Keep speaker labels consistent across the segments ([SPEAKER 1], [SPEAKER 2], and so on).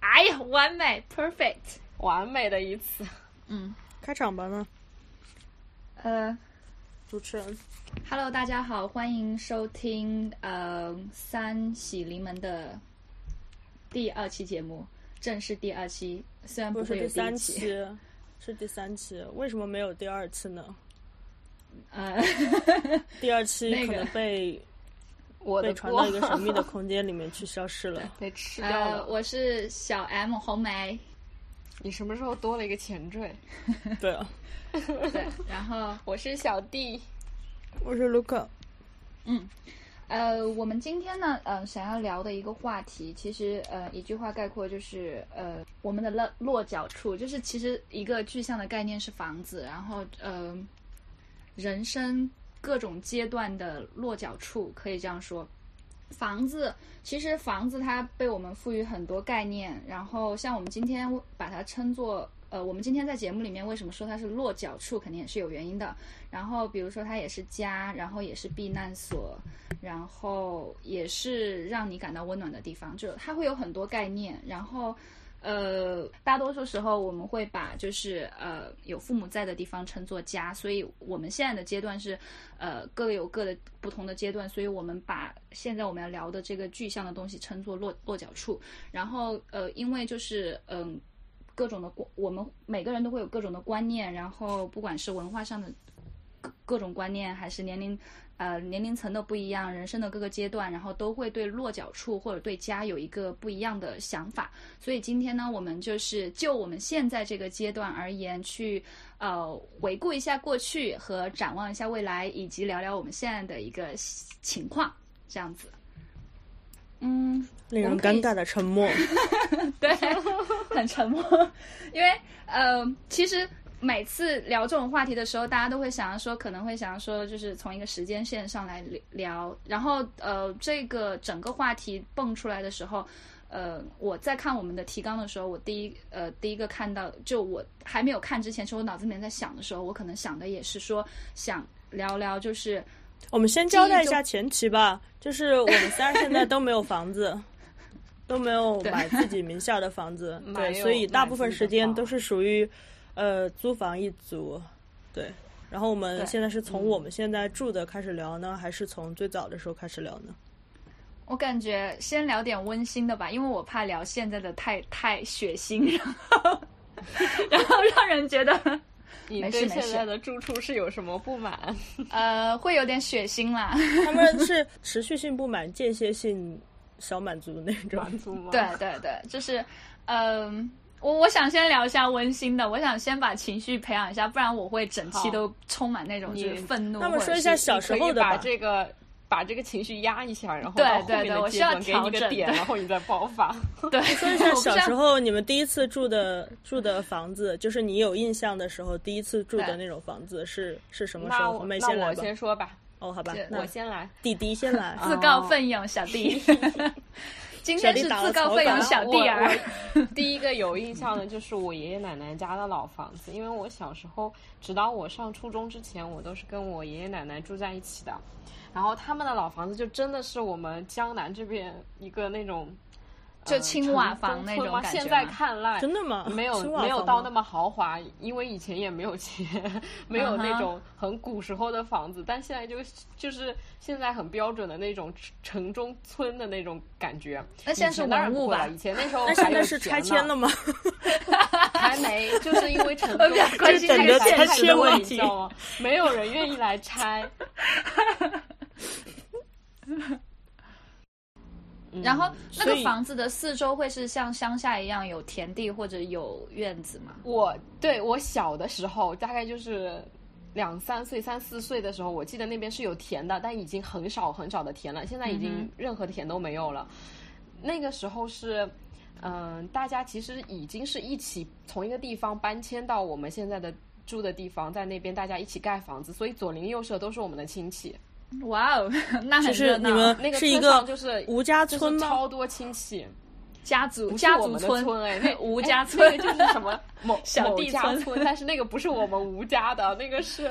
[SPEAKER 1] 哎呀，完美，perfect。
[SPEAKER 2] 完美的一次。
[SPEAKER 1] 嗯，
[SPEAKER 3] 开场吧呢，
[SPEAKER 1] 呃
[SPEAKER 3] 主持人。
[SPEAKER 1] ，Hello，大家好，欢迎收听呃三喜临门的第二期节目，正式第二期，虽然
[SPEAKER 3] 不
[SPEAKER 1] 不
[SPEAKER 3] 是
[SPEAKER 1] 会有
[SPEAKER 3] 第三
[SPEAKER 1] 一期，
[SPEAKER 3] 期，是第三期，为什么没有第二期呢？
[SPEAKER 1] 呃，
[SPEAKER 3] 第二期
[SPEAKER 1] 那
[SPEAKER 3] 可
[SPEAKER 1] 个
[SPEAKER 3] 能被、
[SPEAKER 2] 我的
[SPEAKER 3] 被传到
[SPEAKER 2] 锅
[SPEAKER 3] 一个神秘的空间里面去消失 了。
[SPEAKER 2] 被吃掉
[SPEAKER 1] 呃，
[SPEAKER 2] 了。
[SPEAKER 1] 我是小 M 红梅，
[SPEAKER 2] 你什么时候多了一个前缀？
[SPEAKER 3] 对啊，
[SPEAKER 1] 对，然后
[SPEAKER 2] 我是小弟，
[SPEAKER 3] 我是卢克。
[SPEAKER 1] 呃，我们今天呢，呃，想要聊的一个话题，其实呃，一句话概括就是，呃，我们的落落脚处，就是其实一个具象的概念是房子，然后呃，人生各种阶段的落脚处，可以这样说。房子其实房子它被我们赋予很多概念，然后像我们今天把它称作呃，我们今天在节目里面为什么说它是落脚处，肯定也是有原因的。然后比如说它也是家，然后也是避难所，然后也是让你感到温暖的地方，就它会有很多概念，然后。呃，大多数时候我们会把就是呃有父母在的地方称作家，所以我们现在的阶段是，呃各有各的不同的阶段，所以我们把现在我们要聊的这个具象的东西称作落落脚处。然后呃，因为就是嗯、各种的观，我们每个人都会有各种的观念，然后不管是文化上的各各种观念，还是年龄呃年龄层的不一样，人生的各个阶段，然后都会对落脚处或者对家有一个不一样的想法。所以今天呢，我们就是就我们现在这个阶段而言，去呃回顾一下过去和展望一下未来，以及聊聊我们现在的一个情况，这样子。嗯，
[SPEAKER 3] 令
[SPEAKER 1] 我
[SPEAKER 3] 人
[SPEAKER 1] 们可以
[SPEAKER 3] 尴尬的沉默。
[SPEAKER 1] 对，很沉默。因为呃，其实每次聊这种话题的时候，大家都会想要说，可能会想要说，就是从一个时间线上来聊。然后呃，这个整个话题蹦出来的时候。呃，我在看我们的提纲的时候，我第一呃第一个看到，就我还没有看之前，其实我脑子里面在想的时候，我可能想的也是说想聊聊，就是
[SPEAKER 3] 我们先交代一下前提吧，就是我们仨现在都没有房 子，都没有买自己名下的房子，
[SPEAKER 2] 买
[SPEAKER 3] 对，
[SPEAKER 2] 有
[SPEAKER 3] 所以大部分时间
[SPEAKER 2] 买自己的房
[SPEAKER 3] 都是属于呃租房一族，对。然后我们
[SPEAKER 1] 对
[SPEAKER 3] 现在是从我们现在住的开始聊呢，还是从最早的时候开始聊 呢？
[SPEAKER 1] 我感觉先聊点温馨的吧，因为我怕聊现在的太太血腥，然后然后让人觉得
[SPEAKER 2] 你
[SPEAKER 1] 没事
[SPEAKER 2] 对
[SPEAKER 1] 没
[SPEAKER 2] 现
[SPEAKER 1] 事
[SPEAKER 2] 在的住处是有什么不满？
[SPEAKER 1] 呃会有点血腥啦。
[SPEAKER 3] 他们是持续性不满、间歇性小满足那 种。
[SPEAKER 2] 满足吗？
[SPEAKER 1] 对，对对，就是嗯。我我想先聊一下温馨的，我想先把情绪培养一下，不然我会整期
[SPEAKER 2] 好
[SPEAKER 1] 都充满那种就是
[SPEAKER 2] 你
[SPEAKER 1] 愤怒。
[SPEAKER 3] 那么
[SPEAKER 1] 或者
[SPEAKER 3] 说一下
[SPEAKER 1] 是
[SPEAKER 3] 小时候的吧
[SPEAKER 2] 把这个把这个情绪压一下，然后
[SPEAKER 1] 对
[SPEAKER 2] 到后
[SPEAKER 1] 对
[SPEAKER 2] 面
[SPEAKER 1] 对我
[SPEAKER 2] 的
[SPEAKER 1] 需
[SPEAKER 2] 阶
[SPEAKER 1] 要
[SPEAKER 2] 段给你
[SPEAKER 1] 调
[SPEAKER 2] 一个
[SPEAKER 1] 整
[SPEAKER 2] 点，
[SPEAKER 1] 对
[SPEAKER 2] 然后你再爆发。
[SPEAKER 1] 对，
[SPEAKER 3] 说一
[SPEAKER 1] 我
[SPEAKER 3] 下
[SPEAKER 1] 不
[SPEAKER 3] 小
[SPEAKER 1] 像
[SPEAKER 3] 时候你们第一次住的住的房子，就是你有印象的时候第一次住的
[SPEAKER 1] 对
[SPEAKER 3] 那种房子是是什么时
[SPEAKER 2] 那
[SPEAKER 3] 候？
[SPEAKER 2] 我
[SPEAKER 3] 红梅
[SPEAKER 2] 那
[SPEAKER 3] 先来
[SPEAKER 2] 我
[SPEAKER 3] 吧。
[SPEAKER 2] 先说吧，
[SPEAKER 3] 哦，好吧
[SPEAKER 1] 对，
[SPEAKER 3] 那
[SPEAKER 2] 我先来。
[SPEAKER 3] 弟弟先来。
[SPEAKER 1] 自告奋勇小 弟， 今天是
[SPEAKER 3] 啊小弟打了
[SPEAKER 1] 自告
[SPEAKER 3] 草
[SPEAKER 1] 奋勇
[SPEAKER 3] 稿啊
[SPEAKER 1] 小弟儿。
[SPEAKER 2] 我我第一个有印象的就是我爷爷奶奶家的老房子，因为我小时候，直到我上初中之前，我都是跟我爷爷奶奶住在一起的。然后他们的老房子就真的是我们江南这边一个那种，
[SPEAKER 1] 就
[SPEAKER 2] 呃
[SPEAKER 1] 青瓦
[SPEAKER 2] 城
[SPEAKER 1] 房
[SPEAKER 2] 中
[SPEAKER 1] 那
[SPEAKER 2] 村
[SPEAKER 1] 种
[SPEAKER 2] 吗
[SPEAKER 1] 感
[SPEAKER 2] 现
[SPEAKER 1] 觉
[SPEAKER 2] 在
[SPEAKER 1] 吗
[SPEAKER 2] 看来
[SPEAKER 3] 真的吗？
[SPEAKER 2] 没有
[SPEAKER 3] 青瓦
[SPEAKER 2] 没有
[SPEAKER 3] 房
[SPEAKER 2] 到
[SPEAKER 3] 吗
[SPEAKER 2] 那么豪华，因为以前也没有钱， 没
[SPEAKER 1] 嗯
[SPEAKER 2] 有那
[SPEAKER 1] 哼
[SPEAKER 2] 种很古时候的房子，但现在就就是现在很标准的那种城城中村的那种感觉。
[SPEAKER 1] 那现在
[SPEAKER 2] 以
[SPEAKER 1] 是
[SPEAKER 2] 前当然
[SPEAKER 1] 文
[SPEAKER 2] 不
[SPEAKER 1] 物
[SPEAKER 2] 会
[SPEAKER 1] 吧
[SPEAKER 2] 了以？前那时候
[SPEAKER 3] 那
[SPEAKER 2] 还
[SPEAKER 3] 现
[SPEAKER 2] 有
[SPEAKER 3] 在是拆迁
[SPEAKER 2] 钱
[SPEAKER 3] 了
[SPEAKER 2] 呢，
[SPEAKER 3] 吗？
[SPEAKER 2] 还没，就是因 为城
[SPEAKER 1] 我
[SPEAKER 2] 中
[SPEAKER 1] 比较关心这
[SPEAKER 3] 个
[SPEAKER 2] 才
[SPEAKER 3] 拆
[SPEAKER 2] 开始
[SPEAKER 3] 迁
[SPEAKER 2] 问
[SPEAKER 3] 问
[SPEAKER 2] 你
[SPEAKER 3] 题
[SPEAKER 2] 知道吗？ 没有人愿意 来拆。嗯
[SPEAKER 1] 然后那
[SPEAKER 3] 所
[SPEAKER 1] 个
[SPEAKER 3] 以
[SPEAKER 1] 房子的四周会是像乡下一样有田地或者有院子吗？
[SPEAKER 2] 我对我小的时候，大概就是两三岁、三四岁的时候，我记得那边是有田的，但已经很少很少的田了，现在已
[SPEAKER 1] 嗯
[SPEAKER 2] 经任何田都没有了。那个时候是，嗯、大家其实已经是一起从一个地方搬迁到我们现在的住的地方，在那边大家一起盖房子，所以左邻右舍都是我们的亲戚。
[SPEAKER 1] 哇哦， 那很
[SPEAKER 3] 就是
[SPEAKER 1] 热
[SPEAKER 3] 你
[SPEAKER 1] 闹。
[SPEAKER 3] 们
[SPEAKER 2] 那个
[SPEAKER 3] 是一
[SPEAKER 2] 村
[SPEAKER 3] 个
[SPEAKER 2] 上就是
[SPEAKER 3] 吴家
[SPEAKER 2] 就是
[SPEAKER 3] 村吗？
[SPEAKER 2] 超多亲戚。
[SPEAKER 1] 家族
[SPEAKER 2] 不是
[SPEAKER 1] 家
[SPEAKER 2] 我
[SPEAKER 1] 族
[SPEAKER 2] 们的
[SPEAKER 1] 村
[SPEAKER 2] 哎，那
[SPEAKER 1] 吴
[SPEAKER 2] 哎
[SPEAKER 1] 家村
[SPEAKER 2] 那个就是什么某
[SPEAKER 1] 小地
[SPEAKER 2] 某家
[SPEAKER 1] 村
[SPEAKER 2] 村，但是那个不是我们吴家的，那个是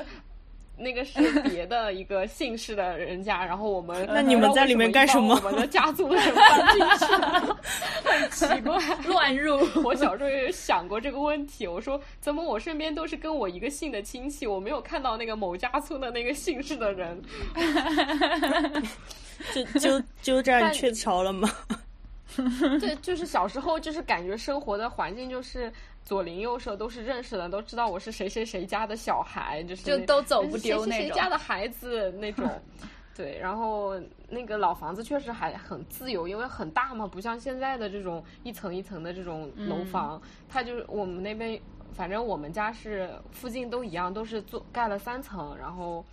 [SPEAKER 2] 那个是别的一个姓氏的人家，然后我们
[SPEAKER 3] 那你们在里面干
[SPEAKER 2] 什
[SPEAKER 3] 么？
[SPEAKER 2] 我们的家族人搬进去 了，
[SPEAKER 1] 很奇怪，乱入。
[SPEAKER 2] 我小时候也想过这个问题，我说怎么我身边都是跟我一个姓的亲戚，我没有看到那个某家村的那个姓氏的人。
[SPEAKER 3] 就 就就这样雀巢了吗？
[SPEAKER 2] 对，就是小时候就是感觉生活的环境就是左邻右舍都是认识的，都知道我是谁谁谁家的小孩，就是嗯
[SPEAKER 1] 就都走不丢那
[SPEAKER 2] 种。谁家的孩子那 种，对。然后那个老房子确实还很自由，因为很大嘛，不像现在的这种一层一层的这种楼房。嗯、它就是我们那边，反正我们家是附近都一样，都是做盖了三层，然后。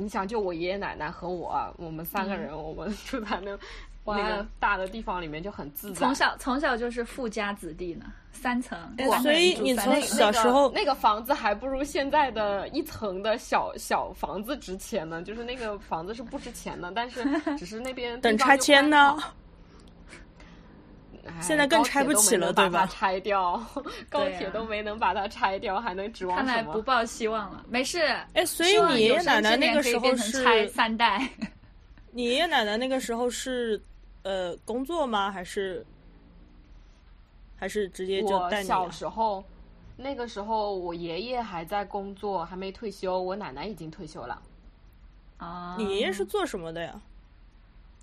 [SPEAKER 2] 你想，就我爷爷奶奶和我，我们三个人，嗯、我们住在那那个大的地方里面就很自在。
[SPEAKER 1] 从小从小就是富家子弟呢，三层。
[SPEAKER 3] 所以你从小时候、
[SPEAKER 2] 那个、那个房子还不如现在的一层的小小房子值钱呢，就是那个房子是不值钱的， 但是只是那边
[SPEAKER 3] 等拆迁呢。
[SPEAKER 2] 哎、
[SPEAKER 3] 现在更拆不起了，对吧？啊
[SPEAKER 2] 拆掉 高铁都没能把它拆掉，还能指望
[SPEAKER 1] 看来不抱希望了，没事。
[SPEAKER 3] 哎，所以你爷爷奶奶那个时候是
[SPEAKER 1] 拆三代。
[SPEAKER 3] 你爷爷奶奶那个时候是呃工作吗？还是还是直接就带你？啊
[SPEAKER 2] 小时候那个时候，我爷爷还在工作，还没退休。我奶奶已经退休了。
[SPEAKER 1] 啊，
[SPEAKER 3] 你爷爷是做什么的呀？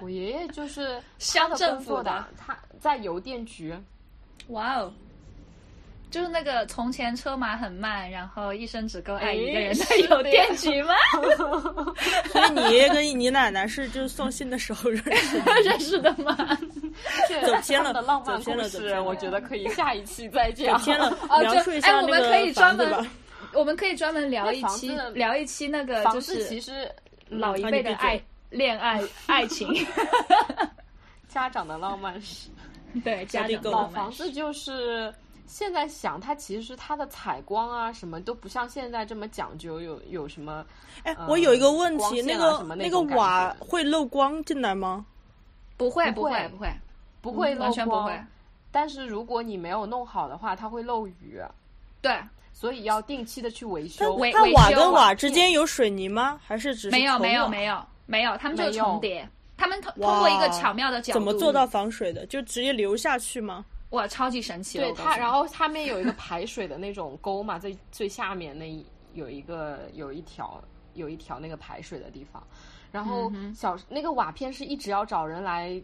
[SPEAKER 2] 我爷爷就是
[SPEAKER 1] 乡政府
[SPEAKER 2] 的，他在邮电局。
[SPEAKER 1] 哇哦，就是那个从前车马很慢，然后一生只
[SPEAKER 2] 哎
[SPEAKER 1] 够爱一个人的邮哎电局 吗？
[SPEAKER 3] 所以你爷爷跟你奶奶是就是送信的时候认识
[SPEAKER 1] 认识的吗？
[SPEAKER 3] 走偏了
[SPEAKER 2] 的浪漫
[SPEAKER 3] 故
[SPEAKER 2] 事，我觉得可以下一期再讲。
[SPEAKER 3] 走偏了，
[SPEAKER 1] 哦，
[SPEAKER 3] 就
[SPEAKER 1] 哎，我们可以专门，我们可以专门聊一期聊一期那个就是
[SPEAKER 2] 其实
[SPEAKER 1] 老
[SPEAKER 3] 嗯
[SPEAKER 1] 一辈的爱。恋爱、爱情，
[SPEAKER 2] 家长的浪漫史。
[SPEAKER 1] 对，家里
[SPEAKER 3] 嗯
[SPEAKER 2] 老房子就是现在想，它其实它的采光啊，什么都不像现在这么讲究，有有什么？
[SPEAKER 3] 哎，
[SPEAKER 2] 呃、
[SPEAKER 3] 我有一个问题，
[SPEAKER 2] 啊、那
[SPEAKER 3] 个那
[SPEAKER 2] 个
[SPEAKER 3] 瓦会漏光进来吗？
[SPEAKER 1] 不会，
[SPEAKER 2] 不会，
[SPEAKER 1] 不会，
[SPEAKER 2] 不
[SPEAKER 3] 嗯
[SPEAKER 2] 会漏光，
[SPEAKER 1] 完全不会。
[SPEAKER 2] 但是如果你没有弄好的话，它会漏雨。
[SPEAKER 1] 对。
[SPEAKER 2] 所以要定期的去维修。
[SPEAKER 1] 维
[SPEAKER 3] 那瓦跟
[SPEAKER 1] 瓦
[SPEAKER 3] 之间有水泥吗？还是只是
[SPEAKER 1] 啊嗯没有没有没有没有，他们就是重叠。他们通通过一个巧妙的角度，
[SPEAKER 3] 怎么做到防水的？就直接流下去吗？
[SPEAKER 1] 哇，超级神奇！
[SPEAKER 2] 对它，然后下面有一个排水的那种沟嘛，最最下面那有一个有一条有一条那个排水的地方。然后小、嗯、那个瓦片是一直要找人来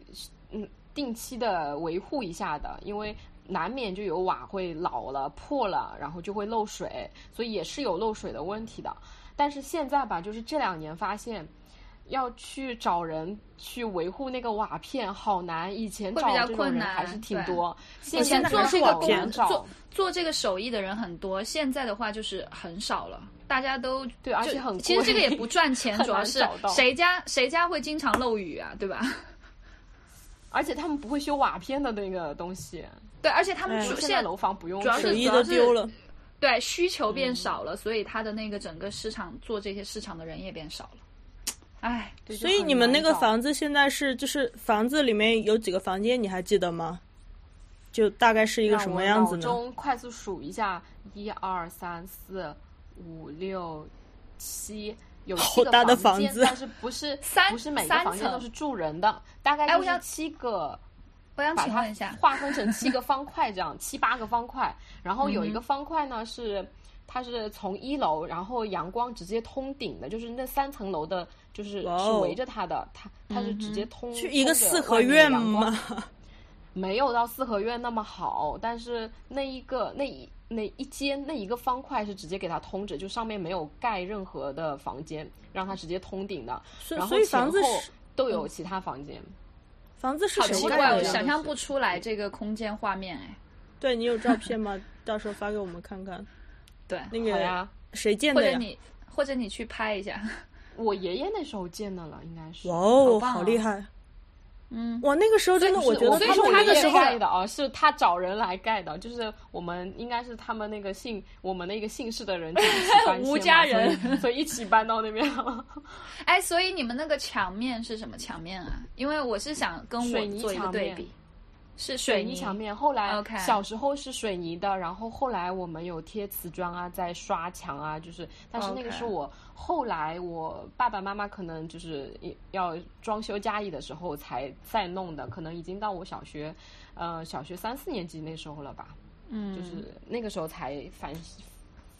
[SPEAKER 2] 嗯定期的维护一下的，因为。难免就有瓦会老了、破了，然后就会漏水，所以也是有漏水的问题的。但是现在吧，就是这两年发现，要去找人去维护那个瓦片好难。以前
[SPEAKER 1] 会比较困
[SPEAKER 2] 难，还是挺多。
[SPEAKER 1] 以前做这
[SPEAKER 2] 个
[SPEAKER 1] 工做做这个手艺的人很多，现在的话就是很少了。大家都
[SPEAKER 2] 对，而且很
[SPEAKER 1] 其实这个也不赚 钱，主要是谁家谁家会经常漏雨啊，对吧？
[SPEAKER 2] 而且他们不会修瓦片的那个东西，
[SPEAKER 1] 对，而且他们
[SPEAKER 2] 哎现在楼房不用，
[SPEAKER 1] 主要是
[SPEAKER 3] 主要丢了，
[SPEAKER 1] 对，需求变少了，嗯、所以它的那个整个市场做这些市场的人也变少了，唉，
[SPEAKER 3] 所以你们那个房子现在是就是房子里面有几个房间，你还记得吗？就大概是一个什么样子呢？
[SPEAKER 2] 中快速数一下，一二三四五六七。有
[SPEAKER 3] 好大
[SPEAKER 2] 的
[SPEAKER 3] 房
[SPEAKER 2] 子，但是不是
[SPEAKER 1] 三哎
[SPEAKER 2] 不是每个房间都是住人的，大概就是七个。
[SPEAKER 1] 我想请问一下，
[SPEAKER 2] 划分成七个方块，这样七八个方块，然后有一个方块呢是它是从一楼，然后阳光直接通顶的，就是那三层楼的，就是是围着它的，它它是直接通。
[SPEAKER 3] 哦去一个四合 院吗？
[SPEAKER 2] 没有到四合院那么好，但是那一个那一。那一间那一个方块是直接给它通着，就上面没有盖任何的房间，让它直接通顶的。然后
[SPEAKER 3] 所以房子嗯
[SPEAKER 2] 都有其他房间。
[SPEAKER 3] 房子是
[SPEAKER 1] 好奇怪，我想象不出来这个空间画面哎。
[SPEAKER 3] 对你有照片吗？到时候发给我们看看。
[SPEAKER 1] 对，
[SPEAKER 3] 那个谁建的
[SPEAKER 1] 呀？或者你或者你去拍一下。
[SPEAKER 2] 我爷爷那时候建的了，应该是。
[SPEAKER 3] 哇哦，
[SPEAKER 1] 好啊
[SPEAKER 3] 厉害！
[SPEAKER 1] 嗯，
[SPEAKER 3] 哇，那个时候真的，
[SPEAKER 2] 我
[SPEAKER 3] 觉得
[SPEAKER 2] 他
[SPEAKER 3] 们那个时候
[SPEAKER 2] 盖的啊，是他找人来盖的，就是我们应该是他们那个姓，我们的一个姓氏的人一起搬，
[SPEAKER 1] 吴家人
[SPEAKER 2] 所，所以一起搬到那边了。
[SPEAKER 1] 哎，所以你们那个墙面是什么墙面啊？因为我是想跟我做一个对比，是
[SPEAKER 2] 水
[SPEAKER 1] 泥
[SPEAKER 2] 墙面。后来
[SPEAKER 1] OK
[SPEAKER 2] 小时候是水泥的，然后后来我们有贴瓷砖啊，在刷墙啊，就是，但是那个
[SPEAKER 1] OK
[SPEAKER 2] 是我后来我爸爸妈妈可能就是也要装修家里的时候才再弄的，可能已经到我小学，呃，小学三四年级那时候了吧，
[SPEAKER 1] 嗯，
[SPEAKER 2] 就是那个时候才翻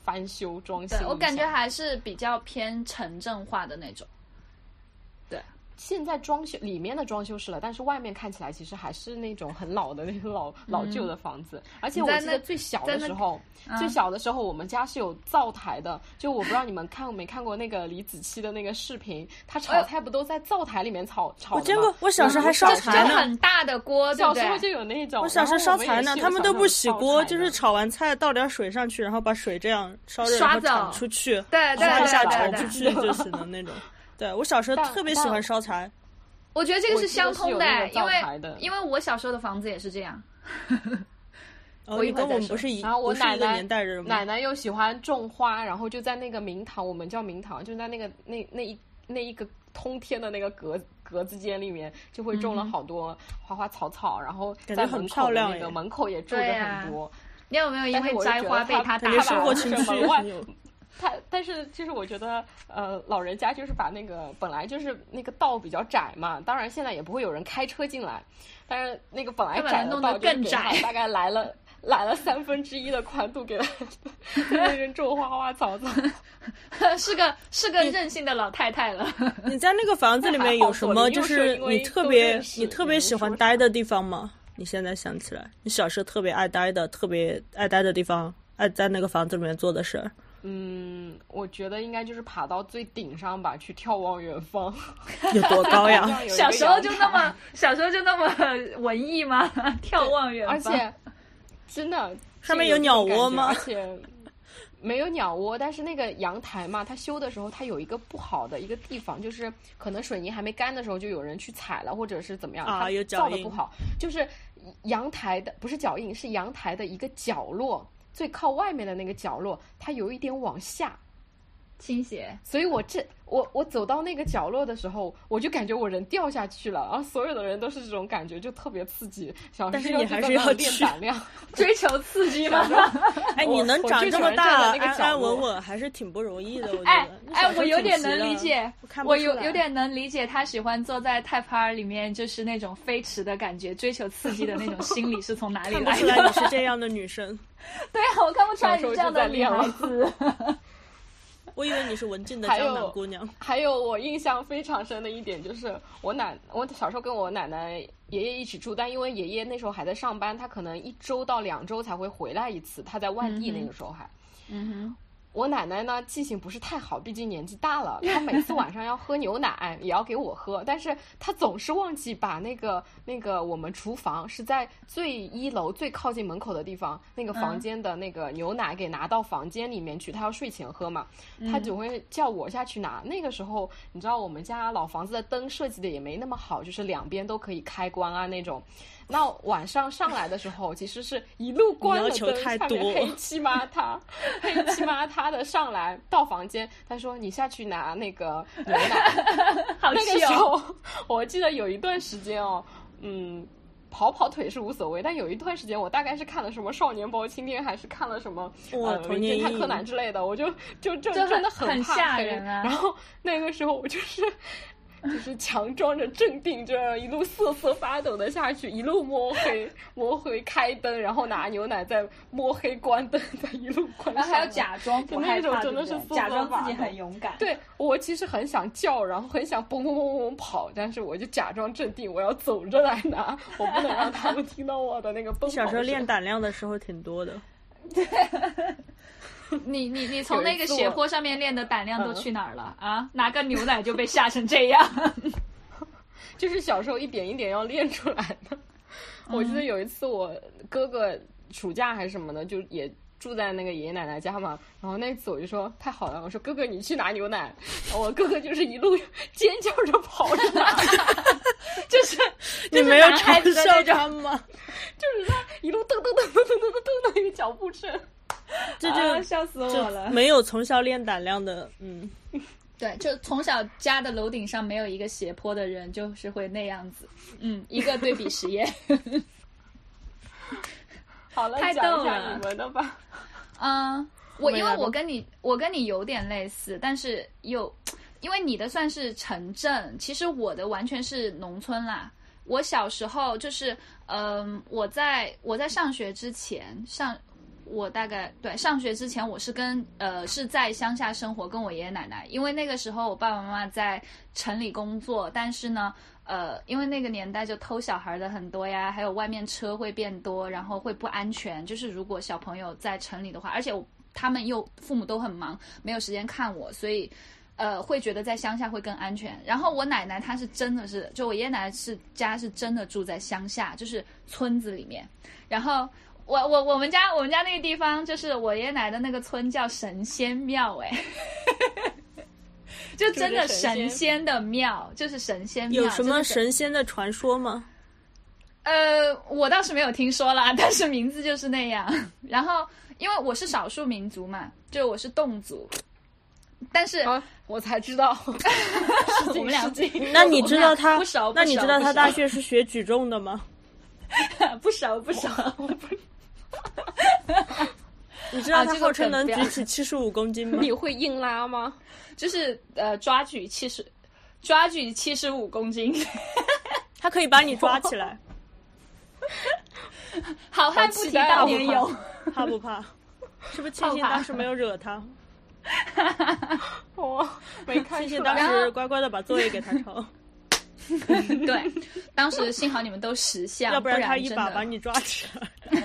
[SPEAKER 2] 翻修装修一
[SPEAKER 1] 对
[SPEAKER 2] 下。
[SPEAKER 1] 我感觉还是比较偏城镇化的那种。
[SPEAKER 2] 现在装修里面的装修是了，但是外面看起来其实还是那种很老的那种
[SPEAKER 3] 嗯
[SPEAKER 2] 老、老旧的房子。而且
[SPEAKER 1] 你
[SPEAKER 2] 我
[SPEAKER 1] 在
[SPEAKER 2] 记
[SPEAKER 1] 那
[SPEAKER 2] 得最小
[SPEAKER 1] 在
[SPEAKER 2] 的
[SPEAKER 1] 那
[SPEAKER 2] 时候，
[SPEAKER 1] 嗯
[SPEAKER 2] 最小的时候我们家是有灶台的。就我不知道你们看没看过那个李子柒的那个视频，她炒菜不都在灶台里面炒
[SPEAKER 3] 呃我
[SPEAKER 2] 炒的吗
[SPEAKER 3] 见过，我小时候还烧
[SPEAKER 1] 就是
[SPEAKER 3] 柴呢，
[SPEAKER 1] 很大的锅，对
[SPEAKER 2] 小
[SPEAKER 1] 不
[SPEAKER 2] 时
[SPEAKER 1] 对？
[SPEAKER 2] 候就有那种，
[SPEAKER 3] 我小时候啊
[SPEAKER 2] 然后
[SPEAKER 3] 烧
[SPEAKER 2] 我们也
[SPEAKER 3] 柴呢，
[SPEAKER 2] 是有
[SPEAKER 3] 他们
[SPEAKER 2] 小
[SPEAKER 3] 都
[SPEAKER 2] 时候
[SPEAKER 3] 不洗
[SPEAKER 2] 烧
[SPEAKER 3] 锅，
[SPEAKER 2] 柴的
[SPEAKER 3] 就是炒完菜倒点水上去，然后把水这样烧热，
[SPEAKER 1] 刷
[SPEAKER 3] 然后
[SPEAKER 1] 走
[SPEAKER 3] 铲出去，
[SPEAKER 1] 对对
[SPEAKER 3] 刷一下
[SPEAKER 1] 对
[SPEAKER 3] 铲
[SPEAKER 1] 对
[SPEAKER 3] 出
[SPEAKER 1] 对，
[SPEAKER 3] 去就是 的那种。对我小时候
[SPEAKER 2] 但
[SPEAKER 3] 特别喜欢烧柴，
[SPEAKER 1] 我觉得这个
[SPEAKER 2] 我
[SPEAKER 1] 是
[SPEAKER 2] 记得
[SPEAKER 1] 相
[SPEAKER 2] 是
[SPEAKER 1] 通
[SPEAKER 2] 有
[SPEAKER 1] 的
[SPEAKER 2] 那
[SPEAKER 1] 哎，
[SPEAKER 2] 个
[SPEAKER 1] 因
[SPEAKER 2] 灶
[SPEAKER 1] 为
[SPEAKER 2] 台的
[SPEAKER 1] 因为我小时候的房子也是这样。
[SPEAKER 3] 哦，
[SPEAKER 1] 我一
[SPEAKER 3] 你
[SPEAKER 1] 会儿
[SPEAKER 3] 跟
[SPEAKER 1] 再
[SPEAKER 3] 我们
[SPEAKER 1] 说
[SPEAKER 3] 不是一
[SPEAKER 2] 然后我
[SPEAKER 3] 不是
[SPEAKER 2] 奶
[SPEAKER 3] 一个
[SPEAKER 2] 奶
[SPEAKER 3] 年代人
[SPEAKER 2] 奶
[SPEAKER 3] 吗？
[SPEAKER 2] 奶又喜欢种花，然后就在那个明堂，我们叫明堂，就在那个那那一那一个通天的那个格格子间里面，就会种了好多花花草草，然后
[SPEAKER 3] 嗯感觉
[SPEAKER 2] 在
[SPEAKER 3] 很
[SPEAKER 2] 门
[SPEAKER 3] 漂
[SPEAKER 2] 口的
[SPEAKER 3] 亮
[SPEAKER 2] 那个
[SPEAKER 3] 耶
[SPEAKER 2] 门口也住着
[SPEAKER 1] 对呀
[SPEAKER 2] 很多。
[SPEAKER 1] 你有没有因
[SPEAKER 2] 但是
[SPEAKER 1] 为
[SPEAKER 2] 我就
[SPEAKER 1] 摘
[SPEAKER 2] 觉得
[SPEAKER 1] 花被他
[SPEAKER 2] 他他
[SPEAKER 1] 打
[SPEAKER 2] 感
[SPEAKER 3] 觉
[SPEAKER 2] 觉
[SPEAKER 3] 生
[SPEAKER 1] 吧
[SPEAKER 3] 活
[SPEAKER 2] 我
[SPEAKER 3] 情
[SPEAKER 2] 什么
[SPEAKER 3] 趣
[SPEAKER 2] 外
[SPEAKER 3] 很 有。
[SPEAKER 2] 他但是就是我觉得，呃，老人家就是把那个本来就是那个道比较窄嘛，当然现在也不会有人开车进来，但是那个本来
[SPEAKER 1] 就把它
[SPEAKER 2] 窄的
[SPEAKER 1] 弄
[SPEAKER 2] 道
[SPEAKER 1] 得
[SPEAKER 2] 就是
[SPEAKER 1] 更
[SPEAKER 2] 给他
[SPEAKER 1] 窄
[SPEAKER 2] 大概来了来了三分之一的宽度给他， 在那边种花花草草。
[SPEAKER 1] 是个是个任性的老太太了。
[SPEAKER 3] 你在那个房子里面有什么？就
[SPEAKER 2] 那还好左邻右舍
[SPEAKER 3] 是
[SPEAKER 2] 因为
[SPEAKER 3] 你特
[SPEAKER 2] 都
[SPEAKER 3] 别
[SPEAKER 2] 认识
[SPEAKER 3] 你特别喜欢待的地方吗？你现在想起来，你小时候特别爱待的，特别爱待的地方，爱在那个房子里面做的事儿。
[SPEAKER 2] 嗯，我觉得应该就是爬到最顶上吧，去眺望远 方。
[SPEAKER 3] 有多高
[SPEAKER 2] 好
[SPEAKER 3] 哦呀
[SPEAKER 2] 像？有一个
[SPEAKER 1] 小时候
[SPEAKER 2] 阳
[SPEAKER 1] 就
[SPEAKER 2] 台
[SPEAKER 1] 那么小时候就那么文艺吗？ 眺望 远
[SPEAKER 2] 而
[SPEAKER 1] 方，
[SPEAKER 2] 且真的
[SPEAKER 3] 上面
[SPEAKER 2] 是
[SPEAKER 3] 有
[SPEAKER 2] 这
[SPEAKER 3] 鸟
[SPEAKER 2] 种感
[SPEAKER 3] 窝
[SPEAKER 2] 觉
[SPEAKER 3] 吗
[SPEAKER 2] 而且没有鸟窝，但是那个阳台嘛，它修的时候它有一个不好的一个地方，就是可能水泥还没干的时候就有人去踩了，或者是怎么样，
[SPEAKER 3] 啊有
[SPEAKER 2] 它
[SPEAKER 3] 脚
[SPEAKER 2] 造的
[SPEAKER 3] 印
[SPEAKER 2] 不好，就是阳台的不是脚印，是阳台的一个角落。最靠外面的那个角落，它有一点往下，
[SPEAKER 1] 倾斜。
[SPEAKER 2] 所以我这我我走到那个角落的时候，我就感觉我人掉下去了，然后所有的人都是这种感觉，就特别刺激。小
[SPEAKER 3] 但
[SPEAKER 2] 时
[SPEAKER 3] 是
[SPEAKER 2] 候
[SPEAKER 3] 你
[SPEAKER 2] 就
[SPEAKER 3] 还
[SPEAKER 2] 在
[SPEAKER 3] 是
[SPEAKER 2] 那
[SPEAKER 3] 要
[SPEAKER 2] 练
[SPEAKER 3] 去
[SPEAKER 2] 胆量，
[SPEAKER 1] 追求刺激吗？
[SPEAKER 3] 哎，你
[SPEAKER 2] 我
[SPEAKER 3] 能
[SPEAKER 2] 我
[SPEAKER 3] 长
[SPEAKER 2] 最
[SPEAKER 3] 这
[SPEAKER 2] 喜
[SPEAKER 3] 么
[SPEAKER 2] 欢站
[SPEAKER 3] 大
[SPEAKER 2] 在那个
[SPEAKER 3] 安
[SPEAKER 2] 角
[SPEAKER 3] 安
[SPEAKER 2] 落
[SPEAKER 3] 稳稳，还是挺不容易的。我觉得，
[SPEAKER 1] 哎
[SPEAKER 3] 你小
[SPEAKER 1] 哎，
[SPEAKER 3] 时候
[SPEAKER 1] 我有
[SPEAKER 3] 挺
[SPEAKER 1] 点
[SPEAKER 3] 皮
[SPEAKER 1] 能
[SPEAKER 3] 的
[SPEAKER 1] 理解
[SPEAKER 3] 我看，不
[SPEAKER 1] 我
[SPEAKER 3] 出
[SPEAKER 1] 有
[SPEAKER 3] 来
[SPEAKER 1] 有点能理解他喜欢坐在太趴儿里面，就是那种飞驰的感觉，追求刺激的那种心理是从哪里
[SPEAKER 3] 看不
[SPEAKER 1] 来
[SPEAKER 3] 出来你
[SPEAKER 1] 的？
[SPEAKER 3] 是这样的女生，
[SPEAKER 1] 对啊，我看不出来你这样的女孩
[SPEAKER 2] 小时
[SPEAKER 1] 子。
[SPEAKER 3] 我以为你是文静的
[SPEAKER 2] 还
[SPEAKER 3] 江南
[SPEAKER 2] 有
[SPEAKER 3] 姑娘。
[SPEAKER 2] 还有我印象非常深的一点就是，我奶我小时候跟我奶奶、爷爷一起住，但因为爷爷那时候还在上班，他可能一周到两周才会回来一次，他在外地那个时候还。
[SPEAKER 1] 嗯
[SPEAKER 2] 我奶奶呢记性不是太好，毕竟年纪大了，她每次晚上要喝牛奶， 也要给我喝，但是她总是忘记把那个那个我们厨房是在最一楼最靠近门口的地方那个房间的那个牛奶给拿到房间里面去，她要睡前喝嘛，
[SPEAKER 3] 嗯
[SPEAKER 2] 她总会叫我下去拿。那个时候你知道我们家老房子的灯设计的也没那么好，就是两边都可以开关啊那种。那晚上上来的时候，其实是一路关了
[SPEAKER 3] 要求
[SPEAKER 2] 灯，
[SPEAKER 3] 太
[SPEAKER 2] 下面
[SPEAKER 3] 多
[SPEAKER 2] 黑漆麻他，黑漆麻他的上来到房间，他说：“你下去拿那个牛奶。
[SPEAKER 1] 哼， 好”
[SPEAKER 2] 那个
[SPEAKER 1] 气
[SPEAKER 2] 时
[SPEAKER 1] 哦！
[SPEAKER 2] 候， 我记得有一段时间哦，嗯，跑跑腿是无所谓，但有一段时间我大概是看了什么《少年包青天》，还是看了什么
[SPEAKER 3] 哇
[SPEAKER 2] 呃《
[SPEAKER 3] 童
[SPEAKER 2] 名
[SPEAKER 3] 年
[SPEAKER 2] 侦探
[SPEAKER 3] 阴
[SPEAKER 2] 柯
[SPEAKER 3] 影
[SPEAKER 2] 南》之类的，我就就就
[SPEAKER 1] 就很
[SPEAKER 2] 真的
[SPEAKER 1] 很
[SPEAKER 2] 怕
[SPEAKER 1] 吓
[SPEAKER 2] 黑
[SPEAKER 1] 人啊
[SPEAKER 2] 然后那个时候 我就是。就是强装着镇定，这样一路瑟瑟发抖的下去，一路摸黑，摸黑开灯，然后拿牛奶再摸黑关灯，再一路关上。
[SPEAKER 1] 然后啊还要假装不
[SPEAKER 2] 就那
[SPEAKER 1] 害
[SPEAKER 2] 种
[SPEAKER 1] 怕，
[SPEAKER 2] 真
[SPEAKER 1] 对不
[SPEAKER 2] 的
[SPEAKER 1] 对
[SPEAKER 2] 是自
[SPEAKER 1] 假装
[SPEAKER 2] 责
[SPEAKER 1] 自己
[SPEAKER 2] 吧
[SPEAKER 1] 很勇敢。
[SPEAKER 2] 对我其实很想叫，然后很想蹦蹦蹦蹦蹦跑，但是我就假装镇定，我要走着来拿，我不能让他们听到我的那个蹦跑。
[SPEAKER 3] 小时候练，胆量的时候挺多的，
[SPEAKER 1] 你你你从
[SPEAKER 2] 有一
[SPEAKER 1] 那个
[SPEAKER 2] 次
[SPEAKER 1] 斜
[SPEAKER 2] 我嗯
[SPEAKER 1] 坡上面练的胆量都去哪儿了啊？拿个牛奶就被吓成这样，
[SPEAKER 2] 就是小时候一点一点要练出来的。我
[SPEAKER 3] 嗯
[SPEAKER 2] 记得有一次我哥哥暑假还是什么的，就也。住在那个爷爷奶奶家嘛，然后那次我就说太好了，我说哥哥你去拿牛奶，然后我哥哥就是一路 尖叫着跑着拿，
[SPEAKER 1] 就是
[SPEAKER 3] 你
[SPEAKER 1] 就是
[SPEAKER 3] 没有
[SPEAKER 1] 男孩
[SPEAKER 3] 嘲
[SPEAKER 1] 子的
[SPEAKER 3] 笑
[SPEAKER 1] 那种。
[SPEAKER 3] 他吗？
[SPEAKER 2] 就是他一路噔噔噔噔噔噔噔的一个脚步声，
[SPEAKER 3] 这
[SPEAKER 1] 啊，
[SPEAKER 3] 就
[SPEAKER 1] 笑死我
[SPEAKER 3] 就
[SPEAKER 1] 了！
[SPEAKER 3] 没有从小练胆量的，嗯，
[SPEAKER 1] 对，就从小家的楼顶上没有一个斜坡的人，就是会那样子。嗯，一个对比实验。
[SPEAKER 2] 好了，
[SPEAKER 1] 太
[SPEAKER 2] 讲
[SPEAKER 1] 逗
[SPEAKER 2] 一下
[SPEAKER 1] 了
[SPEAKER 2] 你们的吧。
[SPEAKER 1] 嗯，我因
[SPEAKER 3] 来
[SPEAKER 1] 为
[SPEAKER 3] 吧
[SPEAKER 1] 我跟你我跟你有点类似，但是又因为你的算是城镇，其实我的完全是农村啦。我小时候就是，嗯，我在我在上学之前上。我大概对上学之前，我是跟呃是在乡下生活，跟我爷爷奶奶，因为那个时候我爸爸妈妈在城里工作，但是呢，呃，因为那个年代就偷小孩的很多呀，还有外面车会变多，然后会不安全。就是如果小朋友在城里的话，而且我他们又父母都很忙，没有时间看我，所以。呃，会觉得在乡下会更安全。然后我奶奶她是真的是，就我爷爷奶奶是家是真的住在乡下，就是村子里面。然后我我我们家我们家那个地方就是我爷爷奶奶的那个村叫神仙庙，哎， 就真的
[SPEAKER 2] 住着神仙
[SPEAKER 1] 神仙的庙，就是神仙庙。
[SPEAKER 3] 有什
[SPEAKER 1] 真
[SPEAKER 3] 么
[SPEAKER 1] 的是哎
[SPEAKER 3] 神仙的传说吗？
[SPEAKER 1] 呃，我倒是没有听说啦，但是名字就是那样。 然后，因为我是少数民族嘛，就我是侗族，但是、
[SPEAKER 3] 哦
[SPEAKER 2] 啊，我才知道，失
[SPEAKER 1] 我
[SPEAKER 2] 敬
[SPEAKER 1] 们俩
[SPEAKER 2] 失敬。
[SPEAKER 3] 那你知道
[SPEAKER 1] 我
[SPEAKER 3] 他
[SPEAKER 1] 不熟？
[SPEAKER 3] 那你
[SPEAKER 1] 不熟
[SPEAKER 3] 知道
[SPEAKER 1] 不
[SPEAKER 3] 他
[SPEAKER 1] 熟
[SPEAKER 3] 大学是学举重的吗？
[SPEAKER 1] 不熟不熟，
[SPEAKER 3] 你知道
[SPEAKER 1] 啊
[SPEAKER 3] 他
[SPEAKER 1] 这个
[SPEAKER 3] 号称
[SPEAKER 1] 梗
[SPEAKER 3] 能
[SPEAKER 1] 不要
[SPEAKER 3] 举起七十五公斤 吗？
[SPEAKER 2] 你会硬拉吗？
[SPEAKER 1] 就是呃抓举七十，抓举七十五公斤，
[SPEAKER 3] 他可以把你抓起来，
[SPEAKER 1] 好汉不
[SPEAKER 2] 期
[SPEAKER 1] 提
[SPEAKER 3] 啊
[SPEAKER 2] 待
[SPEAKER 1] 当
[SPEAKER 2] 哦
[SPEAKER 1] 年勇。
[SPEAKER 3] 怕不怕？是不是庆幸
[SPEAKER 1] 怕
[SPEAKER 3] 当时没有惹他？
[SPEAKER 2] 我 没看
[SPEAKER 3] 庆
[SPEAKER 2] 出
[SPEAKER 3] 幸当
[SPEAKER 2] 来。
[SPEAKER 3] 时乖乖的把作业给他抄，
[SPEAKER 1] 对，当时幸好你们都识相，
[SPEAKER 3] 要
[SPEAKER 1] 不
[SPEAKER 3] 然他一
[SPEAKER 1] 真
[SPEAKER 3] 把
[SPEAKER 1] 的
[SPEAKER 3] 把你抓起来。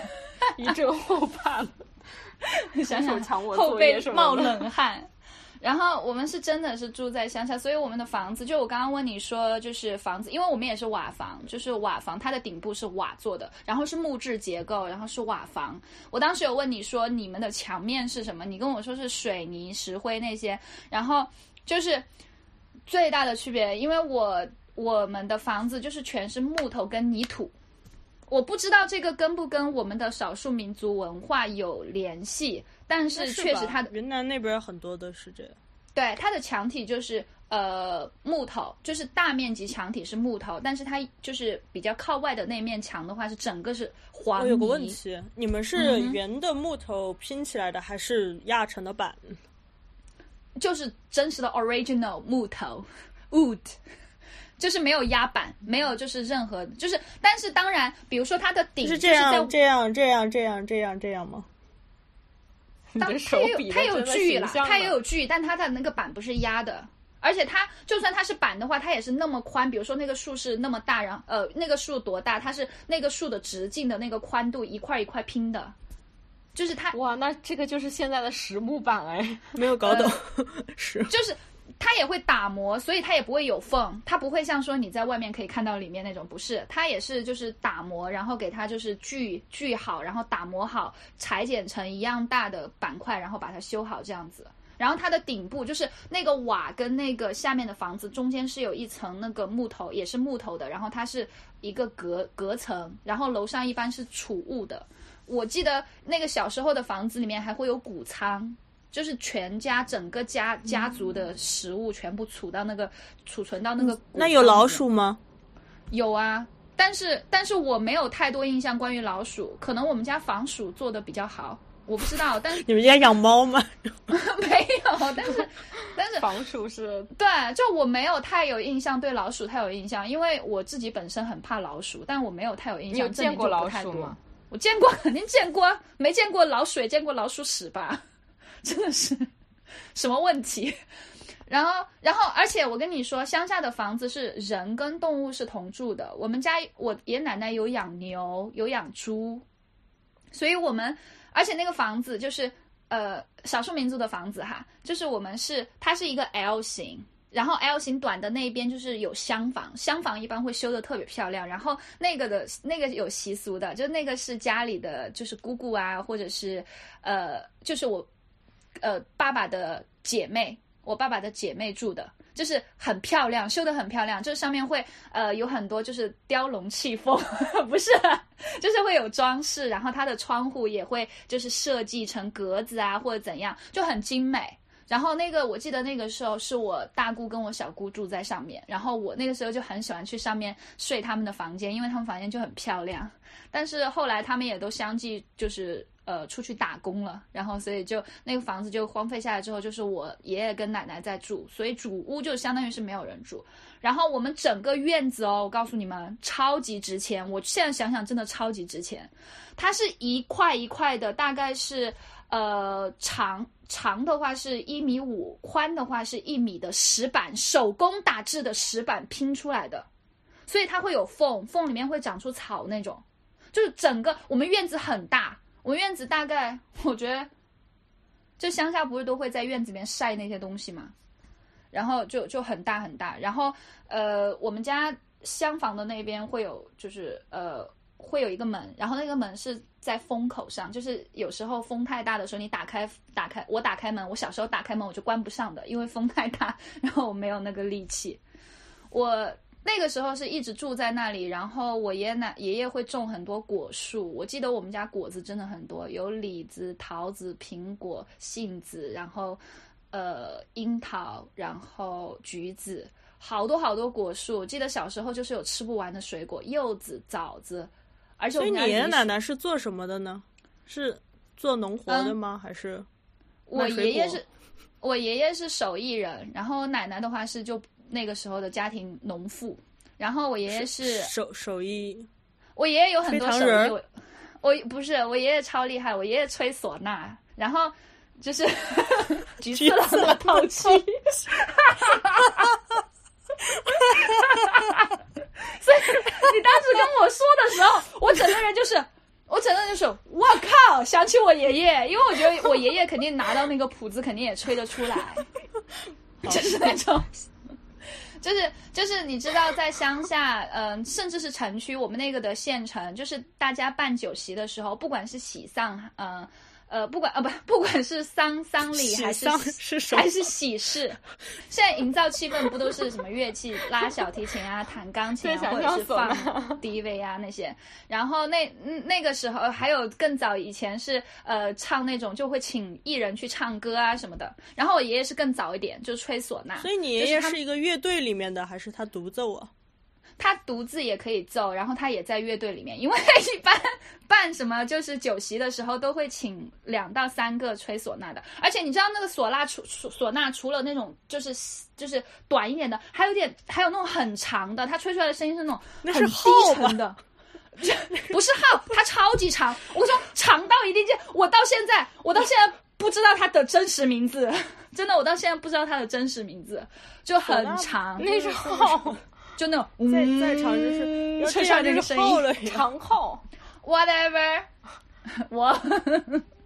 [SPEAKER 2] 一阵后 怕了。
[SPEAKER 1] 想
[SPEAKER 2] 徒手
[SPEAKER 1] 想
[SPEAKER 2] 抢我
[SPEAKER 1] 后
[SPEAKER 2] 作业
[SPEAKER 1] 背
[SPEAKER 2] 什么
[SPEAKER 1] 冒
[SPEAKER 2] 的
[SPEAKER 1] 冷汗。然后我们是真的是住在乡下，所以我们的房子，就我刚刚问你说，就是房子，因为我们也是瓦房，就是瓦房，它的顶部是瓦做的，然后是木质结构，然后是瓦房。我当时有问你说你们的墙面是什么，你跟我说是水泥、石灰那些，然后就是最大的区别，因为我我们的房子就是全是木头跟泥土，我不知道这个跟不跟我们的少数民族文化有联系，但是确实它的
[SPEAKER 3] 云南那边很多都是这样。
[SPEAKER 1] 对它的墙体就是呃木头，就是大面积墙体是木头，但是它就是比较靠外的那面墙的话是整个是黄
[SPEAKER 3] 我
[SPEAKER 1] 泥。
[SPEAKER 3] 有个问题，你们是
[SPEAKER 1] 啊嗯哼
[SPEAKER 3] 圆的木头拼起来的，还是压成的板？
[SPEAKER 1] 就是真实的 original 木头 wood，就是没有压板，没有就是任何就是，但是当然，比如说它的顶
[SPEAKER 3] 是
[SPEAKER 1] 就
[SPEAKER 3] 这样
[SPEAKER 1] 在
[SPEAKER 3] 这样这样这样这样这样吗？
[SPEAKER 2] 你
[SPEAKER 1] 当
[SPEAKER 2] 的手比
[SPEAKER 1] 它
[SPEAKER 2] 的
[SPEAKER 1] 有它有
[SPEAKER 2] 真的
[SPEAKER 1] 锯
[SPEAKER 2] 形
[SPEAKER 1] 啦，
[SPEAKER 2] 象
[SPEAKER 1] 它也
[SPEAKER 2] 呢
[SPEAKER 1] 有锯，但它的那个板不是压的，而且它就算它是板的话，它也是那么宽。比如说那个树是那么大，然后呃那个树多大，它是那个树的直径的那个宽度一块一块拼的，就是它
[SPEAKER 2] 哇，那这个就是现在的实木板 哎，
[SPEAKER 3] 没有搞懂，
[SPEAKER 1] 呃
[SPEAKER 3] 是
[SPEAKER 1] 就是。它也会打磨，所以它也不会有缝，它不会像说你在外面可以看到里面那种，不是，它也是就是打磨，然后给它就是锯锯好，然后打磨好，裁剪成一样大的板块，然后把它修好这样子。然后它的顶部就是那个瓦跟那个下面的房子中间是有一层那个木头，也是木头的，然后它是一个隔隔层，然后楼上一般是储物的。我记得那个小时候的房子里面还会有谷仓，就是全家整个家家族的食物全部储到那个储存到那个谷仓里面。
[SPEAKER 3] 嗯那有老鼠吗？
[SPEAKER 1] 有啊，但是但是我没有太多印象关于老鼠，可能我们家防鼠做的比较好，我不知道，但是
[SPEAKER 3] 你们家养猫吗？
[SPEAKER 1] 没有，但是但是
[SPEAKER 2] 防鼠是
[SPEAKER 1] 对，就我没有太有印象，对老鼠太有印象，因为我自己本身很怕老鼠，但我没有太有印
[SPEAKER 2] 你有
[SPEAKER 1] 象。这
[SPEAKER 2] 见
[SPEAKER 1] 里
[SPEAKER 2] 过
[SPEAKER 1] 就不
[SPEAKER 2] 老
[SPEAKER 1] 太
[SPEAKER 2] 鼠
[SPEAKER 1] 多
[SPEAKER 2] 吗？
[SPEAKER 1] 我见过，肯定见过，啊，没见过老鼠也见过老鼠屎吧？ 真的是什么问题？然后，然后，而且我跟你说，乡下的房子是人跟动物是同住的。我们家我爷爷奶奶有养牛，有养猪，所以我们，而且那个房子就是呃少数民族的房子哈，就是我们是它是一个 L 型。然后 L 型短的那一边就是有厢房，厢房一般会修的特别漂亮。然后那个的那个有习俗的，就那个是家里的就是姑姑啊，或者是呃，就是我呃爸爸的姐妹，我爸爸的姐妹住的，就是很漂亮，修的很漂亮，就是上面会呃有很多就是雕龙气凤， 不是，就是会有装饰，然后它的窗户也会就是设计成格子啊或者怎样，就很精美。然后那个我记得那个时候是我大姑跟我小姑住在上面，然后我那个时候就很喜欢去上面睡他们的房间，因为他们房间就很漂亮。但是后来他们也都相继就是呃出去打工了，然后所以就那个房子就荒废下来之后，就是我爷爷跟奶奶在住，所以主屋就相当于是没有人住。然后我们整个院子哦，我告诉你们，超级值钱。我现在想想，真的超级值钱。它是一块一块的，大概是呃长。长的话是一米五，宽的话是一米的石板，手工打制的石板拼出来的，所以它会有缝，缝里面会长出草那种。就是整个我们院子很大，我们院子大概我觉得，就乡下不是都会在院子里面晒那些东西嘛，然后就就很大很大。然后呃，我们家厢房的那边会有，就是呃。会有一个门，然后那个门是在风口上，就是有时候风太大的时候，你打开打开，我打开门，我小时候打开门我就关不上的，因为风太大， 然后我没有那个力气。我那个时候是一直住在那里，然后我爷爷奶爷爷会种很多果树，我记得我们家果子真的很多，有李子、桃子、苹果、杏子，然后呃樱桃，然后橘子，好多好多果树。我记得小时候就是有吃不完的水果，柚子、枣子。而且我
[SPEAKER 3] 所以
[SPEAKER 1] 们
[SPEAKER 3] 你
[SPEAKER 1] 家
[SPEAKER 3] 爷爷
[SPEAKER 1] 离
[SPEAKER 3] 奶
[SPEAKER 1] 市
[SPEAKER 3] 奶是做什么的呢？是做农活的
[SPEAKER 1] 嗯
[SPEAKER 3] 吗？还是
[SPEAKER 1] 我
[SPEAKER 3] 卖水
[SPEAKER 1] 爷爷
[SPEAKER 3] 果
[SPEAKER 1] 是，我爷爷是手艺人，然后奶奶的话是就那个时候的家庭农妇，然后我爷爷是，
[SPEAKER 3] 手手艺？
[SPEAKER 1] 我爷爷有很多
[SPEAKER 3] 吹
[SPEAKER 1] 手
[SPEAKER 3] 糖人
[SPEAKER 1] 艺，
[SPEAKER 3] 儿
[SPEAKER 1] 我我不是我爷爷超厉害，我爷爷吹唢呐，然后就是 橘子郎的头七， 所以你当时跟我说的时候，我整个人就是，我整个人就是，我靠，想起我爷爷，因为我觉得我爷爷肯定拿到那个谱子，肯定也吹得出来， 就是那种。就是就是，你知道，在乡下，嗯、甚至是城区，我们那个的县城，就是大家办酒席的时候，不管是喜丧，嗯呃不管啊不，不管是丧丧礼还
[SPEAKER 3] 喜
[SPEAKER 1] 是
[SPEAKER 3] 丧是什么
[SPEAKER 1] 还？是喜事，现在营造气氛不都是什么乐器，拉小提琴啊，弹钢琴啊，
[SPEAKER 2] 对
[SPEAKER 1] 或
[SPEAKER 2] 想
[SPEAKER 1] 者是
[SPEAKER 2] 象唢
[SPEAKER 1] 放
[SPEAKER 2] 呐
[SPEAKER 1] DV 啊那些。然后那嗯那个时候还有更早以前是呃唱那种就会请艺人去唱歌啊什么的。然后我爷爷是更早一点，就吹唢呐。
[SPEAKER 3] 所以你
[SPEAKER 1] 就
[SPEAKER 3] 爷
[SPEAKER 1] 是
[SPEAKER 3] 爷
[SPEAKER 1] 他
[SPEAKER 3] 是一个乐队里面的，还是他独奏啊？
[SPEAKER 1] 他独自也可以奏，然后他也在乐队里面，因为 一般办什么就是酒席的时候都会请两到三个吹唢呐的，而且你知道那个唢呐除除唢呐除了那种就是就是短一点的，还有点还有那种很长的，他吹出来的声音是那种
[SPEAKER 3] 那
[SPEAKER 1] 很
[SPEAKER 3] 是
[SPEAKER 1] 低
[SPEAKER 3] 号吧
[SPEAKER 1] 沉的。 不是号，它超级长，我说长到一定界，我到现在我到现在不知道它的真实名字， 真的我到现在不知道它的真实名字，就很
[SPEAKER 3] 唢呐
[SPEAKER 1] 长，
[SPEAKER 2] 那是号，
[SPEAKER 1] 就那种
[SPEAKER 2] 嗯
[SPEAKER 3] 在在场就是要这样
[SPEAKER 1] 嗯这
[SPEAKER 3] 就
[SPEAKER 1] 个
[SPEAKER 3] 是
[SPEAKER 1] 声
[SPEAKER 3] 后
[SPEAKER 1] 音
[SPEAKER 3] 了呀，
[SPEAKER 2] 长号。
[SPEAKER 1] ，whatever，我。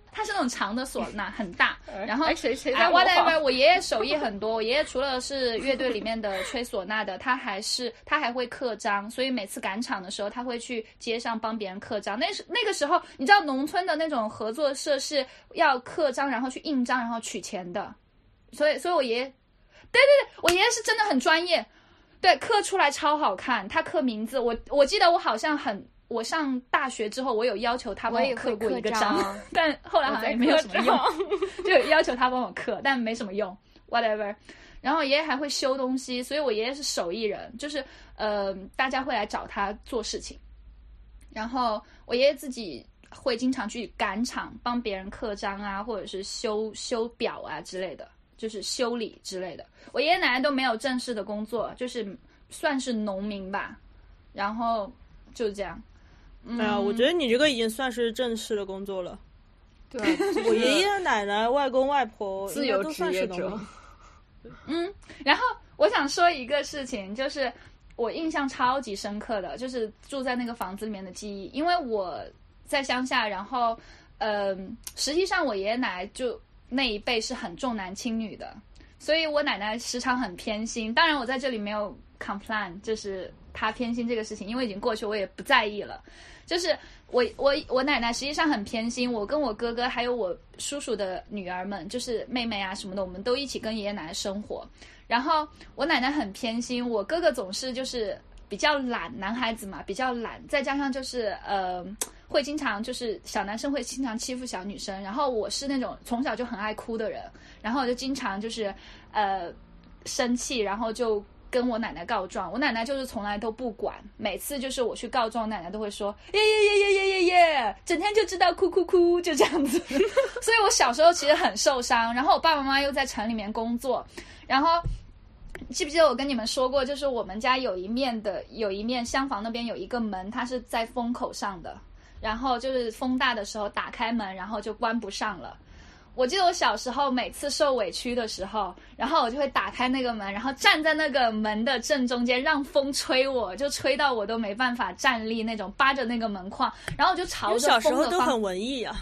[SPEAKER 1] 它是那种长的唢呐，很大。然后
[SPEAKER 2] 哎谁谁在
[SPEAKER 1] 哎
[SPEAKER 2] 模仿
[SPEAKER 1] whatever，我爷爷手艺很多。我爷爷除了是乐队里面的吹唢呐的，他还是他还会刻章，所以每次赶场的时候，他会去街上帮别人刻章。那时那个时候，你知道农村的那种合作社是要刻章，然后去印章，然后取钱的。所以，所以我爷爷，对对对，我爷爷是真的很专业，对，刻出来超好看。他刻名字，我我记得我好像很，我上大学之后，我有要求他帮
[SPEAKER 2] 我也
[SPEAKER 1] 刻
[SPEAKER 2] 会
[SPEAKER 1] 过一
[SPEAKER 2] 刻
[SPEAKER 1] 个
[SPEAKER 2] 章
[SPEAKER 1] 章， 但后来好像也没有什么用，就要求他帮我刻，但没什么用，whatever。然后我爷爷还会修东西，所以我爷爷是手艺人，就是呃，大家会来找他做事情。然后我爷爷自己会经常去赶场，帮别人刻章啊，或者是修修表啊之类的，就是修理之类的。我爷爷奶奶都没有正式的工作，就是算是农民吧。然后就这样，
[SPEAKER 3] 哎呀，我觉得你这个已经算是正式的工作了。
[SPEAKER 2] 对，
[SPEAKER 3] 我爷爷奶奶、外公外婆
[SPEAKER 2] 自
[SPEAKER 3] 应该
[SPEAKER 2] 由
[SPEAKER 3] 都
[SPEAKER 2] 职
[SPEAKER 3] 算是
[SPEAKER 2] 业
[SPEAKER 3] 农
[SPEAKER 2] 者
[SPEAKER 3] 民。
[SPEAKER 1] 嗯，然后我想说一个事情，就是我印象超级深刻的，就是住在那个房子里面的记忆，因为我在乡下，然后，嗯、实际上我爷爷奶奶就那一辈是很重男轻女的，所以我奶奶时常很偏心。当然，我在这里没有 complain，就是她偏心这个事情，因为已经过去，我也不在意了。就是我我我奶奶实际上很偏心，我跟我哥哥还有我叔叔的女儿们，就是妹妹啊什么的，我们都一起跟爷爷奶奶生活。然后我奶奶很偏心，我哥哥总是就是比较懒，男孩子嘛比较懒，再加上就是呃，会经常就是小男生会经常欺负小女生，然后我是那种从小就很爱哭的人，然后我就经常就是呃生气，然后就。跟我奶奶告状，我奶奶就是从来都不管，每次就是我去告状，我奶奶都会说耶耶耶耶耶耶耶，整天就知道哭哭哭，就这样子。 所以我小时候其实很受伤，然后我爸爸妈妈又在城里面工作，然后记不记得我跟你们说过，就是我们家有一面的有一面厢房那边有一个门，它是在风口上的，然后就是风大的时候打开门，然后就关不上了。我记得我小时候每次受委屈的时候，然后我就会打开那个门，然后站在那个门的正中间，让风吹我，就吹到我都没办法站立那种，扒着那个门框，然后就朝着
[SPEAKER 3] 小时候都很文艺啊，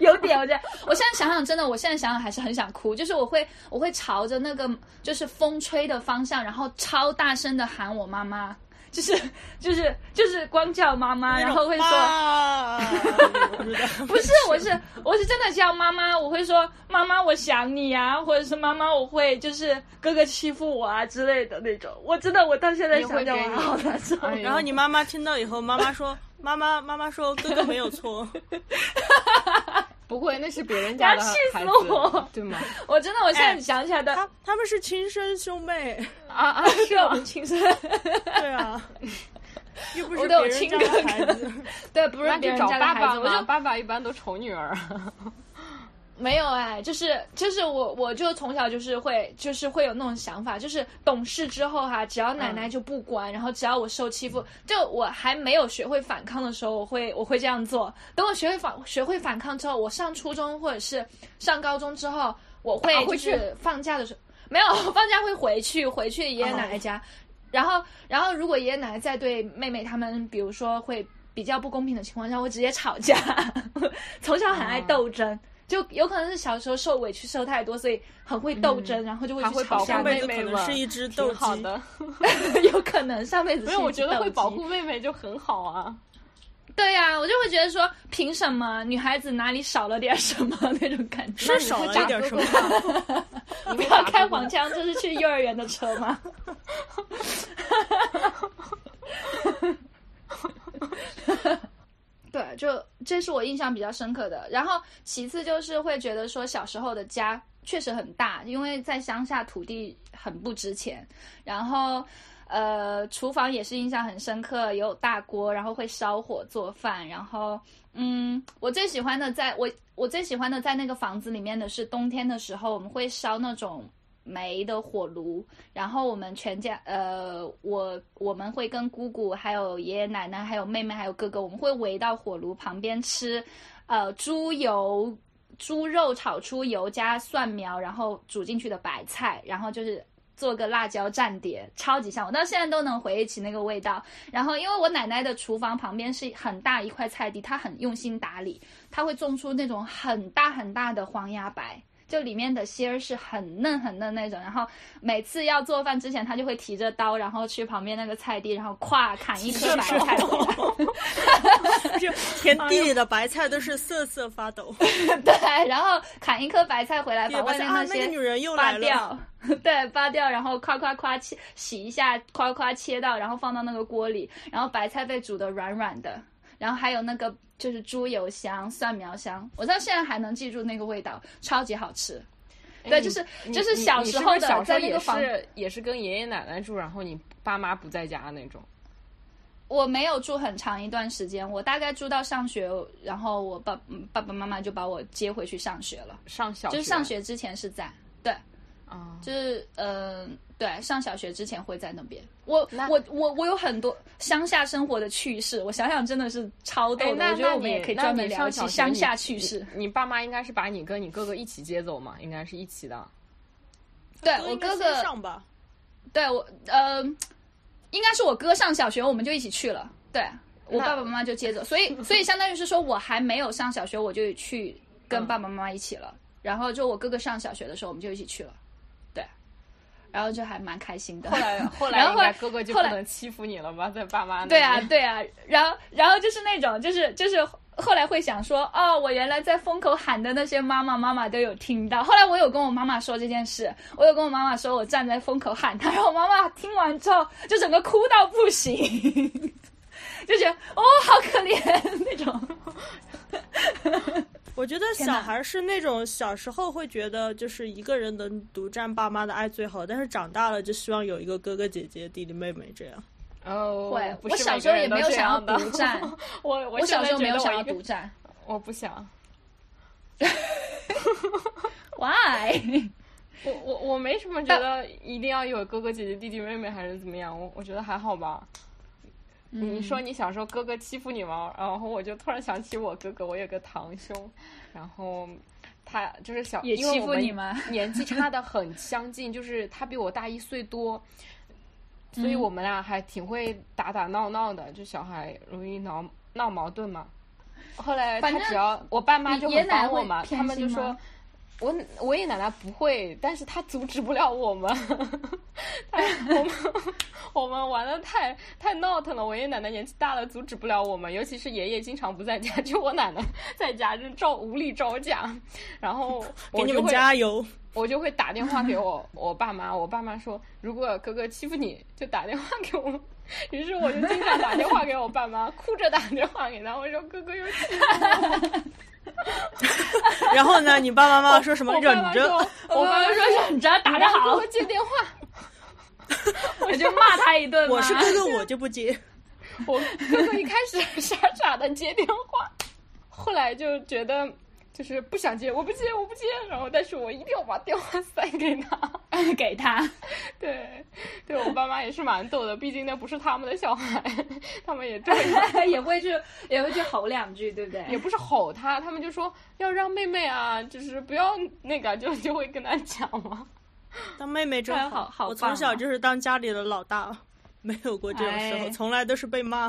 [SPEAKER 3] 有
[SPEAKER 1] 点我觉得，我现在想想真的，我现在想想还是很想哭，就是我会我会朝着那个就是风吹的方向，然后超大声的喊我妈妈。就是就是就是光叫妈妈，然后会说，不是，我是我是真的叫妈妈，我会说妈妈我想你啊，或者是妈妈我会就是哥哥欺负我啊之类的那种，我真的我到现在想想我好难受。
[SPEAKER 3] 哎、然后你妈妈听到以后，妈妈说妈妈妈妈说哥哥没有错。
[SPEAKER 2] 不会，那是别人家 的
[SPEAKER 1] 气死我，
[SPEAKER 2] 对吗？
[SPEAKER 1] 我真的，我现在想起来的，
[SPEAKER 3] 他他们是亲生兄妹
[SPEAKER 1] 啊 啊，是我们亲生，
[SPEAKER 3] 对啊，又不是别人家的孩子，
[SPEAKER 1] 对，不是别人家的孩子，我就
[SPEAKER 2] 爸爸一般都宠 女儿。
[SPEAKER 1] 没有哎，就是就是我我就从小就是会就是会有那种想法，就是懂事之后哈、啊，只要奶奶就不管，嗯、然后只要我受欺负，就我还没有学会反抗的时候，我会我会这样做。等我学会反学会反抗之后，我上初中或者是上高中之后，我会就是放假的时候没有放假会回去回去爷爷奶奶家，哦、然后然后如果爷爷奶奶再对妹妹他们，比如说会比较不公平的情况下，会直接吵架。 从小很爱斗争。哦就有可能是小时候受委屈受太多，所以很会斗争，嗯、然后就会去吵架。
[SPEAKER 2] 妹妹
[SPEAKER 3] 可能是一只斗
[SPEAKER 2] 好 的，
[SPEAKER 1] 有可能上辈子。
[SPEAKER 2] 没有，我觉得会保护妹妹就很好啊。
[SPEAKER 1] 对呀、啊，我就会觉得说，凭什么女孩子哪里少了点什么 那种感觉？
[SPEAKER 3] 是少了点什么？
[SPEAKER 1] 不要开黄腔，这是去幼儿园的车吗？对，就这是我印象比较深刻的。然后其次就是会觉得说，小时候的家确实很大，因为在乡下土地很不值钱。然后，呃，厨房也是印象很深刻，也有大锅，然后会烧火做饭。然后，嗯，我最喜欢的在，在我我最喜欢的在那个房子里面的是冬天的时候，我们会烧那种。煤的火炉，然后我们全家，呃，我我们会跟姑姑、还有爷爷奶奶、还有妹妹、还有哥哥，我们会围到火炉旁边吃，呃，猪油、猪肉炒出油加蒜苗，然后煮进去的白菜，然后就是做个辣椒蘸碟，超级香，我到现在都能回忆起那个味道。然后因为我奶奶的厨房旁边是很大一块菜地，她很用心打理，她会种出那种很大很大的黄芽白。就里面的芯儿是很嫩很嫩那种，然后每次要做饭之前，他就会提着刀，然后去旁边那个菜地，然后咵砍一颗白菜 回
[SPEAKER 3] 来。 就田地里的白菜都是瑟瑟哎发抖。
[SPEAKER 1] 对，然后砍一颗白菜回来，把外面
[SPEAKER 3] 啊
[SPEAKER 1] 那些
[SPEAKER 3] 扒
[SPEAKER 1] 掉，啊那个、对，扒掉，然后夸夸夸切洗一下，夸夸切到，然后放到那个锅里，然后白菜被煮的软软的。然后还有那个就是猪油香、蒜苗香，我到现在还能记住那个味道，超级好吃。
[SPEAKER 2] 哎
[SPEAKER 1] 对，就是就是小时候的，
[SPEAKER 2] 小时候
[SPEAKER 1] 也
[SPEAKER 2] 是也是跟爷爷奶奶住，然后你爸妈不在家那种。
[SPEAKER 1] 我没有住很长一段时间，我大概住到上学，然后我爸嗯爸爸妈妈就把我接回去上学了。
[SPEAKER 2] 上小
[SPEAKER 1] 就是上学之前是在对。
[SPEAKER 2] 啊，
[SPEAKER 1] 就是嗯、呃，对，上小学之前会在那边。我我我我有很多乡下生活的趣事，我想想真的是超逗的。
[SPEAKER 2] 哎、
[SPEAKER 1] 我觉得我们也可以专门聊一期乡下趣事。
[SPEAKER 2] 你爸妈应该是把你跟你哥哥一起接走嘛？应该是一起的。
[SPEAKER 1] 对我哥哥
[SPEAKER 3] 上吧。
[SPEAKER 1] 对我呃，应该是我哥上小学，我们就一起去了。对我爸爸妈妈就接走，所以所以相当于是说我还没有上小学，我就去跟爸爸妈妈一起了。嗯、然后就我哥哥上小学的时候，我们就一起去了。然后就还蛮开心的。
[SPEAKER 2] 后 来，后来，
[SPEAKER 1] 然后
[SPEAKER 2] 哥哥就不能欺负你了吧？在爸妈那。
[SPEAKER 1] 对啊，对啊。然后，然后就是那种，就是就是后来会想说，哦，我原来在风口喊的那些妈妈妈妈都有听到。后来我有跟我妈妈说这件事，我有跟我妈妈说我站在风口喊她，然后我妈妈听完之后就整个哭到不行。 就觉得哦，好可怜那种。
[SPEAKER 3] 我觉得小孩是那种小时候会觉得就是一个人能独占爸妈的爱最好，但是长大了就希望有一个哥哥姐姐、弟弟妹妹这样。
[SPEAKER 2] 哦，
[SPEAKER 1] 会，
[SPEAKER 2] 不
[SPEAKER 1] 我
[SPEAKER 2] 是
[SPEAKER 1] 小
[SPEAKER 2] 每
[SPEAKER 1] 时候
[SPEAKER 2] 个
[SPEAKER 1] 也
[SPEAKER 2] 人都
[SPEAKER 1] 没有
[SPEAKER 2] 这
[SPEAKER 1] 想要
[SPEAKER 2] 样的
[SPEAKER 1] 独占，
[SPEAKER 2] 我
[SPEAKER 1] 我
[SPEAKER 2] 现
[SPEAKER 1] 小
[SPEAKER 2] 在
[SPEAKER 1] 时候
[SPEAKER 2] 觉
[SPEAKER 1] 没有
[SPEAKER 2] 得我
[SPEAKER 1] 想要
[SPEAKER 2] 一个
[SPEAKER 1] 独，占
[SPEAKER 2] 我不想。
[SPEAKER 1] ，why？
[SPEAKER 2] 我我我没什么觉得一定要有哥哥姐姐、弟弟妹妹还是怎么样，我我觉得还好吧。你
[SPEAKER 1] 嗯
[SPEAKER 2] 说你小时候哥哥欺负你吗？然后我就突然想起我哥哥，我有个堂兄，然后他就是小
[SPEAKER 1] 也
[SPEAKER 2] 因为
[SPEAKER 1] 欺
[SPEAKER 2] 我
[SPEAKER 1] 负
[SPEAKER 2] 们
[SPEAKER 1] 你吗
[SPEAKER 2] 年纪 差的很相近，就是他比我大一岁多，所
[SPEAKER 1] 嗯
[SPEAKER 2] 以我们俩还挺会打打闹闹的，就小孩容易闹闹矛盾嘛。后来他
[SPEAKER 1] 反正
[SPEAKER 2] 只要我爸妈就
[SPEAKER 1] 你爷
[SPEAKER 2] 很
[SPEAKER 1] 奶
[SPEAKER 2] 帮我
[SPEAKER 1] 会
[SPEAKER 2] 嘛，
[SPEAKER 1] 偏
[SPEAKER 2] 他们就
[SPEAKER 1] 心
[SPEAKER 2] 说
[SPEAKER 1] 吗。
[SPEAKER 2] 我我爷奶奶不会，但是她阻止不了我们。她我们我们玩的太太闹腾了，我爷爷奶奶年纪大了，阻止不了我们。尤其是爷爷经常不在家， 就我奶奶在家，就招无力招架。然后
[SPEAKER 3] 给
[SPEAKER 2] 我
[SPEAKER 3] 你
[SPEAKER 2] 就
[SPEAKER 3] 们
[SPEAKER 2] 会
[SPEAKER 3] 加油！
[SPEAKER 2] 我就会打电话给我我爸妈，我爸妈说如果哥哥欺负你就打电话给我。于是我就经常打电话给我爸妈，哭着打电话给他，我说哥哥又欺 负我
[SPEAKER 3] 然后呢，你爸爸妈妈说什 么
[SPEAKER 2] 我爸
[SPEAKER 3] 哎忍
[SPEAKER 2] 妈
[SPEAKER 3] 着？
[SPEAKER 2] 说，我爸妈 说
[SPEAKER 1] 说你知道打
[SPEAKER 2] 你
[SPEAKER 1] 得
[SPEAKER 2] 让哥
[SPEAKER 1] 好
[SPEAKER 2] 哥，接电话，
[SPEAKER 1] 我就骂他一顿嘛。
[SPEAKER 3] 我是哥哥，我就不接。
[SPEAKER 2] 我哥哥一开始傻傻的接电话，后来就觉得就是不想接，我不接，我不接，然后但是我一定要把电话塞给他。
[SPEAKER 1] 给他，
[SPEAKER 2] 对，对我爸妈也是蛮逗的，毕竟那不是他们的小孩，他们也这 样，
[SPEAKER 1] 也会去也会去吼两句，对不对？
[SPEAKER 2] 也不是吼他，他们就说要让妹妹啊，就是不要那个，就就会跟他讲嘛。
[SPEAKER 3] 当妹妹真
[SPEAKER 1] 哎好好
[SPEAKER 3] 我
[SPEAKER 1] 棒啊
[SPEAKER 3] 从小就是当家里的老大，没有过这种时候，
[SPEAKER 1] 哎
[SPEAKER 3] 从来都是被骂。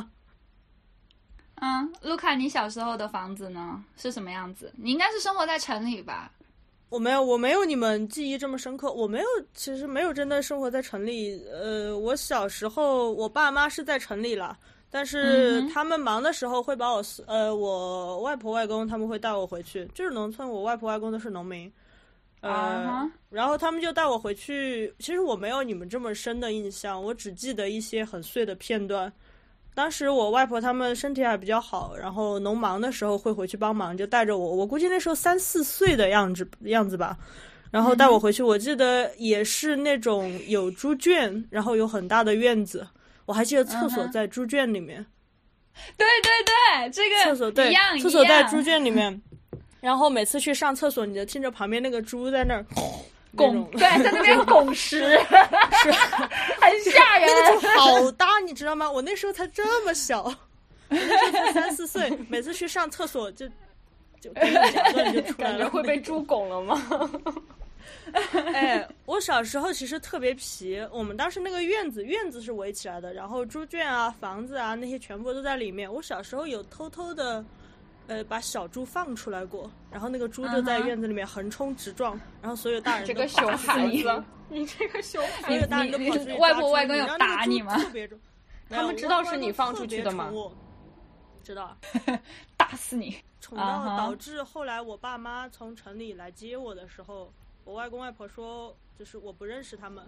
[SPEAKER 1] 嗯，卢卡，你小时候的房子呢是什么样子？你应该是生活在城里吧？
[SPEAKER 3] 我没有，我没有你们记忆这么深刻。我没有，其实没有真的生活在城里。呃，我小时候我爸妈是在城里了，但是
[SPEAKER 1] 嗯哼
[SPEAKER 3] 他们忙的时候会把我送呃我外婆外公他们会带我回去，就是农村，我外婆外公都是农民。
[SPEAKER 1] 啊
[SPEAKER 3] 呃
[SPEAKER 1] 哈
[SPEAKER 3] 然后他们就带我回去。其实我没有你们这么深的印象，我只记得一些很碎的片段。当时我外婆他们身体还比较好，然后农忙的时候会回去帮忙，就带着我。我估计那时候三四岁的样子样子吧，然后带我回去。我记得也是那种有猪圈，然后有很大的院子。我还记得厕所
[SPEAKER 1] 嗯哼
[SPEAKER 3] 在猪圈 里面，
[SPEAKER 1] 对对对，这个
[SPEAKER 3] 厕所对
[SPEAKER 1] 一样，
[SPEAKER 3] 厕所在
[SPEAKER 1] 一样
[SPEAKER 3] 猪圈里面。然后每次去上厕所，你就听着旁边那个猪在那儿那
[SPEAKER 1] 拱
[SPEAKER 3] 种，
[SPEAKER 1] 对，在那边拱食，很吓
[SPEAKER 3] 那个
[SPEAKER 1] 人。
[SPEAKER 3] 就 好大，你知道吗？我那时候才这么小， 我那时候才三四岁，每次去上厕所就就赶紧 夹断就出来
[SPEAKER 2] 感
[SPEAKER 3] 了，
[SPEAKER 2] 觉会被猪拱了吗？
[SPEAKER 3] 哎，我小时候其实特别皮，我们当时那个院子，院子是围起来的，然后猪圈啊、房子啊那些全部都在里面。我小时候有偷偷的，呃，把小猪放出来过，然后那个猪就在
[SPEAKER 1] 嗯哼
[SPEAKER 3] 院子里面横冲直撞，然后所有大人
[SPEAKER 2] 啊这
[SPEAKER 3] 都
[SPEAKER 2] 个
[SPEAKER 3] 跑
[SPEAKER 2] 熊
[SPEAKER 3] 出去
[SPEAKER 2] 孩
[SPEAKER 3] 了
[SPEAKER 2] 子，你这个熊
[SPEAKER 3] 所
[SPEAKER 2] 孩
[SPEAKER 3] 有
[SPEAKER 2] 子，
[SPEAKER 3] 大人都跑出去
[SPEAKER 1] 你
[SPEAKER 3] 抓
[SPEAKER 1] 你
[SPEAKER 3] 猪。
[SPEAKER 1] 外婆外公
[SPEAKER 3] 你
[SPEAKER 1] 有
[SPEAKER 3] 知道那个
[SPEAKER 1] 打
[SPEAKER 3] 猪
[SPEAKER 1] 你吗
[SPEAKER 3] 特别重没有
[SPEAKER 2] 他们知道
[SPEAKER 3] 外婆
[SPEAKER 2] 是你
[SPEAKER 3] 外公
[SPEAKER 2] 放
[SPEAKER 3] 特
[SPEAKER 2] 出去
[SPEAKER 3] 别
[SPEAKER 2] 的吗
[SPEAKER 3] 宠我？知道。
[SPEAKER 1] 打死你！
[SPEAKER 3] 宠
[SPEAKER 1] 啊
[SPEAKER 3] 到
[SPEAKER 1] 哈
[SPEAKER 3] 导致后来我爸妈从城里来接我的时候，我外公外婆说，就是我不认识他们，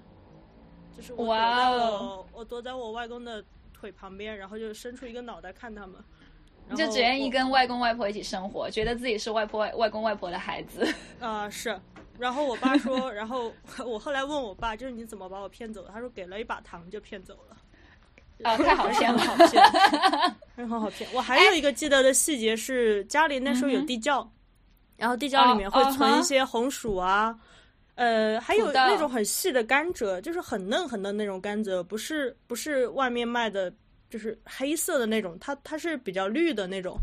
[SPEAKER 3] 就是我躲
[SPEAKER 1] 哇
[SPEAKER 3] 在
[SPEAKER 1] 哦
[SPEAKER 3] 我我躲在我外公的腿旁边，然后就伸出一个脑袋看他们，
[SPEAKER 1] 你
[SPEAKER 3] 然
[SPEAKER 1] 就
[SPEAKER 3] 后
[SPEAKER 1] 只愿意
[SPEAKER 3] 我
[SPEAKER 1] 跟外公外婆一起生活，觉得自己是外婆外外公外婆的孩子。
[SPEAKER 3] 啊、是，然后我爸说，然后我后来问我爸，就是你怎么把我骗走的？他说给了一把糖就骗走了。
[SPEAKER 1] 啊，太好骗
[SPEAKER 3] 很
[SPEAKER 1] 了！
[SPEAKER 3] 好骗，很好骗。我还有一个记得的细节是，家里那时候有地
[SPEAKER 1] 嗯
[SPEAKER 3] 窖，然后地窖里面会存一些红薯啊，呃，还有
[SPEAKER 1] 哦土豆
[SPEAKER 3] 那种很细的甘蔗，就是很嫩很嫩那种甘蔗，不是不是外面卖的，就是黑色的那种，它它是比较绿的那种，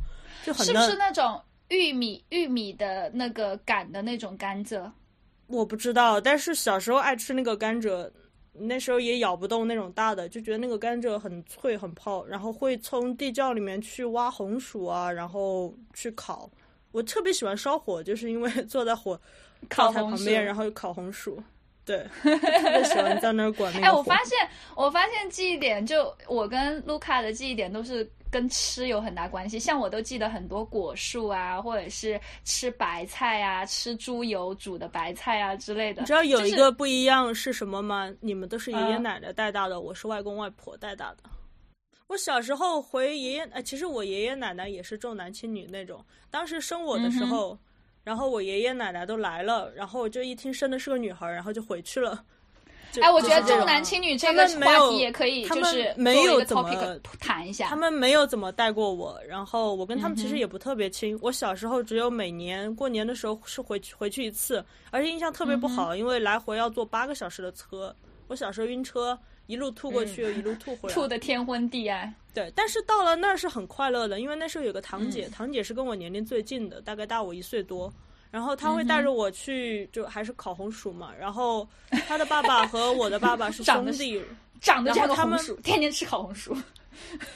[SPEAKER 3] 就很
[SPEAKER 1] 是不
[SPEAKER 3] 嫩。
[SPEAKER 1] 是那种玉米玉米的那个杆的那种甘蔗？
[SPEAKER 3] 我不知道，但是小时候爱吃那个甘蔗，那时候也咬不动那种大的，就觉得那个甘蔗很脆很泡，然后会从地窖里面去挖红薯啊，然后去烤。我特别喜欢烧火，就是因为 坐在火
[SPEAKER 1] 烤
[SPEAKER 3] 灶台
[SPEAKER 1] 红
[SPEAKER 3] 旁
[SPEAKER 1] 薯
[SPEAKER 3] 边，然后烤红薯。 对，特别喜欢在那儿管那个
[SPEAKER 1] 哎，
[SPEAKER 3] 火。
[SPEAKER 1] 我发现，我发现记忆点就我跟卢卡的记忆点都是跟吃有很大关系。像我都记得很多果树啊，或者是吃白菜啊，吃猪油煮的白菜啊之类的。
[SPEAKER 3] 你知道有
[SPEAKER 1] 就
[SPEAKER 3] 一
[SPEAKER 1] 是
[SPEAKER 3] 个不一样是什么吗？你们都是爷爷
[SPEAKER 1] 嗯
[SPEAKER 3] 奶奶带大的，我是外公外婆带大的。我小时候回爷爷，呃，其实我爷爷奶奶也是重男轻女那种。当时生我的
[SPEAKER 1] 嗯
[SPEAKER 3] 时候，然后我爷爷奶奶都来了，然后我就一听生的是个女孩儿，然后就回去了。就
[SPEAKER 1] 哎，我觉得
[SPEAKER 3] 就是这
[SPEAKER 1] 重
[SPEAKER 3] 种啊
[SPEAKER 1] 男轻女这
[SPEAKER 3] 他
[SPEAKER 1] 个
[SPEAKER 3] 们没
[SPEAKER 1] 话
[SPEAKER 3] 有
[SPEAKER 1] 题也可以，
[SPEAKER 3] 他
[SPEAKER 1] 就
[SPEAKER 3] 们
[SPEAKER 1] 是
[SPEAKER 3] 没
[SPEAKER 1] 作为
[SPEAKER 3] 有
[SPEAKER 1] 一个
[SPEAKER 3] 怎么
[SPEAKER 1] topic 谈一下。
[SPEAKER 3] 他们没有怎么带过我，然后我跟他
[SPEAKER 1] 嗯
[SPEAKER 3] 们其实也不特别亲。我小时候只有每年过年的时候是回去回去一次，而且印象特别不
[SPEAKER 1] 嗯
[SPEAKER 3] 好，因为来回要坐八个小时的车。我小时候晕车，一路吐过去，一路吐回来。
[SPEAKER 1] 嗯处的天昏地暗，
[SPEAKER 3] 对，但是到了那儿是很快乐的，因为那时候有个堂
[SPEAKER 1] 嗯
[SPEAKER 3] 姐，堂姐是跟我年龄最近的，大概大我一岁多。然后她会
[SPEAKER 1] 嗯
[SPEAKER 3] 带着我去，就还是烤红薯嘛。然后她的爸爸和我的爸爸是
[SPEAKER 1] 长
[SPEAKER 3] 兄
[SPEAKER 1] 得
[SPEAKER 3] 弟，
[SPEAKER 1] 长得
[SPEAKER 3] 然后
[SPEAKER 1] 像个
[SPEAKER 3] 他
[SPEAKER 1] 红
[SPEAKER 3] 们
[SPEAKER 1] 薯，天天吃烤红薯。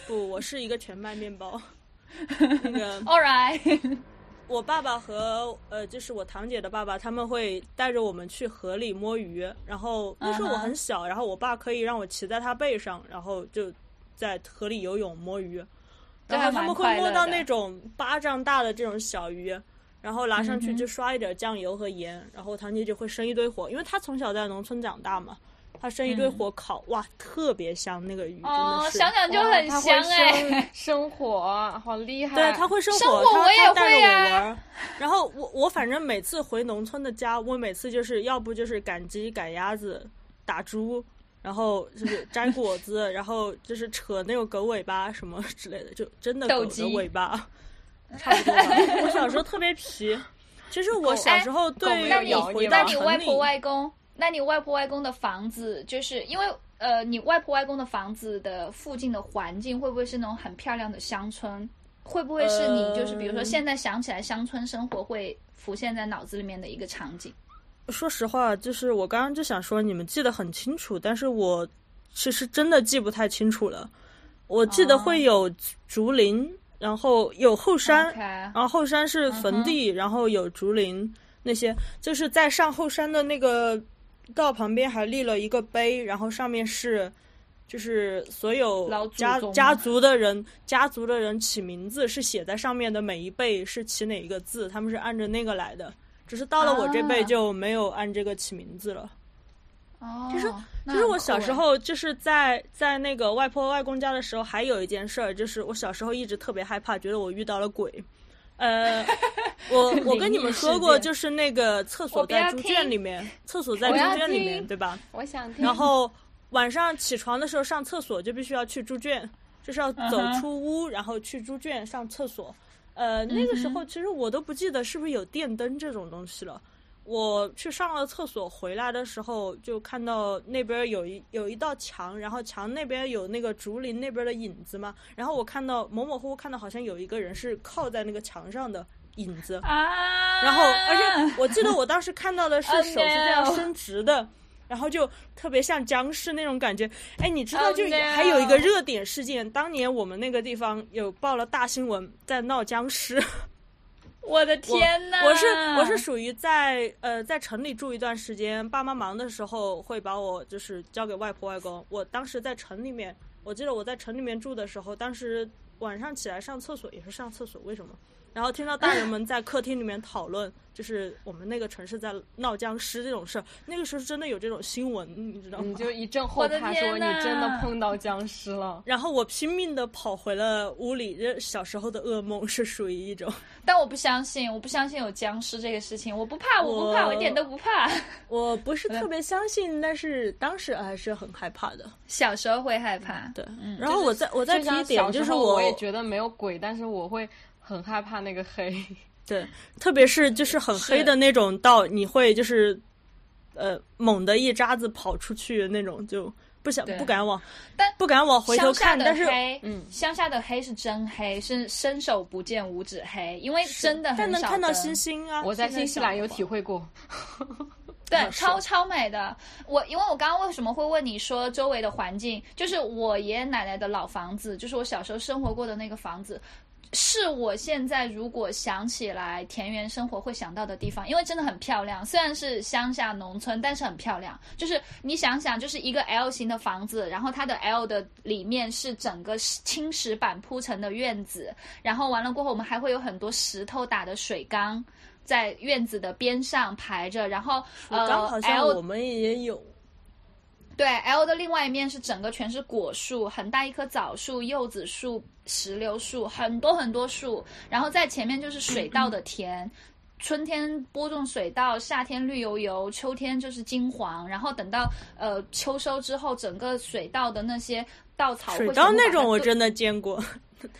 [SPEAKER 3] 不，我是一个全麦 面包。那个
[SPEAKER 1] All right，
[SPEAKER 3] 我爸爸和呃，就是我堂姐的爸爸，他们会带着我们去河里摸鱼。然后那时候我很小然后我爸可以让我骑在他背上，然后就在河里游泳摸鱼。
[SPEAKER 1] 这
[SPEAKER 3] 然
[SPEAKER 1] 还
[SPEAKER 3] 后他
[SPEAKER 1] 蛮
[SPEAKER 3] 们
[SPEAKER 1] 快
[SPEAKER 3] 会
[SPEAKER 1] 乐
[SPEAKER 3] 摸到
[SPEAKER 1] 的
[SPEAKER 3] 那种巴掌大的这种小鱼，然后拿上去就刷一点酱油和盐，然后堂姐就会生一堆火，因为她从小在农村长大嘛，她生一
[SPEAKER 1] 嗯
[SPEAKER 3] 堆火烤，哇，特别香那个鱼，真
[SPEAKER 1] 哦
[SPEAKER 3] 的，是。
[SPEAKER 1] 想想就很
[SPEAKER 2] 哇
[SPEAKER 1] 香哎、，
[SPEAKER 2] 它会生生火好厉害。
[SPEAKER 3] 对，他会生
[SPEAKER 1] 生
[SPEAKER 3] 火，
[SPEAKER 1] 火
[SPEAKER 3] 他
[SPEAKER 1] 我也
[SPEAKER 3] 他带着
[SPEAKER 1] 会
[SPEAKER 3] 我
[SPEAKER 1] 啊
[SPEAKER 3] 玩儿。然后我我反正每次回农村的家，我每次就是要不就是赶鸡、赶鸭子、打猪，然后就是摘果子，然后就是扯那个狗尾巴什么之类的，就真的
[SPEAKER 1] 斗
[SPEAKER 3] 狗的
[SPEAKER 1] 鸡
[SPEAKER 3] 尾巴，差不多吧。我小时候特别皮，其实我小时候对
[SPEAKER 2] 没
[SPEAKER 1] 那
[SPEAKER 2] 有
[SPEAKER 1] 你
[SPEAKER 2] 咬
[SPEAKER 3] 回
[SPEAKER 2] 你
[SPEAKER 1] 那
[SPEAKER 3] 到
[SPEAKER 2] 吗
[SPEAKER 1] 你
[SPEAKER 3] 城
[SPEAKER 1] 外
[SPEAKER 3] 里
[SPEAKER 1] 婆外公，那你外婆外公的房子，就是因为呃，你外婆外公的房子的附近的环境会不会是那种很漂亮的乡村？会不会是你就是比如说
[SPEAKER 3] 呃
[SPEAKER 1] 现在想起来乡村生活会浮现在脑子里面的一个场景？
[SPEAKER 3] 说实话，就是我刚刚就想说，你们记得很清楚，但是我其实真的记不太清楚了。我记得会有竹林，然后有后山哦
[SPEAKER 1] OK
[SPEAKER 3] 然后后山
[SPEAKER 1] 嗯
[SPEAKER 3] 是坟地然后有竹林那些，就是在上后山的那个道旁边还立了一个碑，然后上面是。就是所有
[SPEAKER 1] 老祖
[SPEAKER 3] 家
[SPEAKER 1] 宗吗
[SPEAKER 3] 家族的人，家族的人起名字是写在上面的，每一辈是起哪一个字，他们是按着那个来的。只是到了我这辈
[SPEAKER 1] 啊
[SPEAKER 3] 就没有按这个起名字了。
[SPEAKER 1] 哦，
[SPEAKER 3] 其实
[SPEAKER 1] 那
[SPEAKER 3] 其实
[SPEAKER 1] 很
[SPEAKER 3] 我
[SPEAKER 1] 酷
[SPEAKER 3] 小时
[SPEAKER 1] 哎
[SPEAKER 3] 候就是在在那个外婆外公家的时候，还有一件事儿，就是我小时候一直特别害怕，觉得我遇到了鬼。 呃，我我跟你们说
[SPEAKER 2] 灵异
[SPEAKER 3] 过，
[SPEAKER 2] 事件
[SPEAKER 3] 就是那个厕所
[SPEAKER 1] 我不要
[SPEAKER 3] 在猪圈里面，厕所在
[SPEAKER 1] 我要
[SPEAKER 3] 猪圈里面，
[SPEAKER 1] 听
[SPEAKER 3] 对吧？
[SPEAKER 2] 我想听。
[SPEAKER 3] 然后晚上起床的时候上厕所就必须要去猪圈，就是要走
[SPEAKER 1] 嗯哼
[SPEAKER 3] 出屋，然后去猪圈上厕所。呃，
[SPEAKER 1] 嗯
[SPEAKER 3] 那个时候其实我都不记得是不是有电灯这种东西了。我去上了厕所，回来的时候就看到那边有一有一道墙，然后墙那边有那个竹林那边的影子嘛。然后我看到模模糊糊看到好像有一个人是靠在那个墙上的影子，
[SPEAKER 1] 啊，
[SPEAKER 3] 然后，而且我记得我当时看到的是
[SPEAKER 1] Oh
[SPEAKER 3] 手是这样
[SPEAKER 1] no
[SPEAKER 3] 伸直的，然后就特别像僵尸那种感觉。哎，你知道，
[SPEAKER 1] Oh
[SPEAKER 3] 就
[SPEAKER 1] no
[SPEAKER 3] 还有一个热点事件，当年我们那个地方有报了大新闻，在闹僵尸。
[SPEAKER 1] 我的天呐，
[SPEAKER 3] 我是我是属于在呃在城里住一段时间，爸妈忙的时候会把我就是交给外婆外公。我当时在城里面，我记得我在城里面住的时候，当时晚上起来上厕所也是上厕所，为什么？然后听到大人们在客厅里面讨论，就是我们那个城市在闹僵尸这种事儿，那个时候真的有这种新闻，你知道
[SPEAKER 2] 你
[SPEAKER 3] 吗？
[SPEAKER 2] 嗯就一阵后
[SPEAKER 1] 我的
[SPEAKER 2] 怕，
[SPEAKER 1] 天
[SPEAKER 2] 说你
[SPEAKER 1] 呐
[SPEAKER 2] 真的碰到僵尸了。
[SPEAKER 3] 然后我拼命的跑回了屋里，这小时候的噩梦是属于一种。
[SPEAKER 1] 但我不相信，我不相信有僵尸这个事情，我不怕，我不怕，我
[SPEAKER 3] 我
[SPEAKER 1] 一点都不怕。
[SPEAKER 3] 我不是特别相信，但是当时还是很害怕的。
[SPEAKER 1] 小时候会害怕，
[SPEAKER 3] 对，然后我再我再提
[SPEAKER 2] 就像
[SPEAKER 3] 一
[SPEAKER 2] 小
[SPEAKER 3] 点，
[SPEAKER 2] 时
[SPEAKER 3] 就是
[SPEAKER 2] 候我
[SPEAKER 3] 我
[SPEAKER 2] 也觉得没有鬼，但是我会很害怕那个黑。
[SPEAKER 3] 对，特别是就是很
[SPEAKER 1] 是
[SPEAKER 3] 黑的那种道，你会就是呃猛的一渣子跑出去那种，就不想
[SPEAKER 1] 对
[SPEAKER 3] 不敢往，
[SPEAKER 1] 但
[SPEAKER 3] 不敢往回头
[SPEAKER 1] 乡下
[SPEAKER 3] 看，
[SPEAKER 1] 的
[SPEAKER 3] 但是。
[SPEAKER 1] 黑，
[SPEAKER 2] 嗯
[SPEAKER 1] 乡下的黑是真黑，是伸手不见五指黑，因为真的
[SPEAKER 3] 但
[SPEAKER 1] 很
[SPEAKER 3] 能
[SPEAKER 1] 少
[SPEAKER 3] 看到
[SPEAKER 1] 灯
[SPEAKER 3] 星星啊！
[SPEAKER 2] 我在
[SPEAKER 3] 现
[SPEAKER 2] 新西兰
[SPEAKER 3] 想
[SPEAKER 2] 有体会过，
[SPEAKER 1] 对，
[SPEAKER 3] 啊是
[SPEAKER 1] 超超美的。我因为我刚刚为什么会问你说周围的环境，就是我爷爷奶奶的老房子，就是我小时候生活过的那个房子，是我现在如果想起来田园生活会想到的地方，因为真的很漂亮。虽然是乡下农村，但是很漂亮。就是你想想，就是一个 L 型的房子，然后它的 L 的里面是整个青石板铺成的院子，然后完了过后，我们还会有很多石头打的水缸。在院子的边上排着，然后
[SPEAKER 3] 刚
[SPEAKER 1] 呃
[SPEAKER 3] 好像
[SPEAKER 1] ，L
[SPEAKER 3] 我们也有，
[SPEAKER 1] 对，L 的另外一面是整个全是果树，很大一棵枣树、柚子树、石榴树，很多很多树。然后在前面就是水稻的田，春天播种水稻，夏天绿油油，秋天就是金黄。然后等到呃秋收之后，整个水稻的那些稻草会
[SPEAKER 3] 水
[SPEAKER 1] 全
[SPEAKER 3] 稻
[SPEAKER 1] 部
[SPEAKER 3] 那
[SPEAKER 1] 把
[SPEAKER 3] 种
[SPEAKER 1] 它
[SPEAKER 3] 我
[SPEAKER 1] 堆
[SPEAKER 3] 真的见过，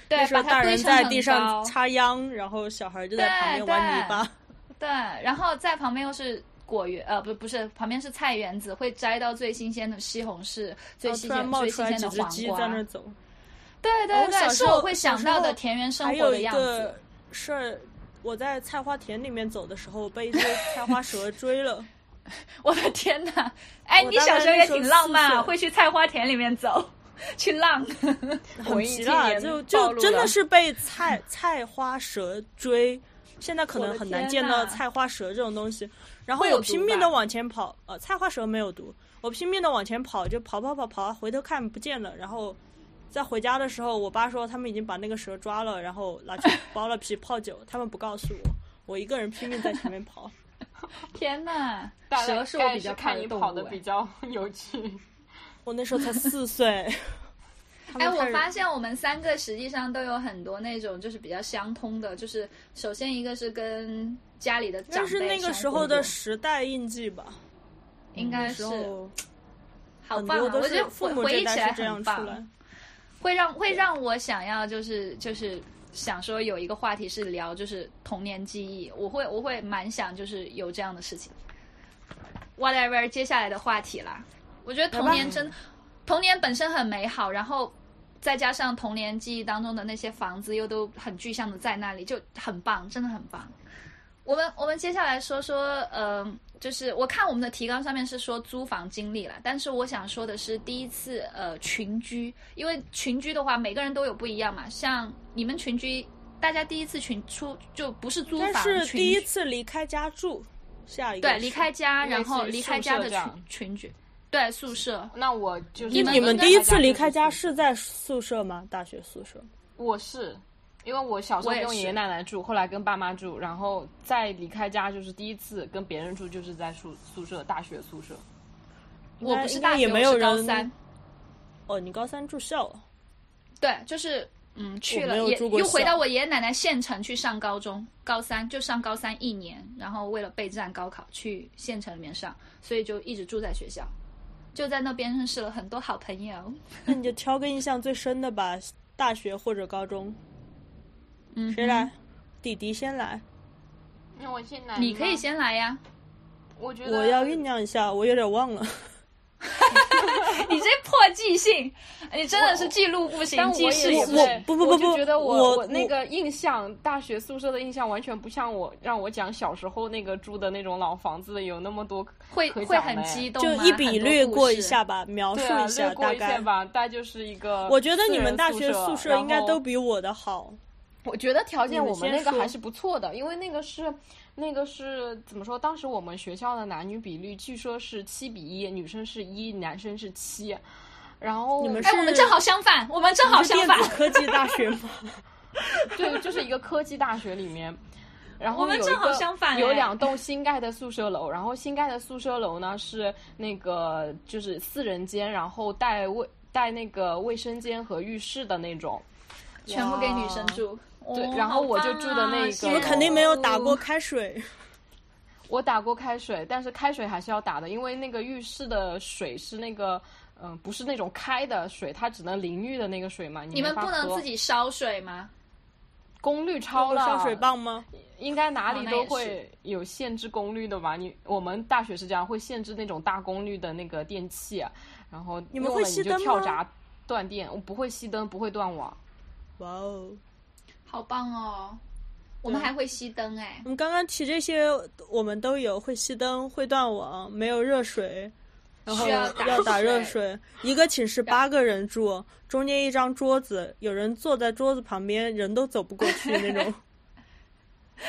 [SPEAKER 1] 对，
[SPEAKER 3] 时候
[SPEAKER 1] 把它
[SPEAKER 3] 大
[SPEAKER 1] 堆
[SPEAKER 3] 人
[SPEAKER 1] 成
[SPEAKER 3] 在
[SPEAKER 1] 很
[SPEAKER 3] 地
[SPEAKER 1] 高
[SPEAKER 3] 上插秧，然后小孩就在旁边
[SPEAKER 1] 对
[SPEAKER 3] 玩泥
[SPEAKER 1] 对
[SPEAKER 3] 巴。
[SPEAKER 1] 对，然后在旁边又是果园，呃，不不是，旁边是菜园子，会摘到最新鲜的西红柿，最
[SPEAKER 3] 然后
[SPEAKER 1] 新
[SPEAKER 3] 突然
[SPEAKER 1] 鲜、
[SPEAKER 3] 冒
[SPEAKER 1] 最
[SPEAKER 3] 出
[SPEAKER 1] 新
[SPEAKER 3] 来
[SPEAKER 1] 鲜的
[SPEAKER 3] 几只
[SPEAKER 1] 黄
[SPEAKER 3] 鸡在
[SPEAKER 1] 瓜
[SPEAKER 3] 那。儿走，
[SPEAKER 1] 对
[SPEAKER 3] 哦
[SPEAKER 1] 对
[SPEAKER 3] 我
[SPEAKER 1] 对，
[SPEAKER 3] 小
[SPEAKER 1] 是
[SPEAKER 3] 时候
[SPEAKER 1] 我会
[SPEAKER 3] 小
[SPEAKER 1] 想
[SPEAKER 3] 时
[SPEAKER 1] 到
[SPEAKER 3] 候
[SPEAKER 1] 的田园生
[SPEAKER 3] 还
[SPEAKER 1] 活
[SPEAKER 3] 有
[SPEAKER 1] 的
[SPEAKER 3] 一
[SPEAKER 1] 样
[SPEAKER 3] 个
[SPEAKER 1] 子。
[SPEAKER 3] 事儿，我在菜花田里面走的时 候被一只菜花蛇追了。
[SPEAKER 1] 我的天 哪！哎，
[SPEAKER 3] 我
[SPEAKER 1] 你
[SPEAKER 3] 大
[SPEAKER 1] 小
[SPEAKER 3] 概
[SPEAKER 1] 时候
[SPEAKER 3] 那
[SPEAKER 1] 也
[SPEAKER 3] 时候
[SPEAKER 1] 挺
[SPEAKER 3] 四
[SPEAKER 1] 浪漫啊，
[SPEAKER 3] 岁
[SPEAKER 1] 会去菜花田里面走， 去浪。
[SPEAKER 2] 我
[SPEAKER 3] 很
[SPEAKER 2] 已
[SPEAKER 3] 皮
[SPEAKER 2] 经
[SPEAKER 3] 啦，
[SPEAKER 2] 也
[SPEAKER 3] 就
[SPEAKER 2] 暴
[SPEAKER 3] 就
[SPEAKER 2] 露
[SPEAKER 3] 真
[SPEAKER 2] 了
[SPEAKER 3] 的是被菜菜花蛇追，现在可
[SPEAKER 1] 我
[SPEAKER 3] 能
[SPEAKER 1] 的
[SPEAKER 3] 很难
[SPEAKER 1] 天
[SPEAKER 3] 见
[SPEAKER 1] 呐
[SPEAKER 3] 到菜花蛇这种东西。然后
[SPEAKER 1] 会有
[SPEAKER 3] 我
[SPEAKER 1] 毒
[SPEAKER 3] 拼命
[SPEAKER 1] 吧
[SPEAKER 3] 的往前跑，呃，菜花蛇没有毒，我拼命的往前跑，就跑跑跑跑，回头看不见了。然后在回家的时候，我爸说他们已经把那个蛇抓了，然后拿 去包了皮泡酒，他们不告诉我，我一个人拼命在前面跑。
[SPEAKER 1] 天哪！
[SPEAKER 2] 大概
[SPEAKER 1] 蛇是我比较
[SPEAKER 2] 是
[SPEAKER 1] 怕
[SPEAKER 2] 看
[SPEAKER 1] 的
[SPEAKER 2] 你
[SPEAKER 1] 动
[SPEAKER 2] 跑的
[SPEAKER 1] 物哎
[SPEAKER 2] 比较 有趣。
[SPEAKER 3] 我那时候才四岁。 他
[SPEAKER 1] 哎，
[SPEAKER 3] 们
[SPEAKER 1] 我
[SPEAKER 3] 开始
[SPEAKER 1] 发现我们三个实际上都有很多那种就是比较相通的，就是首先一个是跟家里的长
[SPEAKER 3] 但
[SPEAKER 1] 辈
[SPEAKER 3] 是那个
[SPEAKER 1] 生
[SPEAKER 3] 时
[SPEAKER 1] 活
[SPEAKER 3] 候的
[SPEAKER 1] 过
[SPEAKER 3] 时代印记吧，
[SPEAKER 1] 应该
[SPEAKER 3] 那
[SPEAKER 1] 呃是
[SPEAKER 3] 时候
[SPEAKER 1] 好
[SPEAKER 3] 很
[SPEAKER 1] 棒
[SPEAKER 3] 多
[SPEAKER 1] 啊！
[SPEAKER 3] 都
[SPEAKER 1] 我觉
[SPEAKER 3] 是
[SPEAKER 1] 得
[SPEAKER 3] 父
[SPEAKER 1] 回
[SPEAKER 3] 母
[SPEAKER 1] 回
[SPEAKER 3] 这
[SPEAKER 1] 忆起
[SPEAKER 3] 代
[SPEAKER 1] 来
[SPEAKER 3] 是这样
[SPEAKER 1] 很
[SPEAKER 3] 出
[SPEAKER 1] 棒，啊
[SPEAKER 3] 来。
[SPEAKER 1] 会让会让我想要就是就是想说有一个话题是聊就是童年记忆，我会我会蛮想就是有这样的事情。Whatever，接下来的话题啦，我觉得童年真童年本身很美好，然后再加上童年记忆当中的那些房子又都很具象的在那里，就很棒，真的很棒。我们我们接下来说说，嗯、就是我看我们的提纲上面是说租房经历了，但是我想说的是第一次呃群居，因为群居的话每个人都有不一样嘛，像你们群居，大家第一次群出就不是租
[SPEAKER 3] 但
[SPEAKER 1] 房，
[SPEAKER 3] 是
[SPEAKER 1] 群
[SPEAKER 3] 第一
[SPEAKER 1] 居
[SPEAKER 3] 次离开家住，下一个
[SPEAKER 1] 对
[SPEAKER 3] 是
[SPEAKER 1] 离开家，
[SPEAKER 2] 类似于
[SPEAKER 1] 然后离开家的
[SPEAKER 2] 宿舍这样
[SPEAKER 1] 群群居，对宿舍，
[SPEAKER 2] 那我就是
[SPEAKER 1] 你们
[SPEAKER 3] 你
[SPEAKER 1] 应
[SPEAKER 3] 们
[SPEAKER 1] 该
[SPEAKER 3] 第一
[SPEAKER 1] 还
[SPEAKER 3] 次离开家
[SPEAKER 2] 是。
[SPEAKER 3] 是在宿舍吗？大学宿舍？
[SPEAKER 2] 我是，因为我小时候
[SPEAKER 1] 我也
[SPEAKER 2] 跟我爷爷
[SPEAKER 1] 是
[SPEAKER 2] 奶奶住，后来跟爸妈住，然后再离开家就是第一次跟别人住，就是在宿宿舍，大学宿舍。
[SPEAKER 1] 我不是
[SPEAKER 3] 应该
[SPEAKER 1] 大学，
[SPEAKER 3] 也没
[SPEAKER 1] 我
[SPEAKER 3] 有
[SPEAKER 1] 是高
[SPEAKER 3] 人
[SPEAKER 1] 三，
[SPEAKER 3] 哦，你高三住校啊？
[SPEAKER 1] 对，就是嗯去
[SPEAKER 3] 我没
[SPEAKER 1] 了
[SPEAKER 3] 有
[SPEAKER 1] 也
[SPEAKER 3] 住过
[SPEAKER 1] 又回
[SPEAKER 3] 校
[SPEAKER 1] 到我爷爷奶奶县城去上高中，高三就上高三一年，然后为了备战高考去县城里面上，所以就一直住在学校，就在那边认识了很多好朋友。
[SPEAKER 3] 那你就挑个印象最深的吧，大学或者高中。
[SPEAKER 1] 嗯，
[SPEAKER 3] 谁来？？弟弟先来，
[SPEAKER 2] 那我先来，
[SPEAKER 1] 你可以，先来呀，
[SPEAKER 2] 我觉得
[SPEAKER 3] 我要酝酿一下，我有点忘了。
[SPEAKER 1] 你这破记性，你真的是记录不行
[SPEAKER 2] 但，我
[SPEAKER 1] 记
[SPEAKER 2] 也
[SPEAKER 1] 事
[SPEAKER 2] 是
[SPEAKER 1] 不
[SPEAKER 3] 我
[SPEAKER 1] 行。
[SPEAKER 3] 不不不
[SPEAKER 2] 我就
[SPEAKER 3] 不
[SPEAKER 2] 觉得
[SPEAKER 3] 我
[SPEAKER 2] 我
[SPEAKER 3] 我
[SPEAKER 2] 那个印象，大学宿舍的印象完全不像我让我讲小时候那个住的那种老房子有那么多可
[SPEAKER 1] 会
[SPEAKER 2] 可
[SPEAKER 1] 会
[SPEAKER 2] 讲
[SPEAKER 1] 很
[SPEAKER 2] 的
[SPEAKER 1] 激
[SPEAKER 2] 哎
[SPEAKER 1] 动
[SPEAKER 3] 就
[SPEAKER 1] 吗，
[SPEAKER 3] 一笔
[SPEAKER 1] 很多
[SPEAKER 3] 略
[SPEAKER 1] 故
[SPEAKER 3] 过一
[SPEAKER 1] 事
[SPEAKER 3] 下吧，描述
[SPEAKER 2] 对啊，
[SPEAKER 3] 下
[SPEAKER 2] 略过
[SPEAKER 3] 大
[SPEAKER 2] 一下
[SPEAKER 3] 概。
[SPEAKER 2] 吧，大概就是一
[SPEAKER 1] 呃
[SPEAKER 2] 个。
[SPEAKER 3] 我觉得你们大学宿
[SPEAKER 2] 宿
[SPEAKER 3] 舍应该都
[SPEAKER 2] 比。
[SPEAKER 3] 比我的好。
[SPEAKER 2] 我觉得条件
[SPEAKER 3] 你们
[SPEAKER 2] 我们
[SPEAKER 3] 先
[SPEAKER 2] 那个
[SPEAKER 3] 说
[SPEAKER 2] 还是不错的，因为那个是那个是怎么说？当时我们学校的男女比例据说是七比一，女生是一，男生是七。然后
[SPEAKER 3] 你们
[SPEAKER 1] 哎，我们正好相反，我们正 好
[SPEAKER 3] 是
[SPEAKER 1] 相
[SPEAKER 3] 电
[SPEAKER 1] 反
[SPEAKER 3] 子，科技大 学吗？
[SPEAKER 2] 对，就是一个科技大学里面。然后
[SPEAKER 1] 我们
[SPEAKER 2] 有
[SPEAKER 1] 正
[SPEAKER 2] 一
[SPEAKER 1] 好
[SPEAKER 2] 个
[SPEAKER 1] 相反
[SPEAKER 2] 有
[SPEAKER 1] 哎
[SPEAKER 2] 两栋新盖的宿舍楼，然后新盖的宿舍楼呢是那个就是四人间，然后带卫带那个卫生间和浴室的那种。
[SPEAKER 1] 全部给女生住。
[SPEAKER 2] 对
[SPEAKER 1] 哦
[SPEAKER 2] 然后
[SPEAKER 1] 好
[SPEAKER 2] 我就
[SPEAKER 1] 棒
[SPEAKER 2] 住的
[SPEAKER 1] 啊
[SPEAKER 2] 那
[SPEAKER 1] 羡
[SPEAKER 2] 个
[SPEAKER 1] 慕
[SPEAKER 3] 肯定没有打
[SPEAKER 1] 哦
[SPEAKER 3] 过开水。
[SPEAKER 2] 我打过开水，但是开水还是要打的，因为那个浴室的水是那个，嗯、不是那种开的水，它只能淋浴的那个水嘛。
[SPEAKER 1] 你
[SPEAKER 2] 你
[SPEAKER 1] 们
[SPEAKER 2] 没法
[SPEAKER 1] 不能
[SPEAKER 2] 喝
[SPEAKER 1] 自己烧水吗？
[SPEAKER 2] 功率超
[SPEAKER 3] 有
[SPEAKER 2] 了，
[SPEAKER 3] 烧水棒吗？
[SPEAKER 2] 应该哪
[SPEAKER 1] 哦
[SPEAKER 2] 里
[SPEAKER 1] 那
[SPEAKER 2] 都
[SPEAKER 1] 也
[SPEAKER 2] 会有限制功率的吧？你我们大学是这样，会限制那种大功率的那个电器，啊然后
[SPEAKER 3] 你们
[SPEAKER 2] 用
[SPEAKER 3] 会
[SPEAKER 2] 了
[SPEAKER 3] 熄
[SPEAKER 2] 你就
[SPEAKER 3] 灯
[SPEAKER 2] 跳
[SPEAKER 3] 吗
[SPEAKER 2] 闸断电，我不会熄灯，不会断网。
[SPEAKER 3] 哇哦！
[SPEAKER 1] 好棒哦！我们还会熄灯哎
[SPEAKER 3] 我，们刚刚提这些，我们都有会熄灯、会断网、没有热水，然后
[SPEAKER 1] 需要打
[SPEAKER 3] 要打热
[SPEAKER 1] 水
[SPEAKER 3] 水。一个寝室八个人住，中间一张桌子，有人坐在桌子旁边，人都走不过去 那种。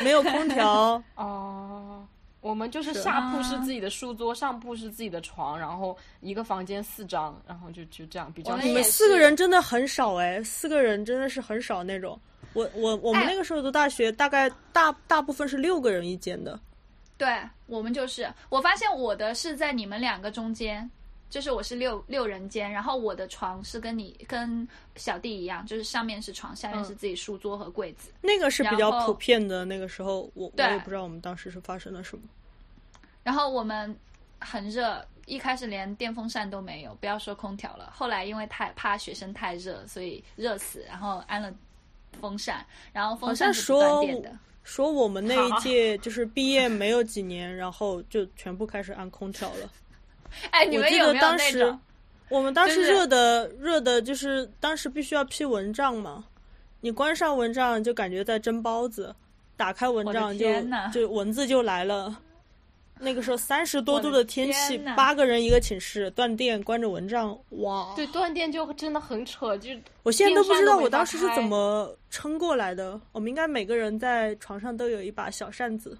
[SPEAKER 3] 没有空调，
[SPEAKER 2] 哦，我们就是
[SPEAKER 3] 是
[SPEAKER 2] 下铺是
[SPEAKER 1] 啊
[SPEAKER 2] 自己的书桌，上铺是自己的床，然后一个房间四张，然后就就这样比较
[SPEAKER 1] 我们
[SPEAKER 2] 小
[SPEAKER 3] 你
[SPEAKER 1] 也
[SPEAKER 3] 们
[SPEAKER 1] 是
[SPEAKER 3] 四个人真的很少哎，四个人真的是很少那种。我我我们
[SPEAKER 1] 哎
[SPEAKER 3] 那个时候读大学，大概大大部分是六个人一间的。
[SPEAKER 1] 对我们就是，我发现我的是在你们两个中间，就是我是六六人间，然后我的床是跟你跟小弟一样，就是上面是床，下面是自己书桌和柜子。
[SPEAKER 3] 那个是比
[SPEAKER 1] 然
[SPEAKER 3] 较
[SPEAKER 1] 后
[SPEAKER 3] 普遍的。那个时候我我
[SPEAKER 1] 对
[SPEAKER 3] 也不知道我们当时是发生了什么。
[SPEAKER 1] 然后我们很热，一开始连电风扇都没有，不要说空调了。后来因为太怕学生太热，所以热死，然后安了风扇，然后风扇
[SPEAKER 3] 像
[SPEAKER 1] 是不断
[SPEAKER 3] 说
[SPEAKER 1] 电的。
[SPEAKER 3] 说我们那 一届就是毕业没有几年，然后就全部开始按空调了。
[SPEAKER 1] 哎，你
[SPEAKER 3] 我
[SPEAKER 1] 们
[SPEAKER 3] 记
[SPEAKER 1] 有
[SPEAKER 3] 得
[SPEAKER 1] 没有
[SPEAKER 3] 当
[SPEAKER 1] 那
[SPEAKER 3] 时
[SPEAKER 1] 种？，
[SPEAKER 3] 我们当时
[SPEAKER 1] 就是
[SPEAKER 3] 热的热的，就是当时必须要批文章嘛。你关上文章就感觉在蒸包子，打开文
[SPEAKER 1] 我的
[SPEAKER 3] 章就
[SPEAKER 1] 天呐
[SPEAKER 3] 就文字就来了。那个时候三十多
[SPEAKER 1] 我的
[SPEAKER 3] 度的天气
[SPEAKER 1] 天呐，
[SPEAKER 3] 八个人一个寝室，断电关着蚊帐，哇！
[SPEAKER 2] 对，断电就真的很扯，就
[SPEAKER 3] 我现在都不知道
[SPEAKER 2] 电扇都没
[SPEAKER 3] 我当时是
[SPEAKER 2] 法
[SPEAKER 3] 怎
[SPEAKER 2] 开
[SPEAKER 3] 么撑过来的。我们应该每个人在床上都有一把小扇子，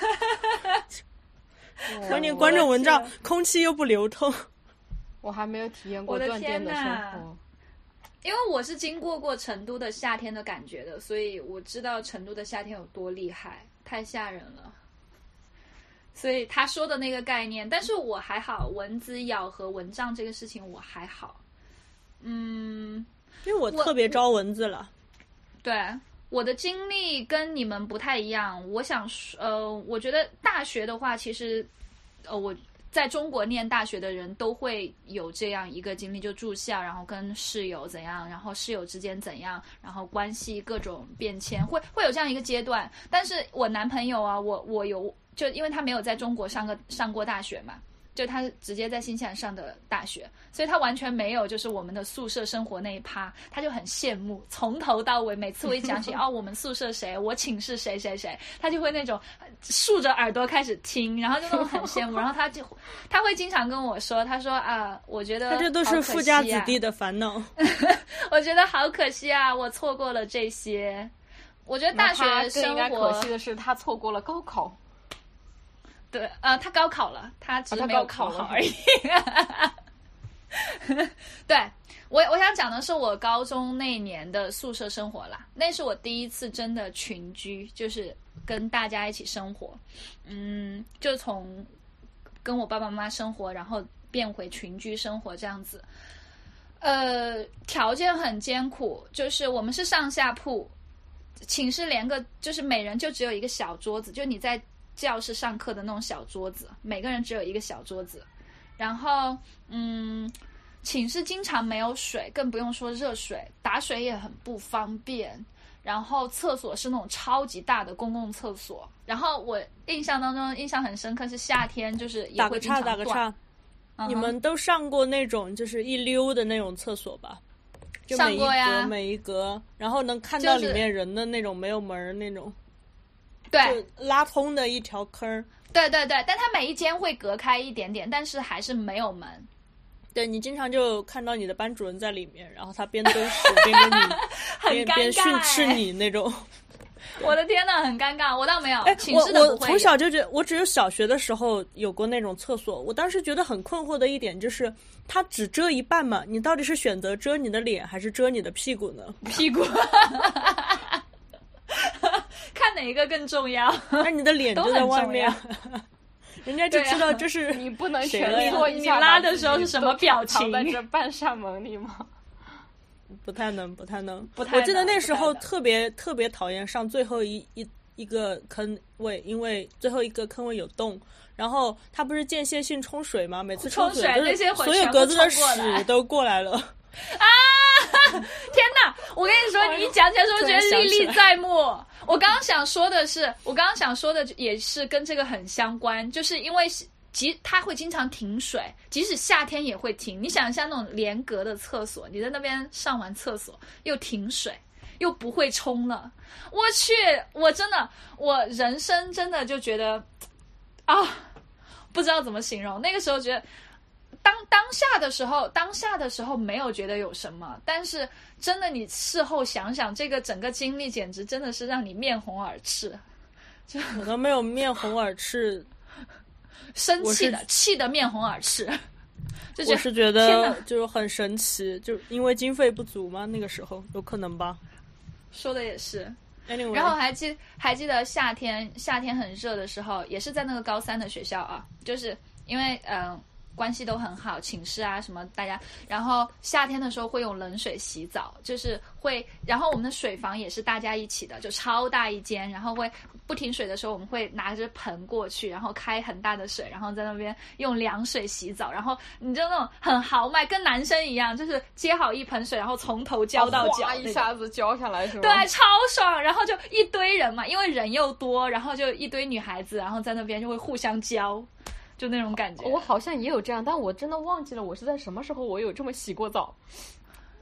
[SPEAKER 2] 哦
[SPEAKER 3] 关键关着
[SPEAKER 2] 我
[SPEAKER 3] 蚊帐
[SPEAKER 2] 记得，
[SPEAKER 3] 空气又不流通。
[SPEAKER 2] 我还没有体验过
[SPEAKER 1] 我的
[SPEAKER 2] 断电的
[SPEAKER 1] 天
[SPEAKER 2] 生
[SPEAKER 1] 呐
[SPEAKER 2] 活。
[SPEAKER 1] 因为我是经过过成都的夏天的感觉的，所以我知道成都的夏天有多厉害，太吓人了。所以他说的那个概念，但是我还好，蚊子咬和蚊帐这个事情我还好。嗯，
[SPEAKER 3] 因为我
[SPEAKER 1] 我
[SPEAKER 3] 特别招蚊子了。
[SPEAKER 1] 对，我的经历跟你们不太一样。我想说，呃，我觉得大学的话，其实，呃，我在中国念大学的人都会有这样一个经历，就住校，然后跟室友怎样，然后室友之间怎样，然后关系各种变迁，会会有这样一个阶段。但是我男朋友啊，我我有，就因为他没有在中国上个上过大学嘛。就他是直接在新西兰上的大学，所以他完全没有就是我们的宿舍生活那一趴，他就很羡慕，从头到尾，每次我一讲 起哦我们宿舍谁，我寝室谁谁谁，他就会那种呃竖着耳朵开始听，然后就那种很羡慕，然后他就他会经常跟我说，他说啊，我觉得
[SPEAKER 3] 那这都
[SPEAKER 1] 好
[SPEAKER 3] 是
[SPEAKER 1] 可
[SPEAKER 3] 富家子
[SPEAKER 1] 惜啊
[SPEAKER 3] 弟的烦恼。
[SPEAKER 1] 我觉得好可惜啊，我错过了这些。我觉得
[SPEAKER 2] 那
[SPEAKER 1] 大
[SPEAKER 2] 他
[SPEAKER 1] 学
[SPEAKER 2] 更应
[SPEAKER 1] 生
[SPEAKER 2] 该
[SPEAKER 1] 活
[SPEAKER 2] 可惜的是，他错过了高考。
[SPEAKER 1] 对，呃，他高考了，他只
[SPEAKER 2] 啊
[SPEAKER 1] 是
[SPEAKER 2] 他
[SPEAKER 1] 没有
[SPEAKER 2] 高考
[SPEAKER 1] 考好
[SPEAKER 2] 了
[SPEAKER 1] 而已。 对我，我想讲的是我高中那年的宿舍生活啦，那是我第一次真的群居，就是跟大家一起生活。嗯，就从跟我爸爸妈妈生活，然后变回群居生活这样子。呃，条件很艰苦，就是我们是上下铺，寝室连个就是每人就只有一个小桌子，就你在教室上课的那种小桌子，每个人只有一个小桌子。然后，嗯，寝室经常没有水，更不用说热水，打水也很不方便。然后厕所是那种超级大的公共厕所。然后我印象当中印象很深刻是夏天，就是 也
[SPEAKER 3] 打
[SPEAKER 1] 会
[SPEAKER 3] 个
[SPEAKER 1] 经常
[SPEAKER 3] 岔，打
[SPEAKER 1] 断。
[SPEAKER 3] 个岔，
[SPEAKER 1] 嗯哼
[SPEAKER 3] 你们都上过那种就是一溜的那种厕所吧？就
[SPEAKER 1] 上
[SPEAKER 3] 每一
[SPEAKER 1] 过呀
[SPEAKER 3] 格每一格，然后能看到
[SPEAKER 1] 就是
[SPEAKER 3] 里面人的那种没有门儿那种，
[SPEAKER 1] 对
[SPEAKER 3] 就拉通的一条坑儿。
[SPEAKER 1] 对对对，但它每一间会隔开一点点，但是还是没有门。
[SPEAKER 3] 对你经常就看到你的班主任在里面，然后他边蹲 屎边跟你边
[SPEAKER 1] 尴
[SPEAKER 3] 边
[SPEAKER 1] 尬
[SPEAKER 3] 训斥
[SPEAKER 1] 哎
[SPEAKER 3] 你那种。
[SPEAKER 1] 我的天呐，很尴尬，我倒没有，
[SPEAKER 3] 哎，
[SPEAKER 1] 寝
[SPEAKER 3] 我
[SPEAKER 1] 室的
[SPEAKER 3] 我
[SPEAKER 1] 不会
[SPEAKER 3] 从
[SPEAKER 1] 有
[SPEAKER 3] 小就觉得，我只有小学的时候有过那种厕所。我当时觉得很困惑的一点就是，它只遮一半嘛，你到底是选择遮你的脸还是遮你的屁股呢？
[SPEAKER 1] 屁股，看哪一个更重 要。
[SPEAKER 3] 那你的脸
[SPEAKER 1] 都
[SPEAKER 3] 遮在
[SPEAKER 1] 很
[SPEAKER 3] 外
[SPEAKER 1] 重
[SPEAKER 3] 面
[SPEAKER 1] 要，
[SPEAKER 3] 人家就
[SPEAKER 1] 对啊
[SPEAKER 3] 知道 这是
[SPEAKER 2] 你不能
[SPEAKER 3] 谁
[SPEAKER 2] 全
[SPEAKER 3] 了
[SPEAKER 2] 力
[SPEAKER 3] 呀
[SPEAKER 2] 做一下
[SPEAKER 1] 你
[SPEAKER 2] 把
[SPEAKER 1] 拉的
[SPEAKER 2] 自
[SPEAKER 1] 时候
[SPEAKER 2] 己
[SPEAKER 1] 是什么
[SPEAKER 2] 都
[SPEAKER 1] 表
[SPEAKER 2] 藏在
[SPEAKER 1] 情
[SPEAKER 2] 这半扇门里 吗？
[SPEAKER 3] 不太能，不太能，不
[SPEAKER 1] 太
[SPEAKER 3] 我记得
[SPEAKER 1] 能
[SPEAKER 3] 那
[SPEAKER 1] 不
[SPEAKER 3] 时
[SPEAKER 1] 太
[SPEAKER 3] 候
[SPEAKER 1] 能
[SPEAKER 3] 特别特别讨厌上最后一一一个坑位，因为最后一个坑位有洞，然后它不是间歇性冲水吗？每次
[SPEAKER 1] 冲
[SPEAKER 3] 水
[SPEAKER 1] 水
[SPEAKER 3] 就
[SPEAKER 1] 那
[SPEAKER 3] 是
[SPEAKER 1] 些会
[SPEAKER 3] 所有
[SPEAKER 1] 全
[SPEAKER 3] 格
[SPEAKER 1] 部
[SPEAKER 3] 子的
[SPEAKER 1] 冲过来
[SPEAKER 3] 屎都过来了。
[SPEAKER 1] 天呐，我跟你说，你一讲起来的时候，
[SPEAKER 3] 哦突
[SPEAKER 1] 觉得历
[SPEAKER 3] 然想起
[SPEAKER 1] 历
[SPEAKER 3] 来
[SPEAKER 1] 在目。我刚刚想说的是，我刚刚想说的也是跟这个很相关，就是因为是即它会经常停水，即使夏天也会停。你想一下那种连隔的厕所，你在那边上完厕所又停水。又不会冲了，我去！我真的，我人生真的就觉得啊，不知道怎么形容。那个时候觉得，当当下的时候，当下的时候没有觉得有什么，但是真的你事后想想，这个整个经历简直真的是让你面红耳赤，
[SPEAKER 3] 我都没有面红耳赤，
[SPEAKER 1] 生
[SPEAKER 3] 我
[SPEAKER 1] 气
[SPEAKER 3] 是
[SPEAKER 1] 的气的面红耳赤，就觉得
[SPEAKER 3] 我是
[SPEAKER 1] 天
[SPEAKER 3] 觉得
[SPEAKER 1] 哪
[SPEAKER 3] 就是很神奇，就因为经费不足嘛，那个时候有可能吧。
[SPEAKER 1] 说的也是。
[SPEAKER 3] Anyway，
[SPEAKER 1] 然后还记还记得夏天夏天很热的时候，也是在那个高三的学校啊，就是因为嗯、呃关系都很好，寝室啊什么大家，然后夏天的时候会用冷水洗澡，就是会，然后我们的水房也是大家一起的，就超大一间，然后会不停水的时候，我们会拿着盆过去，然后开很大的水，然后在那边用凉水洗澡，然后你就那种很豪迈，跟男生一样，就是接好一盆水，然后从头浇到脚
[SPEAKER 2] 哦哗
[SPEAKER 1] 那种，
[SPEAKER 2] 一下子浇下来是吧？
[SPEAKER 1] 对，啊超爽。然后就一堆人嘛，因为人又多，然后就一堆女孩子，然后在那边就会互相教，就那种感觉。
[SPEAKER 2] 我好像也有这样，但我真的忘记了我是在什么时候我有这么洗过澡。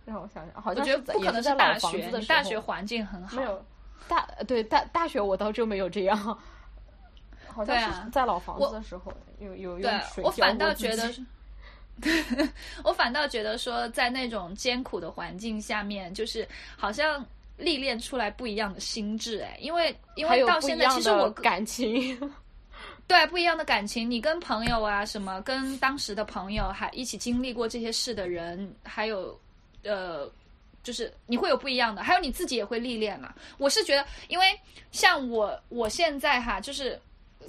[SPEAKER 2] 让我想想，好
[SPEAKER 1] 我
[SPEAKER 2] 像
[SPEAKER 1] 觉得
[SPEAKER 2] 在
[SPEAKER 1] 不可
[SPEAKER 2] 也
[SPEAKER 1] 能
[SPEAKER 2] 在
[SPEAKER 1] 大
[SPEAKER 2] 老房
[SPEAKER 1] 学，
[SPEAKER 2] 子的
[SPEAKER 1] 你
[SPEAKER 2] 时候
[SPEAKER 1] 大学环境很好。
[SPEAKER 2] 没有大对大大学我倒就没有这样，好
[SPEAKER 1] 对
[SPEAKER 2] 像
[SPEAKER 1] 啊
[SPEAKER 2] 是在老房
[SPEAKER 1] 我
[SPEAKER 2] 子的时候有有
[SPEAKER 1] 对
[SPEAKER 2] 用水
[SPEAKER 1] 我
[SPEAKER 2] 浇
[SPEAKER 1] 反
[SPEAKER 2] 过
[SPEAKER 1] 倒
[SPEAKER 2] 自
[SPEAKER 1] 觉得
[SPEAKER 2] 己
[SPEAKER 1] 是， 我反倒觉得说，在那种艰苦的环境下面，就是好像历练出来不一样的心智，哎，因为因
[SPEAKER 2] 还
[SPEAKER 1] 为
[SPEAKER 2] 有
[SPEAKER 1] 到
[SPEAKER 2] 不一
[SPEAKER 1] 现在，
[SPEAKER 2] 样
[SPEAKER 1] 其实
[SPEAKER 2] 的
[SPEAKER 1] 我
[SPEAKER 2] 感情
[SPEAKER 1] 对不一样的感情，你跟朋友啊，什么跟当时的朋友，还一起经历过这些事的人，还有呃，就是你会有不一样的，还有你自己也会历练嘛。我是觉得，因为像我我现在哈，就是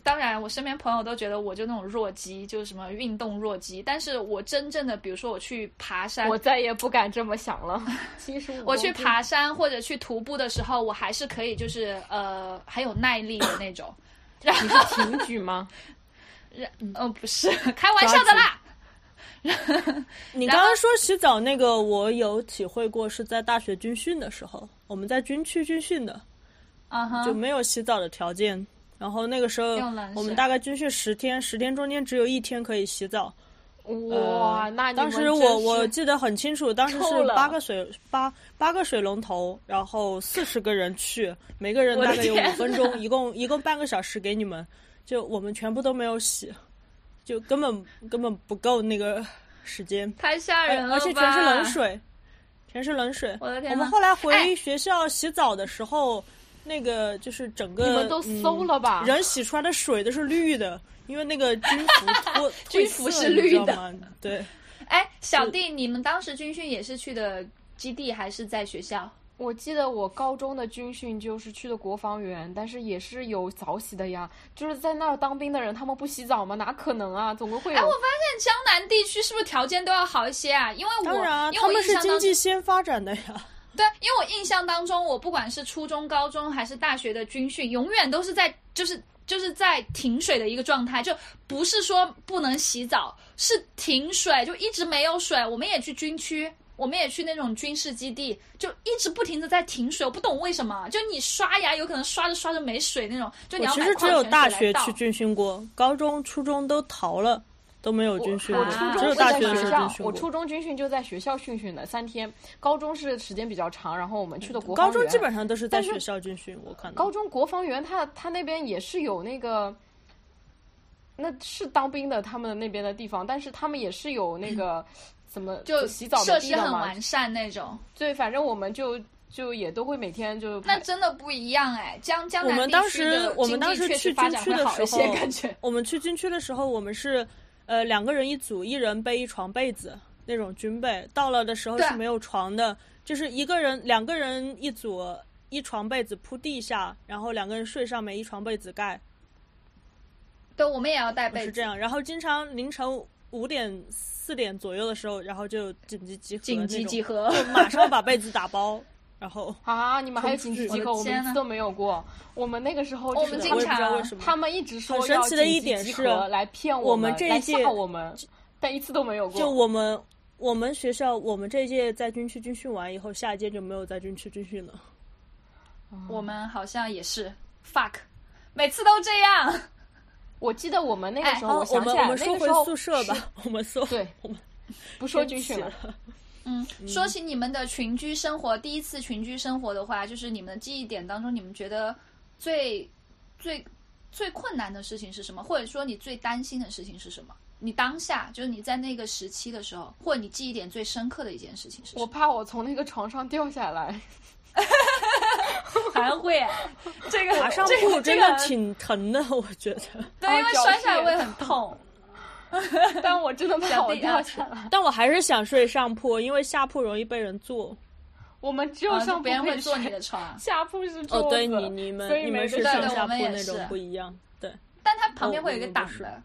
[SPEAKER 1] 当然我身边朋友都觉得我就那种弱鸡，就是什么运动弱鸡，但是我真正的，比如说我去爬山，
[SPEAKER 2] 我再也不敢这么 想了。七十五，
[SPEAKER 1] 我去爬山或者去徒步的时候，我还是可以就是呃很有耐力的那种。
[SPEAKER 2] 你是挺举吗？
[SPEAKER 1] 嗯、不是 开玩笑的啦。
[SPEAKER 3] 你刚刚说洗澡那个，我有体会过，是在大学军训的时候，我们在军区军训的，
[SPEAKER 1] 嗯哼，
[SPEAKER 3] 就没有洗澡的条件。然后那个时候
[SPEAKER 1] 用冷水
[SPEAKER 3] 我们大概军训十天，十天中间只有一天可以洗澡。
[SPEAKER 2] 哇，那你
[SPEAKER 3] 呃当时
[SPEAKER 2] 们
[SPEAKER 3] 我
[SPEAKER 2] 真
[SPEAKER 3] 我
[SPEAKER 2] 是
[SPEAKER 3] 记得很清楚，当时
[SPEAKER 2] 臭
[SPEAKER 3] 是
[SPEAKER 2] 了
[SPEAKER 3] 八个水八八个水龙头，然后四十个人去，每个人大概有
[SPEAKER 1] 我的
[SPEAKER 3] 五
[SPEAKER 1] 天
[SPEAKER 3] 分钟，一共一共半个小时给你们，就我们全部都没有洗，就根本根本不够那个时间。
[SPEAKER 1] 太吓人了，
[SPEAKER 3] 哎而且全是冷。水，全是冷水。
[SPEAKER 1] 我的天呐
[SPEAKER 3] 们后来回
[SPEAKER 1] 哎
[SPEAKER 3] 学校洗澡的时候，那个就是整个
[SPEAKER 2] 你们都馊了吧
[SPEAKER 3] 嗯人洗出来的水都是绿的，因为那个军服 脱
[SPEAKER 1] 军服
[SPEAKER 3] 褪色
[SPEAKER 1] 是绿的
[SPEAKER 3] 你知道吗？对，
[SPEAKER 1] 哎，小弟，你们当时军训也是去的基地，还是在学校？
[SPEAKER 2] 我记得我高中的军训就是去的国防园，但是也是有澡洗的呀。就是在那儿当兵的人，他们不洗澡吗？哪可能啊！总归会有。
[SPEAKER 1] 哎我发现江南地区是不是条件都要好一些啊？因为我，
[SPEAKER 3] 当然啊
[SPEAKER 1] 因
[SPEAKER 3] 他
[SPEAKER 1] 为我
[SPEAKER 3] 们
[SPEAKER 1] 印
[SPEAKER 3] 是
[SPEAKER 1] 象
[SPEAKER 3] 经
[SPEAKER 1] 当中
[SPEAKER 3] 济，先发展的呀。
[SPEAKER 1] 对，因为我印象当中，我不管是初中、高中还是大学的军训，永远都是在就是。就是在停水的一个状态，就不是说不能洗澡，是停水，就一直没有水。我们也去军区，我们也去那种军事基地，就一直不停的在停水。我不懂为什么，就你刷牙有可能刷着刷着没水 那种，就你
[SPEAKER 3] 我
[SPEAKER 1] 要
[SPEAKER 3] 其
[SPEAKER 1] 买
[SPEAKER 3] 实只
[SPEAKER 1] 矿
[SPEAKER 3] 有
[SPEAKER 1] 泉
[SPEAKER 3] 大
[SPEAKER 1] 水来
[SPEAKER 3] 学
[SPEAKER 1] 倒
[SPEAKER 3] 去军训过，高中、初中都逃了，都没有军训
[SPEAKER 2] 我
[SPEAKER 3] 过
[SPEAKER 1] 啊
[SPEAKER 3] 只
[SPEAKER 2] 初，中
[SPEAKER 3] 有
[SPEAKER 2] 是
[SPEAKER 3] 大
[SPEAKER 2] 在
[SPEAKER 3] 学的
[SPEAKER 2] 学
[SPEAKER 3] 时
[SPEAKER 2] 校
[SPEAKER 3] 候军，训
[SPEAKER 2] 我
[SPEAKER 3] 过。
[SPEAKER 2] 初中军训就在学校训训的三天，高中是时间比较长，然后我们去的国防
[SPEAKER 3] 高
[SPEAKER 2] 园。
[SPEAKER 3] 中基本上都是在
[SPEAKER 2] 但是
[SPEAKER 3] 学校军训，我看到
[SPEAKER 2] 高。中国防园他他那边也是有那个，那是当兵的他们那边的地方，但是他们也是有 那个怎么
[SPEAKER 1] 就
[SPEAKER 2] 洗澡
[SPEAKER 1] 设
[SPEAKER 2] 的地
[SPEAKER 1] 施
[SPEAKER 2] 方
[SPEAKER 1] 很
[SPEAKER 2] 嘛。
[SPEAKER 1] 完善那种，
[SPEAKER 2] 对，反正我们就就也都会每天就
[SPEAKER 1] 那真的不一样哎。江江南
[SPEAKER 3] 我们
[SPEAKER 1] 地
[SPEAKER 3] 当
[SPEAKER 1] 区
[SPEAKER 3] 时
[SPEAKER 1] 的
[SPEAKER 3] 我们
[SPEAKER 1] 经
[SPEAKER 3] 当
[SPEAKER 1] 济
[SPEAKER 3] 时
[SPEAKER 1] 确
[SPEAKER 3] 去
[SPEAKER 1] 实发
[SPEAKER 3] 军
[SPEAKER 1] 展
[SPEAKER 3] 区
[SPEAKER 1] 会
[SPEAKER 3] 的
[SPEAKER 1] 好
[SPEAKER 3] 时
[SPEAKER 1] 一些，
[SPEAKER 3] 候
[SPEAKER 1] 感觉
[SPEAKER 3] 我们去军区的时候，我们是呃两个人一组，一人背一床被子那种军被。到了的时候
[SPEAKER 1] 对
[SPEAKER 3] 是没有床的，就是一个人两个人一组，一床被子铺地下，然后两个人睡上面，一床被子盖
[SPEAKER 1] 对，我们也要带被
[SPEAKER 3] 是
[SPEAKER 1] 子
[SPEAKER 3] 这。样。然后经常凌晨五点四点左右的时候，然后就紧急集合，
[SPEAKER 1] 紧急集，合，
[SPEAKER 3] 就马上把被子打包，然后。
[SPEAKER 2] 啊，你们还有紧急集合，
[SPEAKER 1] 我的
[SPEAKER 2] 我们
[SPEAKER 1] 天
[SPEAKER 2] 一
[SPEAKER 3] 啊
[SPEAKER 2] 次
[SPEAKER 1] 呐
[SPEAKER 2] 都没有过。我们那个时候
[SPEAKER 1] 我
[SPEAKER 2] 就
[SPEAKER 1] 们
[SPEAKER 2] 是
[SPEAKER 1] 经
[SPEAKER 3] 我也不知道
[SPEAKER 1] 常
[SPEAKER 3] 为什么，
[SPEAKER 2] 他们一直说
[SPEAKER 3] 很神
[SPEAKER 2] 要
[SPEAKER 3] 奇的
[SPEAKER 2] 紧
[SPEAKER 3] 一
[SPEAKER 2] 急
[SPEAKER 3] 点
[SPEAKER 2] 集
[SPEAKER 3] 是
[SPEAKER 2] 合来骗
[SPEAKER 3] 我
[SPEAKER 2] 们
[SPEAKER 3] 们这一
[SPEAKER 2] 来
[SPEAKER 3] 届
[SPEAKER 2] 吓我们，但一次都没有过。
[SPEAKER 3] 就我们我们学校，我们这一届在军区军训完以后，下一届就没有在军区军训了。
[SPEAKER 1] 我们好像也是 fuck，每次都这样。
[SPEAKER 2] 我记得我们那个
[SPEAKER 1] 哎
[SPEAKER 2] 时
[SPEAKER 1] 哦
[SPEAKER 2] 候，
[SPEAKER 3] 我
[SPEAKER 2] 想起
[SPEAKER 3] 们
[SPEAKER 2] 来
[SPEAKER 3] 我们
[SPEAKER 2] 那
[SPEAKER 3] 说
[SPEAKER 2] 个
[SPEAKER 3] 回
[SPEAKER 2] 时候
[SPEAKER 3] 宿舍吧，我们说
[SPEAKER 2] 对
[SPEAKER 3] 我们
[SPEAKER 2] 不说军训了。
[SPEAKER 1] 嗯，说起你们的群居生活，第一次群居生活的话，就是你们的记忆点当中，你们觉得最最最困难的事情是什么？或者说你最担心的事情是什么？你当下就是你在那个时期的时候，或者你记忆点最深刻的一件事情是什么？
[SPEAKER 2] 我怕我从那个床上掉 下来，
[SPEAKER 1] 还会、啊这个
[SPEAKER 3] 爬上
[SPEAKER 1] 这
[SPEAKER 3] 铺
[SPEAKER 1] 个
[SPEAKER 3] 真
[SPEAKER 1] 这
[SPEAKER 3] 的
[SPEAKER 1] 个
[SPEAKER 3] 挺疼的，我觉得。
[SPEAKER 1] 对，因为
[SPEAKER 2] 脚
[SPEAKER 1] 摔下来
[SPEAKER 2] 是
[SPEAKER 1] 会很痛。
[SPEAKER 2] 但我真的怕
[SPEAKER 1] 小
[SPEAKER 2] 我
[SPEAKER 1] 弟
[SPEAKER 2] 掉
[SPEAKER 1] 啊
[SPEAKER 2] 下来。
[SPEAKER 3] 但我还是想睡上铺，因为下铺容易被人坐。
[SPEAKER 2] 我们只有
[SPEAKER 1] 啊，就
[SPEAKER 2] 上铺
[SPEAKER 1] 别人
[SPEAKER 2] 可
[SPEAKER 1] 会
[SPEAKER 2] 以
[SPEAKER 1] 坐你
[SPEAKER 2] 睡
[SPEAKER 1] 的床，啊
[SPEAKER 2] 下铺是桌
[SPEAKER 3] 哦
[SPEAKER 2] 子，，
[SPEAKER 3] 对你你
[SPEAKER 2] 所
[SPEAKER 3] 们
[SPEAKER 2] 以
[SPEAKER 3] 你
[SPEAKER 2] 每
[SPEAKER 3] 们
[SPEAKER 2] 个
[SPEAKER 3] 是
[SPEAKER 1] 对
[SPEAKER 3] 上
[SPEAKER 2] 人
[SPEAKER 1] 我
[SPEAKER 3] 下铺
[SPEAKER 1] 们也
[SPEAKER 3] 那种
[SPEAKER 1] 是
[SPEAKER 3] 不一样，对。
[SPEAKER 1] 但它旁
[SPEAKER 3] 哦
[SPEAKER 1] 边会有一个
[SPEAKER 3] 我们
[SPEAKER 1] 挡
[SPEAKER 3] 不是
[SPEAKER 1] 的。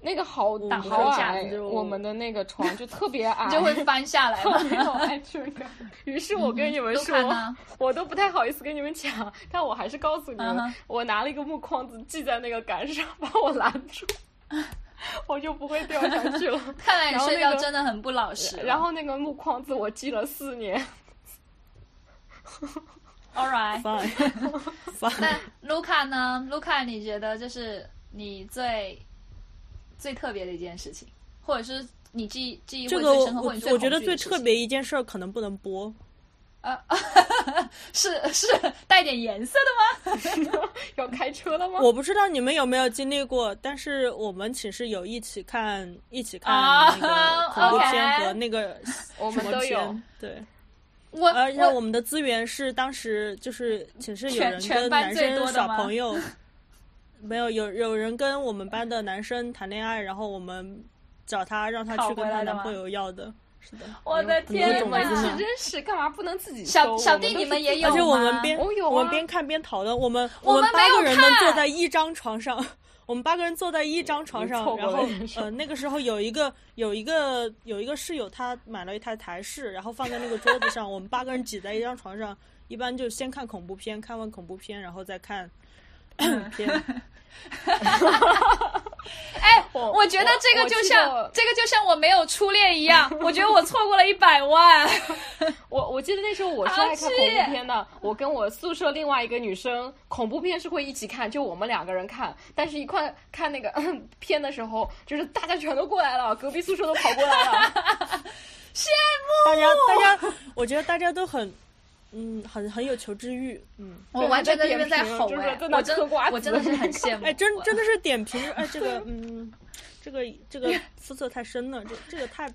[SPEAKER 2] 那个好
[SPEAKER 1] 嗯
[SPEAKER 3] 打
[SPEAKER 2] 好
[SPEAKER 3] 麻将
[SPEAKER 2] 矮，
[SPEAKER 3] 就
[SPEAKER 2] 我们的那个床就特别矮，
[SPEAKER 1] 你 就会 翻下 来
[SPEAKER 2] 特没有
[SPEAKER 1] 嘛。
[SPEAKER 2] 安全感。于是我跟你们
[SPEAKER 1] 都
[SPEAKER 2] 说，
[SPEAKER 1] 看啊呢，
[SPEAKER 2] 我都不太好意思跟你们讲，但我还是告诉你们
[SPEAKER 1] 嗯哼
[SPEAKER 2] 我拿了一个木框子系在那个杆上，把我拦住， 我就不会掉下 去了。
[SPEAKER 1] 看来你
[SPEAKER 2] 然后
[SPEAKER 1] 睡
[SPEAKER 2] 那
[SPEAKER 1] 觉
[SPEAKER 2] 个
[SPEAKER 1] 真的很不老实。
[SPEAKER 2] 然后那个木框子我系了四年，
[SPEAKER 1] ，All right，
[SPEAKER 3] fine fine。
[SPEAKER 1] 那卢卡呢？卢卡，你觉得就是你最最特别的一件事情，或者是你记记忆会
[SPEAKER 3] 这个
[SPEAKER 1] 最
[SPEAKER 3] 我
[SPEAKER 1] 深刻，或者你
[SPEAKER 3] 我觉得
[SPEAKER 1] 恐惧
[SPEAKER 3] 最
[SPEAKER 1] 的事
[SPEAKER 3] 特
[SPEAKER 1] 情
[SPEAKER 3] 别一件事儿可能不能播，
[SPEAKER 1] 是是带点颜色的吗？
[SPEAKER 2] 要开车了
[SPEAKER 1] 啊
[SPEAKER 2] 吗？
[SPEAKER 3] 我不知道你们有没有经历过，但是我们寝室有一起看一起看
[SPEAKER 1] 啊
[SPEAKER 3] 那个恐怖
[SPEAKER 1] OK
[SPEAKER 3] 片和那个
[SPEAKER 2] 我
[SPEAKER 3] 什
[SPEAKER 2] 们
[SPEAKER 3] 么
[SPEAKER 2] 都有。
[SPEAKER 3] 片，对。
[SPEAKER 1] 我
[SPEAKER 2] 哎
[SPEAKER 3] 而且呃我
[SPEAKER 1] 我
[SPEAKER 3] 们的资源是当时就是寝室有
[SPEAKER 1] 全
[SPEAKER 3] 人
[SPEAKER 1] 全
[SPEAKER 3] 跟
[SPEAKER 1] 班
[SPEAKER 3] 男
[SPEAKER 1] 最多
[SPEAKER 3] 生
[SPEAKER 1] 的
[SPEAKER 3] 小
[SPEAKER 1] 吗
[SPEAKER 3] 朋友，没有有有人跟我们班的男生谈恋爱，然后我们找他让他
[SPEAKER 1] 讨
[SPEAKER 3] 去跟
[SPEAKER 1] 回
[SPEAKER 3] 他
[SPEAKER 1] 来的
[SPEAKER 3] 男
[SPEAKER 1] 吗
[SPEAKER 3] 朋友要的，是的。
[SPEAKER 1] 我
[SPEAKER 2] 哎
[SPEAKER 1] 的
[SPEAKER 3] 有
[SPEAKER 1] 天
[SPEAKER 3] 种子
[SPEAKER 1] 呐
[SPEAKER 3] 嘛
[SPEAKER 2] 是！真是干嘛不能自己
[SPEAKER 1] 小
[SPEAKER 2] 收
[SPEAKER 1] 小
[SPEAKER 2] 我
[SPEAKER 1] 弟
[SPEAKER 2] 都
[SPEAKER 1] 你
[SPEAKER 2] 是
[SPEAKER 1] 们
[SPEAKER 2] 自
[SPEAKER 1] 也
[SPEAKER 2] 己
[SPEAKER 1] 有
[SPEAKER 3] 而且我
[SPEAKER 1] 吗
[SPEAKER 3] 们边
[SPEAKER 2] 我有啊
[SPEAKER 3] 我们边看边讨论，我们
[SPEAKER 1] 我们
[SPEAKER 3] 们八
[SPEAKER 1] 没有
[SPEAKER 3] 个人都坐
[SPEAKER 1] 看
[SPEAKER 3] 在一张床上，我们八个人坐在一张床上
[SPEAKER 2] 凑，
[SPEAKER 3] 然
[SPEAKER 2] 过
[SPEAKER 3] 后
[SPEAKER 2] 来人说
[SPEAKER 3] 呃那个时候有一个有一个有一个室友他买了一台台式，然后放在那个桌子上，我们八个人挤在一张床上，一般就先看恐怖片，看完恐怖片然后再看 片，
[SPEAKER 1] 哎，
[SPEAKER 2] 我
[SPEAKER 1] 我觉得
[SPEAKER 2] 我
[SPEAKER 1] 这个
[SPEAKER 2] 我
[SPEAKER 1] 就
[SPEAKER 2] 记
[SPEAKER 1] 像
[SPEAKER 2] 得
[SPEAKER 1] 这个就像我没有初恋一样，我觉得我错过了一百万。
[SPEAKER 2] 我我记得那时候我是
[SPEAKER 1] 好
[SPEAKER 2] 爱看
[SPEAKER 1] 气
[SPEAKER 2] 恐怖片的，我跟我宿舍另外一个女生，恐怖片是会一起看，就我们两个人看。但是一块看那个 嗯片的时候，就是大家全都过来了，隔壁宿舍都跑过来了。
[SPEAKER 3] 大家大家，我觉得大家都很嗯很很有求知欲，嗯。
[SPEAKER 1] 我完全在那边在吼
[SPEAKER 2] 就是
[SPEAKER 1] 哎、
[SPEAKER 2] 在那
[SPEAKER 1] 我真
[SPEAKER 2] 嗑瓜子
[SPEAKER 1] 我真的是很羡慕。
[SPEAKER 3] 哎，真
[SPEAKER 1] 我
[SPEAKER 3] 真的是点评，哎，这个，嗯，这个这个肤色太深了，这这个太，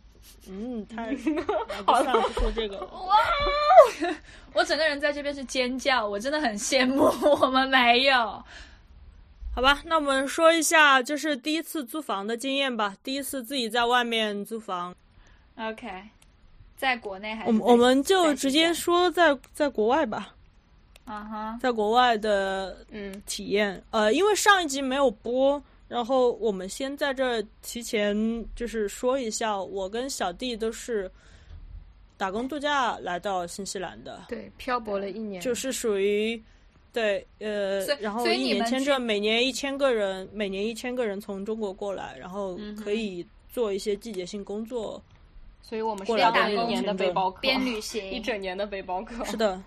[SPEAKER 3] 嗯， 太，哎不算了，不说这个，
[SPEAKER 1] 哦 我整个人在这边是尖叫，我真的很羡慕。 我们没有，
[SPEAKER 3] 好吧，那我们说一下就是第一次租房的经验吧，第一次自己在外面租房，
[SPEAKER 1] OK，在国内还是
[SPEAKER 3] 我们
[SPEAKER 1] 在
[SPEAKER 3] 我们就
[SPEAKER 1] 在
[SPEAKER 3] 直
[SPEAKER 1] 新
[SPEAKER 3] 接
[SPEAKER 1] 疆
[SPEAKER 3] 说在在国外吧，
[SPEAKER 1] 啊哈，
[SPEAKER 3] 在国外的
[SPEAKER 2] 嗯，
[SPEAKER 3] 体验，呃，因为上一集没有播。然后我们先在这儿提前就是说一下，我跟小弟都是打工度假来到新西兰的。
[SPEAKER 2] 对，漂泊了一年，
[SPEAKER 3] 就是属于对呃
[SPEAKER 1] 所以，
[SPEAKER 3] 然后
[SPEAKER 1] 所以
[SPEAKER 3] 一
[SPEAKER 1] 你
[SPEAKER 3] 年
[SPEAKER 1] 们
[SPEAKER 3] 签
[SPEAKER 1] 去
[SPEAKER 3] 证，每年一千个人，每年一千个人从中国过来，然后
[SPEAKER 1] 嗯
[SPEAKER 3] 可以做一些季节性工作。
[SPEAKER 2] 所以我们是
[SPEAKER 3] 过
[SPEAKER 1] 来
[SPEAKER 2] 两
[SPEAKER 1] 打
[SPEAKER 2] 一
[SPEAKER 1] 工
[SPEAKER 2] 年的背包客，
[SPEAKER 1] 边旅行
[SPEAKER 2] 一整年的背包客。
[SPEAKER 3] 是的，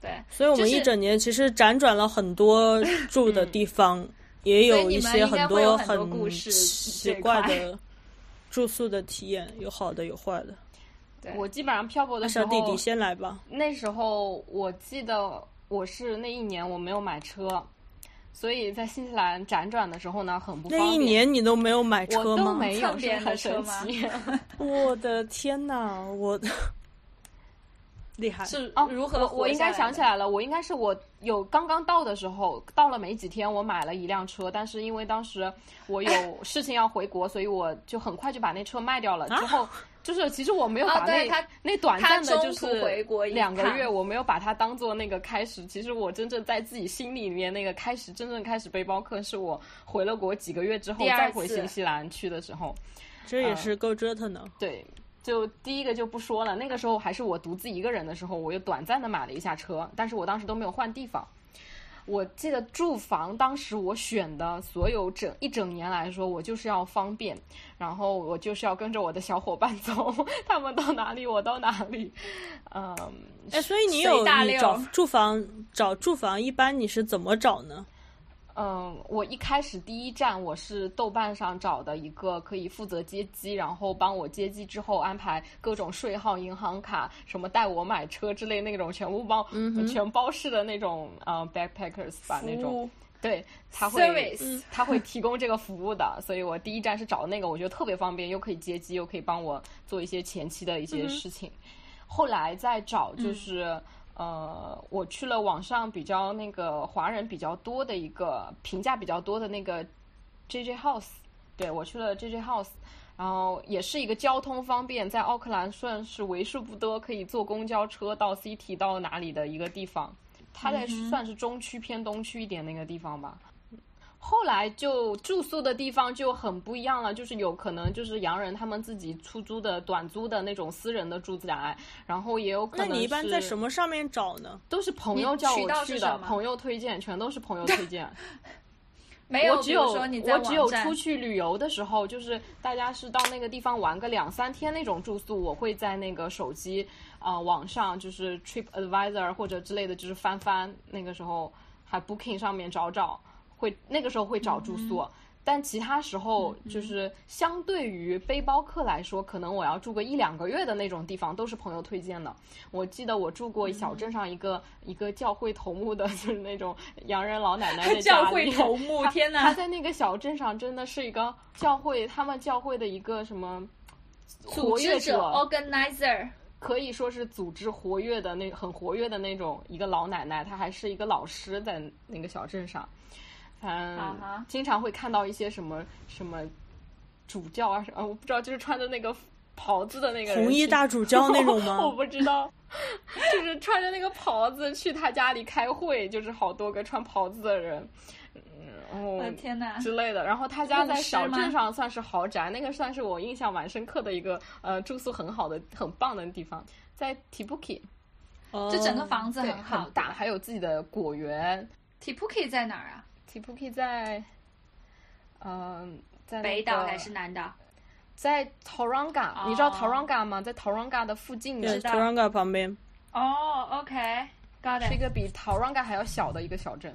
[SPEAKER 1] 对，
[SPEAKER 3] 所以我
[SPEAKER 1] 哦就
[SPEAKER 3] 们
[SPEAKER 1] 是
[SPEAKER 3] 一整年其实辗转了很多住的地方，也
[SPEAKER 1] 嗯所以
[SPEAKER 3] 有
[SPEAKER 1] 你
[SPEAKER 3] 一
[SPEAKER 1] 们
[SPEAKER 3] 些
[SPEAKER 1] 应该
[SPEAKER 3] 很
[SPEAKER 1] 会有很多故
[SPEAKER 3] 很
[SPEAKER 1] 事
[SPEAKER 3] 奇
[SPEAKER 1] 这一
[SPEAKER 3] 怪
[SPEAKER 1] 块
[SPEAKER 3] 的住宿的体验，有好的有坏的。
[SPEAKER 1] 对
[SPEAKER 2] 我基本上漂泊的时
[SPEAKER 3] 小
[SPEAKER 2] 候，
[SPEAKER 3] 弟弟先来吧，
[SPEAKER 2] 那时候我记得我是那一年我没有买车，所以在新西兰辗转的时候呢，很不方
[SPEAKER 3] 那
[SPEAKER 2] 便。
[SPEAKER 3] 一年你都没有买车
[SPEAKER 2] 我
[SPEAKER 3] 吗？
[SPEAKER 2] 都没有，
[SPEAKER 1] 蹭别人
[SPEAKER 2] 是很
[SPEAKER 1] 的车
[SPEAKER 2] 神
[SPEAKER 1] 吗
[SPEAKER 2] 奇。
[SPEAKER 3] 我的天呐，我 厉害！
[SPEAKER 1] 是
[SPEAKER 2] 哦，
[SPEAKER 1] 如何
[SPEAKER 2] 我我应该想起
[SPEAKER 1] 来
[SPEAKER 2] 来了，我应该是我有刚刚到的时候，到了没几天，我买了一辆车，但是因为当时 我有事情要回国，所以我就很快就把那车卖掉了。之后就是其实我没有
[SPEAKER 1] 啊
[SPEAKER 2] 把
[SPEAKER 1] 对
[SPEAKER 2] 那、
[SPEAKER 1] 他
[SPEAKER 2] 那短暂的
[SPEAKER 1] 他
[SPEAKER 2] 就
[SPEAKER 1] 中途
[SPEAKER 2] 是
[SPEAKER 1] 回国一
[SPEAKER 2] 两个
[SPEAKER 1] 趟
[SPEAKER 2] 月，我没有把它当做那个开始。其实我真正在自己心里面那个开始真正开始背包客，是我回了国几个月之后
[SPEAKER 1] 第二
[SPEAKER 2] 再回
[SPEAKER 1] 次
[SPEAKER 2] 新西兰去的时候。
[SPEAKER 3] 这
[SPEAKER 1] 啊
[SPEAKER 3] 也是够折腾的。
[SPEAKER 2] 对，就第一个就不说了。那个时候还是我独自一个人的时候，我又短暂的买了一下车，但是我当时都没有换地方。我记得住房，当时我选的所有整一整年来说，我就是要方便，然后我就是要跟着我的小伙伴走， 他们到哪里我到哪里。嗯，
[SPEAKER 3] 哎，所以你
[SPEAKER 1] 随
[SPEAKER 3] 有
[SPEAKER 1] 大
[SPEAKER 3] 你
[SPEAKER 1] 溜
[SPEAKER 3] 找住房找住房，一般你是怎么找呢？
[SPEAKER 2] 嗯，我一开始第一站我是豆瓣上找的一个可以负责接机，然后帮我接机之后安排各种税号、银行卡，什么带我买车之类那种全部包、全包式的那种呃 backpackers 吧那种，对，他会嗯
[SPEAKER 1] service
[SPEAKER 2] 他会提供这个服务的，所以我第一站是找那个，我觉得特别方便，又可以接机，又可以帮我做一些前期的一些事情。后来再找就是、呃，我去了网上比较那个华人比较多的一个评价比较多的那个 JJ House，对我去了 JJ House。然后也是一个交通方便，在奥克兰算是为数不多可以坐公交车到 City 到哪里的一个地方。它在算是中区偏东区一点那个地方吧。后来就呃住宿的地方就很不一样了，就是有可能就是洋人他们自己出租的短租的那种私人的住宅，然后也有可
[SPEAKER 3] 那
[SPEAKER 2] 能
[SPEAKER 3] 你一般在
[SPEAKER 2] 是
[SPEAKER 3] 什么上面找呢？
[SPEAKER 2] 都是朋
[SPEAKER 1] 你
[SPEAKER 2] 友叫
[SPEAKER 1] 渠道
[SPEAKER 2] 我
[SPEAKER 1] 是
[SPEAKER 2] 去
[SPEAKER 1] 什
[SPEAKER 2] 的，
[SPEAKER 1] 么
[SPEAKER 2] 朋友推荐，全都是朋友推 荐。哎
[SPEAKER 1] 没有，
[SPEAKER 2] 我只
[SPEAKER 1] 哎比
[SPEAKER 2] 有
[SPEAKER 1] 如说你在
[SPEAKER 2] 我只有
[SPEAKER 1] 网站
[SPEAKER 2] 出去旅游的时候，就是大家是到那个地方玩个两三天那种住宿，我会在那个手机啊、呃网上就是 Trip Advisor 或者之类的，就是翻翻那个时候还 Booking 上面找找，会那个时候会找住宿。但其他时候，
[SPEAKER 4] 嗯
[SPEAKER 2] 就是相对于背包客来说，可能我要住个一两个月的那种地方，都是朋友推荐的。我记得我住过小
[SPEAKER 4] 嗯
[SPEAKER 2] 镇上一个、一个教会头目的， 就是那种洋人老奶奶在家
[SPEAKER 4] 教
[SPEAKER 2] 里
[SPEAKER 4] 会头 目，
[SPEAKER 2] 他
[SPEAKER 4] 天
[SPEAKER 2] 他
[SPEAKER 4] 哪！
[SPEAKER 2] 在那个小镇上真的是一个教会，他们教会的一个什么
[SPEAKER 4] 组
[SPEAKER 2] 活跃
[SPEAKER 4] 织者
[SPEAKER 2] 者，嗯
[SPEAKER 4] organizer，
[SPEAKER 2] 可以说是组织活跃的那很活跃的那种一个老奶奶，她还是一个老师，在那个小镇上，反
[SPEAKER 1] 啊
[SPEAKER 2] 正
[SPEAKER 1] 哈
[SPEAKER 2] 经常会看到一些什么什么主教啊什么，我不知道，就是穿着那个袍子的那个人
[SPEAKER 3] 红衣
[SPEAKER 2] 去
[SPEAKER 3] 大主教那种
[SPEAKER 2] 我
[SPEAKER 3] 吗？
[SPEAKER 2] 不知道，就是穿着那个袍子去他家里开会，就是好多个穿袍子的人，嗯，
[SPEAKER 1] 我
[SPEAKER 2] 然
[SPEAKER 1] 的
[SPEAKER 2] 后
[SPEAKER 1] 天哪！
[SPEAKER 2] 之类的。然后他家在小
[SPEAKER 1] 牧师吗
[SPEAKER 2] 镇上算是豪宅，那个算是我印象蛮深刻的一个呃住宿很好的很棒的地方，在 Tibuki，
[SPEAKER 1] 这整个
[SPEAKER 3] 哦
[SPEAKER 1] 房子
[SPEAKER 2] 对，
[SPEAKER 1] 很好
[SPEAKER 2] 很。大，还有自己的果园。
[SPEAKER 1] Tipuki 在哪儿啊？
[SPEAKER 2] Tibuki 在，嗯、在那
[SPEAKER 4] 北岛
[SPEAKER 2] 个
[SPEAKER 4] 还是南岛？
[SPEAKER 2] 在 Toranga，、你知道
[SPEAKER 1] 哦
[SPEAKER 2] Toranga 吗？在 Toranga 的附近
[SPEAKER 3] 对
[SPEAKER 2] 的
[SPEAKER 3] t o r a n g a 旁边。
[SPEAKER 1] 哦，OK，got
[SPEAKER 2] 是一
[SPEAKER 1] it。
[SPEAKER 2] 个比 Tauranga 还要小的一个小镇。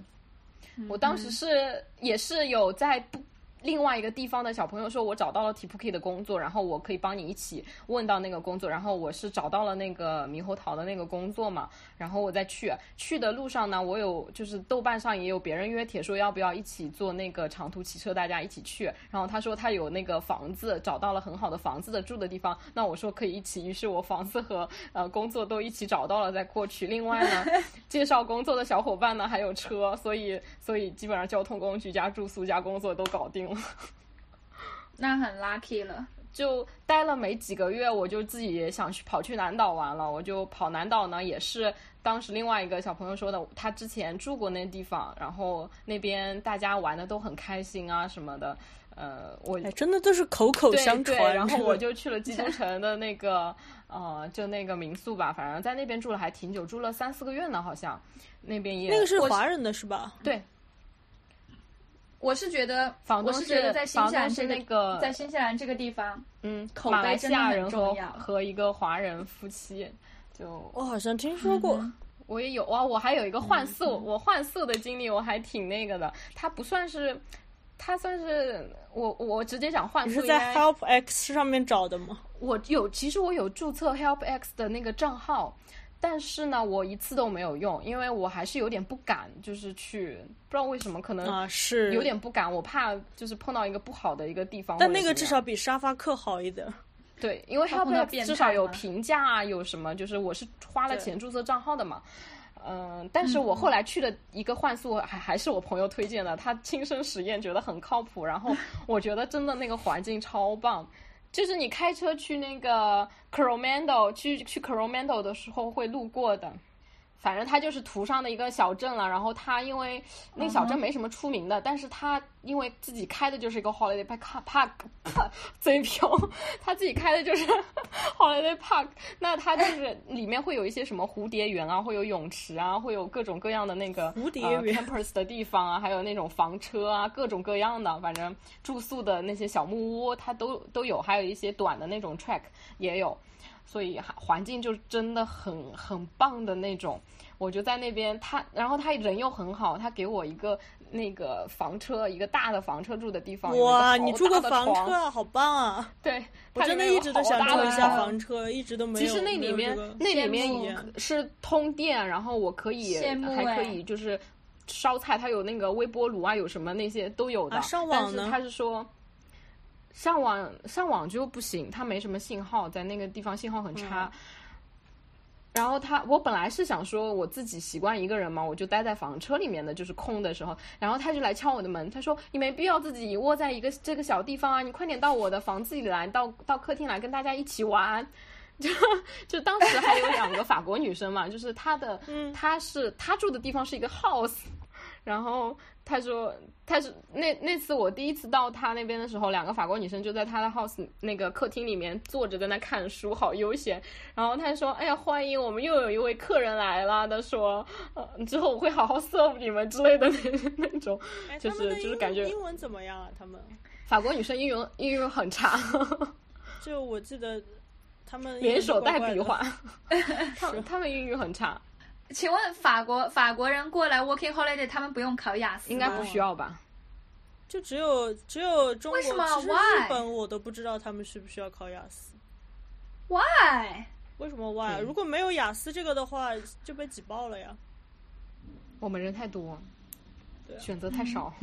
[SPEAKER 1] 嗯
[SPEAKER 2] 我当时是也是有在不另外一个地方的小朋友说，我找到了 Tipuki 的工作，然后我可以帮你一起问到那个工作，然后我是找到了那个猕猴桃的那个工作嘛，然后我再去。去的路上呢，我有就是豆瓣上也有别人约帖说要不要一起坐那个长途汽车，大家一起去。然后他说他有那个房子，找到了很好的房子的住的地方，那我说可以一起。于是我房子和呃工作都一起找到了，再过去。另外呢，介绍工作的小伙伴呢还有车，所以所以基本上交通工具加住宿加工作都搞定了。
[SPEAKER 1] 嗯那很 lucky 了。
[SPEAKER 2] 就待了没几个月，我就自己想去跑去南岛玩了。我就跑南岛呢，也是当时另外一个小朋友说的，他之前住过那地方，然后那边大家玩的都很开心啊什么的。呃，我
[SPEAKER 3] 哎，真的 都是口口
[SPEAKER 2] 对
[SPEAKER 3] 相
[SPEAKER 2] 对
[SPEAKER 3] 传。
[SPEAKER 2] 然
[SPEAKER 3] 这
[SPEAKER 2] 后
[SPEAKER 3] 个
[SPEAKER 2] 我就去了基督城的那个呃，就那个民宿吧，反正在那边住了还挺久，住了三四个月呢，好像那边也
[SPEAKER 3] 那个是华人的是吧？
[SPEAKER 2] 对
[SPEAKER 1] 我是觉得，
[SPEAKER 2] 房东
[SPEAKER 1] 我是
[SPEAKER 2] 是
[SPEAKER 1] 觉得在新西
[SPEAKER 2] 房
[SPEAKER 1] 兰
[SPEAKER 2] 东
[SPEAKER 1] 这
[SPEAKER 2] 是
[SPEAKER 1] 个
[SPEAKER 2] 那个
[SPEAKER 1] 在新西兰这个地方，
[SPEAKER 2] 嗯，
[SPEAKER 1] 口
[SPEAKER 2] 马
[SPEAKER 1] 碑
[SPEAKER 2] 来西
[SPEAKER 1] 真的
[SPEAKER 2] 亚
[SPEAKER 1] 很
[SPEAKER 2] 人
[SPEAKER 1] 重
[SPEAKER 2] 和
[SPEAKER 1] 要
[SPEAKER 2] 和一个华人夫妻，就
[SPEAKER 3] 我好像听说过。
[SPEAKER 2] 我也有啊，我还有一个换宿，
[SPEAKER 1] 嗯
[SPEAKER 2] 我换宿的经历我还挺那个的，它不算是，它算是我我直接讲换
[SPEAKER 3] 你
[SPEAKER 2] 宿
[SPEAKER 3] 是
[SPEAKER 2] 啊应
[SPEAKER 3] 在
[SPEAKER 2] 该，
[SPEAKER 3] Help X 上面找的吗？
[SPEAKER 2] 我有其实我有注册 HelpX 的那个账号，但是呢我一次都没有用，因为我还是有点不敢，就是去不知道为什么可能
[SPEAKER 3] 啊，是
[SPEAKER 2] 嗯有。点不敢，我怕就是碰到一个不好的一个地方或者
[SPEAKER 3] 但
[SPEAKER 2] 怎么
[SPEAKER 3] 那
[SPEAKER 2] 样，
[SPEAKER 3] 个至少比沙发客好一点。
[SPEAKER 2] 对，因为
[SPEAKER 1] 他碰到
[SPEAKER 2] HelpX
[SPEAKER 1] 变
[SPEAKER 2] 至少
[SPEAKER 1] 态
[SPEAKER 2] 有
[SPEAKER 1] 吗
[SPEAKER 2] 评价啊，有什么就是我是花了
[SPEAKER 3] 对
[SPEAKER 2] 钱注册账号的嘛。嗯、但是我后来去了一个幻宿，还还是我朋友推荐的，他亲身实验觉得很靠谱，然 后我觉得真的那个环境超棒。就是你开车去那个 Coromandel，去去 Coromandel 的时候会路过的，反正它就是图上的一个小镇了。然后它因为那小
[SPEAKER 3] 嗯
[SPEAKER 2] 镇没什么出名的，但是它因为自己开的就是一个 Holiday Park Park，贼飘，他自己开的就是 Holiday Park，那 它就是里面会有一些什么蝴蝶园啊，会有泳池啊，会有各种各样的那个
[SPEAKER 3] 蝴蝶
[SPEAKER 2] 呃
[SPEAKER 3] 园
[SPEAKER 2] campers 的地方啊，还有那种房车啊，各种各样的，反正住宿的那些小木屋它都都有，还有一些短的那种 track 也有，所以哈环境就真的很很棒的那种。我就在那边，他然后他人又很好，他给我一个那个房车，一个大的房车住的地方。有一个
[SPEAKER 3] 哇，
[SPEAKER 2] 好
[SPEAKER 3] 你住
[SPEAKER 2] 大
[SPEAKER 3] 过
[SPEAKER 2] 的
[SPEAKER 3] 房
[SPEAKER 2] 床
[SPEAKER 3] 车？啊，好棒啊！
[SPEAKER 2] 对，
[SPEAKER 3] 我
[SPEAKER 2] 它里
[SPEAKER 3] 真的
[SPEAKER 2] 面有
[SPEAKER 3] 一直都
[SPEAKER 2] 好
[SPEAKER 3] 想
[SPEAKER 2] 大
[SPEAKER 3] 住
[SPEAKER 2] 的
[SPEAKER 3] 一下
[SPEAKER 2] 床
[SPEAKER 3] 房车，一直都没
[SPEAKER 2] 其
[SPEAKER 3] 有。
[SPEAKER 2] 实那
[SPEAKER 3] 没
[SPEAKER 2] 里
[SPEAKER 3] 有这
[SPEAKER 2] 面
[SPEAKER 3] 个
[SPEAKER 2] 那里
[SPEAKER 1] 羡
[SPEAKER 2] 面
[SPEAKER 1] 慕
[SPEAKER 2] 有是通电，然后我可以
[SPEAKER 1] 羡慕
[SPEAKER 2] 还可
[SPEAKER 1] 哎
[SPEAKER 2] 以就是烧菜，它有那个微波炉啊，有什么那些都有的。
[SPEAKER 3] 啊上
[SPEAKER 2] 但
[SPEAKER 3] 网
[SPEAKER 2] 是
[SPEAKER 3] 呢
[SPEAKER 2] 他是说。上网上网就不行，它没什么信号，在那个地方信号很
[SPEAKER 3] 嗯
[SPEAKER 2] 差。然后他，我本来是想说我自己习惯一个人嘛，我就待在房车里面的，就是空的时候。然后他就来敲我的门，他说：“你没必要自己窝在一个这个小地方啊，你快点到我的房子里来，到到客厅来跟大家一起玩。”就就当时
[SPEAKER 3] 嗯
[SPEAKER 2] 还有两个法国女生嘛，就是她的，她是她住的地方是一个 house， 然后他说，他是那那次我第一次到他那边的时候，两个法国女生就在他的 house 那个客厅里面坐着在那看书，好悠闲。然后他说：“哎呀，欢迎我们又有一位客人来了。”他说：“呃，之后我会好好 serve 你们之类的那 那种。
[SPEAKER 3] 哎
[SPEAKER 2] 就
[SPEAKER 3] 他们
[SPEAKER 2] 是
[SPEAKER 3] 的
[SPEAKER 2] 就是
[SPEAKER 3] 英
[SPEAKER 2] 感觉
[SPEAKER 3] 英文怎么样啊？他们”
[SPEAKER 2] 法国女生英文英文很差，
[SPEAKER 3] 就我记得他们 英
[SPEAKER 2] 连
[SPEAKER 3] 文都
[SPEAKER 2] 手
[SPEAKER 3] 怪
[SPEAKER 2] 带
[SPEAKER 3] 怪
[SPEAKER 2] 比
[SPEAKER 3] 的
[SPEAKER 2] 划， 他们他们英语很差，
[SPEAKER 4] 请问法国法国人过来 working holiday，他们不用考雅思吗
[SPEAKER 2] 应该不需要吧？
[SPEAKER 3] 就只有只有中国，
[SPEAKER 4] 为什么
[SPEAKER 3] 其实
[SPEAKER 4] Why？
[SPEAKER 3] 日本我都不知道他们需不需要考雅思。
[SPEAKER 4] Why？
[SPEAKER 3] 为什么 why？
[SPEAKER 2] 对
[SPEAKER 3] 如果没有雅思这个的话，就被挤爆了呀。
[SPEAKER 2] 我们人太多
[SPEAKER 3] 对，啊
[SPEAKER 2] 选择太少。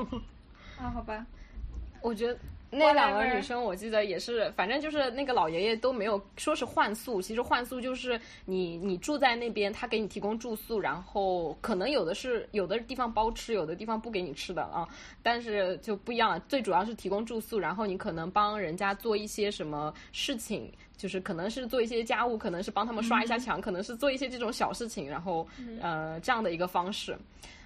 [SPEAKER 4] 啊，好吧，
[SPEAKER 2] 我觉得那两个
[SPEAKER 4] Whatever
[SPEAKER 2] 女生，我记得也是，反正就是那个老爷爷都没有说是换宿，其实换宿就是你你住在那边，他给你提供住宿，然后可能有的是有的地方包吃，有的地方不给你吃的啊，但是就不一样了。最主要是提供住宿，然后你可能帮人家做一些什么事情，就是可能是做一些家务，可能是帮他们刷一下墙，可能是做一些这种小事情，然后呃这样的一个方式。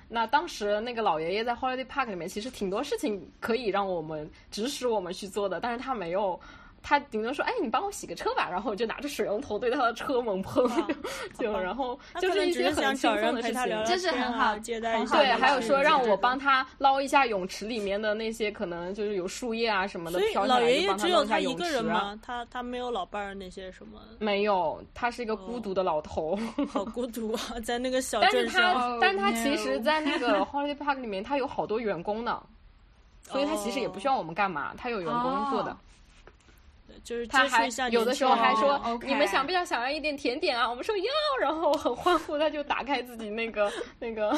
[SPEAKER 2] 那当时那个老爷爷在 Holiday Park 里面，其实挺多事情可以让我们指使我们去做的，但是他没有，他顶多说：“哎，你帮我洗个车吧。”然后我就拿着水龙头对他的车猛 喷，
[SPEAKER 3] 啊
[SPEAKER 2] 就
[SPEAKER 3] 好吧
[SPEAKER 2] 然后
[SPEAKER 3] 他
[SPEAKER 2] 就
[SPEAKER 3] 可
[SPEAKER 2] 是
[SPEAKER 3] 能
[SPEAKER 2] 一
[SPEAKER 3] 只
[SPEAKER 2] 些
[SPEAKER 3] 是
[SPEAKER 2] 很
[SPEAKER 3] 想
[SPEAKER 2] 轻
[SPEAKER 3] 找
[SPEAKER 2] 松
[SPEAKER 3] 人
[SPEAKER 2] 的
[SPEAKER 3] 陪
[SPEAKER 2] 事
[SPEAKER 3] 他
[SPEAKER 2] 情
[SPEAKER 3] 聊。聊
[SPEAKER 4] 这是
[SPEAKER 3] 天
[SPEAKER 4] 很
[SPEAKER 3] 啊
[SPEAKER 4] 好
[SPEAKER 3] 接待一
[SPEAKER 4] 很
[SPEAKER 3] 下
[SPEAKER 4] 好
[SPEAKER 3] 这
[SPEAKER 2] 对，
[SPEAKER 3] 种
[SPEAKER 4] 的
[SPEAKER 2] 还有
[SPEAKER 4] 事
[SPEAKER 2] 说
[SPEAKER 4] 情
[SPEAKER 2] 让
[SPEAKER 4] 对
[SPEAKER 2] 我
[SPEAKER 4] 对
[SPEAKER 2] 帮他捞一下泳池里面的那些可能就是有树叶啊什么的
[SPEAKER 3] 所以
[SPEAKER 2] 飘下
[SPEAKER 3] 老
[SPEAKER 2] 来，
[SPEAKER 3] 爷
[SPEAKER 2] 就
[SPEAKER 3] 爷
[SPEAKER 2] 帮他
[SPEAKER 3] 只
[SPEAKER 2] 捞
[SPEAKER 3] 有
[SPEAKER 2] 一下
[SPEAKER 3] 他一
[SPEAKER 2] 泳
[SPEAKER 3] 个
[SPEAKER 2] 池
[SPEAKER 3] 人
[SPEAKER 2] 啊。
[SPEAKER 3] 吗？他他没有老伴儿那些什 么，
[SPEAKER 2] 没有，他是一个孤独的老头。
[SPEAKER 3] 好孤独啊， 在那个小
[SPEAKER 2] 但是
[SPEAKER 3] 镇上。
[SPEAKER 4] 哦
[SPEAKER 2] 他，但是他其实，
[SPEAKER 4] no
[SPEAKER 2] 在那个 Holiday Park 里面，他有好多员工呢，所以他其实也不需要我们干嘛，他有员工做的
[SPEAKER 4] 哦。
[SPEAKER 3] 就是接
[SPEAKER 2] 他
[SPEAKER 3] 触
[SPEAKER 2] 还
[SPEAKER 3] 一下
[SPEAKER 2] 有的
[SPEAKER 3] 年
[SPEAKER 2] 时
[SPEAKER 3] 轻
[SPEAKER 2] 候还
[SPEAKER 3] 人
[SPEAKER 2] 说、
[SPEAKER 4] 哦，OK
[SPEAKER 2] 你们想不想想要一点甜点啊？我们说要， 然后很欢呼，他就打开自己那个 那个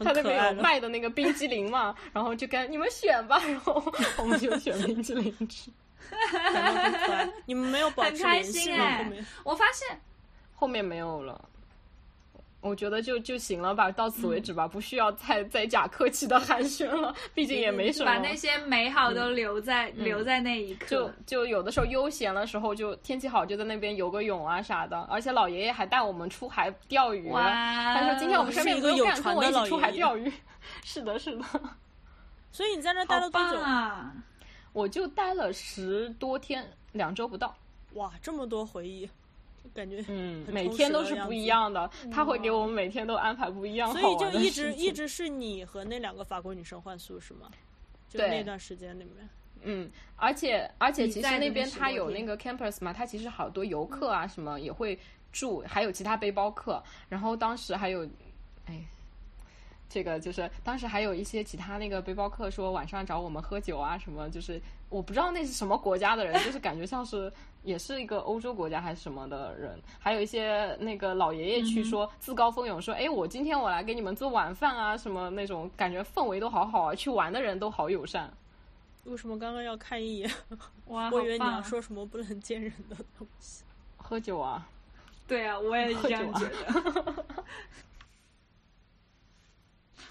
[SPEAKER 2] 他那
[SPEAKER 3] 可爱
[SPEAKER 2] 边
[SPEAKER 3] 了
[SPEAKER 2] 有卖的那个冰激凌嘛， 然后就跟你们选吧，然后 我们就选冰激凌吃。
[SPEAKER 3] 感到很可 爱你们没有保
[SPEAKER 4] 很
[SPEAKER 3] 持
[SPEAKER 4] 开
[SPEAKER 3] 联系
[SPEAKER 4] 心
[SPEAKER 3] 吗？
[SPEAKER 4] 哎
[SPEAKER 3] 后面
[SPEAKER 4] 我发现
[SPEAKER 2] 后面没有了。我觉得就就行了吧，到此为止吧，不需要再再假客气的寒暄了，毕竟也没
[SPEAKER 1] 嗯
[SPEAKER 2] 什么。
[SPEAKER 4] 把那些美好都留在、留在那一刻。
[SPEAKER 2] 嗯就就有的时候悠闲的时候，就天气好就在那边游个泳啊啥的，而且老爷爷还带我们出海钓鱼。
[SPEAKER 4] 哇
[SPEAKER 2] 他说今天我们身边
[SPEAKER 3] 是一个
[SPEAKER 2] 不
[SPEAKER 3] 有
[SPEAKER 2] 用干，
[SPEAKER 3] 船
[SPEAKER 2] 跟我
[SPEAKER 3] 的
[SPEAKER 2] 一
[SPEAKER 3] 老
[SPEAKER 2] 起出海
[SPEAKER 3] 爷爷
[SPEAKER 2] 钓鱼。 是的，是的，
[SPEAKER 3] 所以你在那儿待
[SPEAKER 4] 好
[SPEAKER 3] 了多
[SPEAKER 4] 棒
[SPEAKER 3] 久？
[SPEAKER 4] 啊！
[SPEAKER 2] 我就待了十多天，两周不到。
[SPEAKER 3] 哇，这么多回忆，感觉
[SPEAKER 2] 嗯，
[SPEAKER 3] 很
[SPEAKER 2] 每
[SPEAKER 3] 充
[SPEAKER 2] 天
[SPEAKER 3] 实
[SPEAKER 2] 都
[SPEAKER 3] 的
[SPEAKER 2] 是
[SPEAKER 3] 样
[SPEAKER 2] 不
[SPEAKER 3] 子
[SPEAKER 2] 一样的，他会给我们每天都安排不一样
[SPEAKER 3] 所
[SPEAKER 2] 好
[SPEAKER 3] 以
[SPEAKER 2] 玩
[SPEAKER 3] 就
[SPEAKER 2] 的
[SPEAKER 3] 一
[SPEAKER 2] 事
[SPEAKER 3] 直
[SPEAKER 2] 情
[SPEAKER 3] 一直是你和那两个法国女生换宿是吗？就
[SPEAKER 2] 对
[SPEAKER 3] 那段时间里面，
[SPEAKER 2] 嗯，而且而且
[SPEAKER 4] 你
[SPEAKER 2] 其
[SPEAKER 4] 在
[SPEAKER 2] 实那
[SPEAKER 4] 那边
[SPEAKER 2] 边
[SPEAKER 4] 十
[SPEAKER 2] 它
[SPEAKER 4] 多
[SPEAKER 2] 有那
[SPEAKER 4] 天
[SPEAKER 2] 个 campus 嘛，它其实好多游客啊什么也会住，还有其他背包客。然后当时还有，哎，这个就是当时还有一些其他那个背包客说晚上找我们喝酒啊什么，就是我不知道那是什么国家的人，就是感觉像是也是一个欧洲国家还是什么的人。还有一些那个老爷爷
[SPEAKER 4] 嗯
[SPEAKER 2] 去说、自告奋勇说，哎，我今天我来给你们做晚饭啊什么那种，感觉氛围都好好啊，去玩的人都好友善。
[SPEAKER 3] 为什么刚刚要看一 眼？
[SPEAKER 4] 哇，
[SPEAKER 3] 我以为
[SPEAKER 4] 好
[SPEAKER 3] 你
[SPEAKER 4] 棒啊
[SPEAKER 2] 啊
[SPEAKER 3] 要说什么不能见人的东西。
[SPEAKER 2] 喝酒啊，
[SPEAKER 4] 对啊，我也是这
[SPEAKER 2] 喝酒
[SPEAKER 4] 样
[SPEAKER 2] 啊
[SPEAKER 4] 觉得。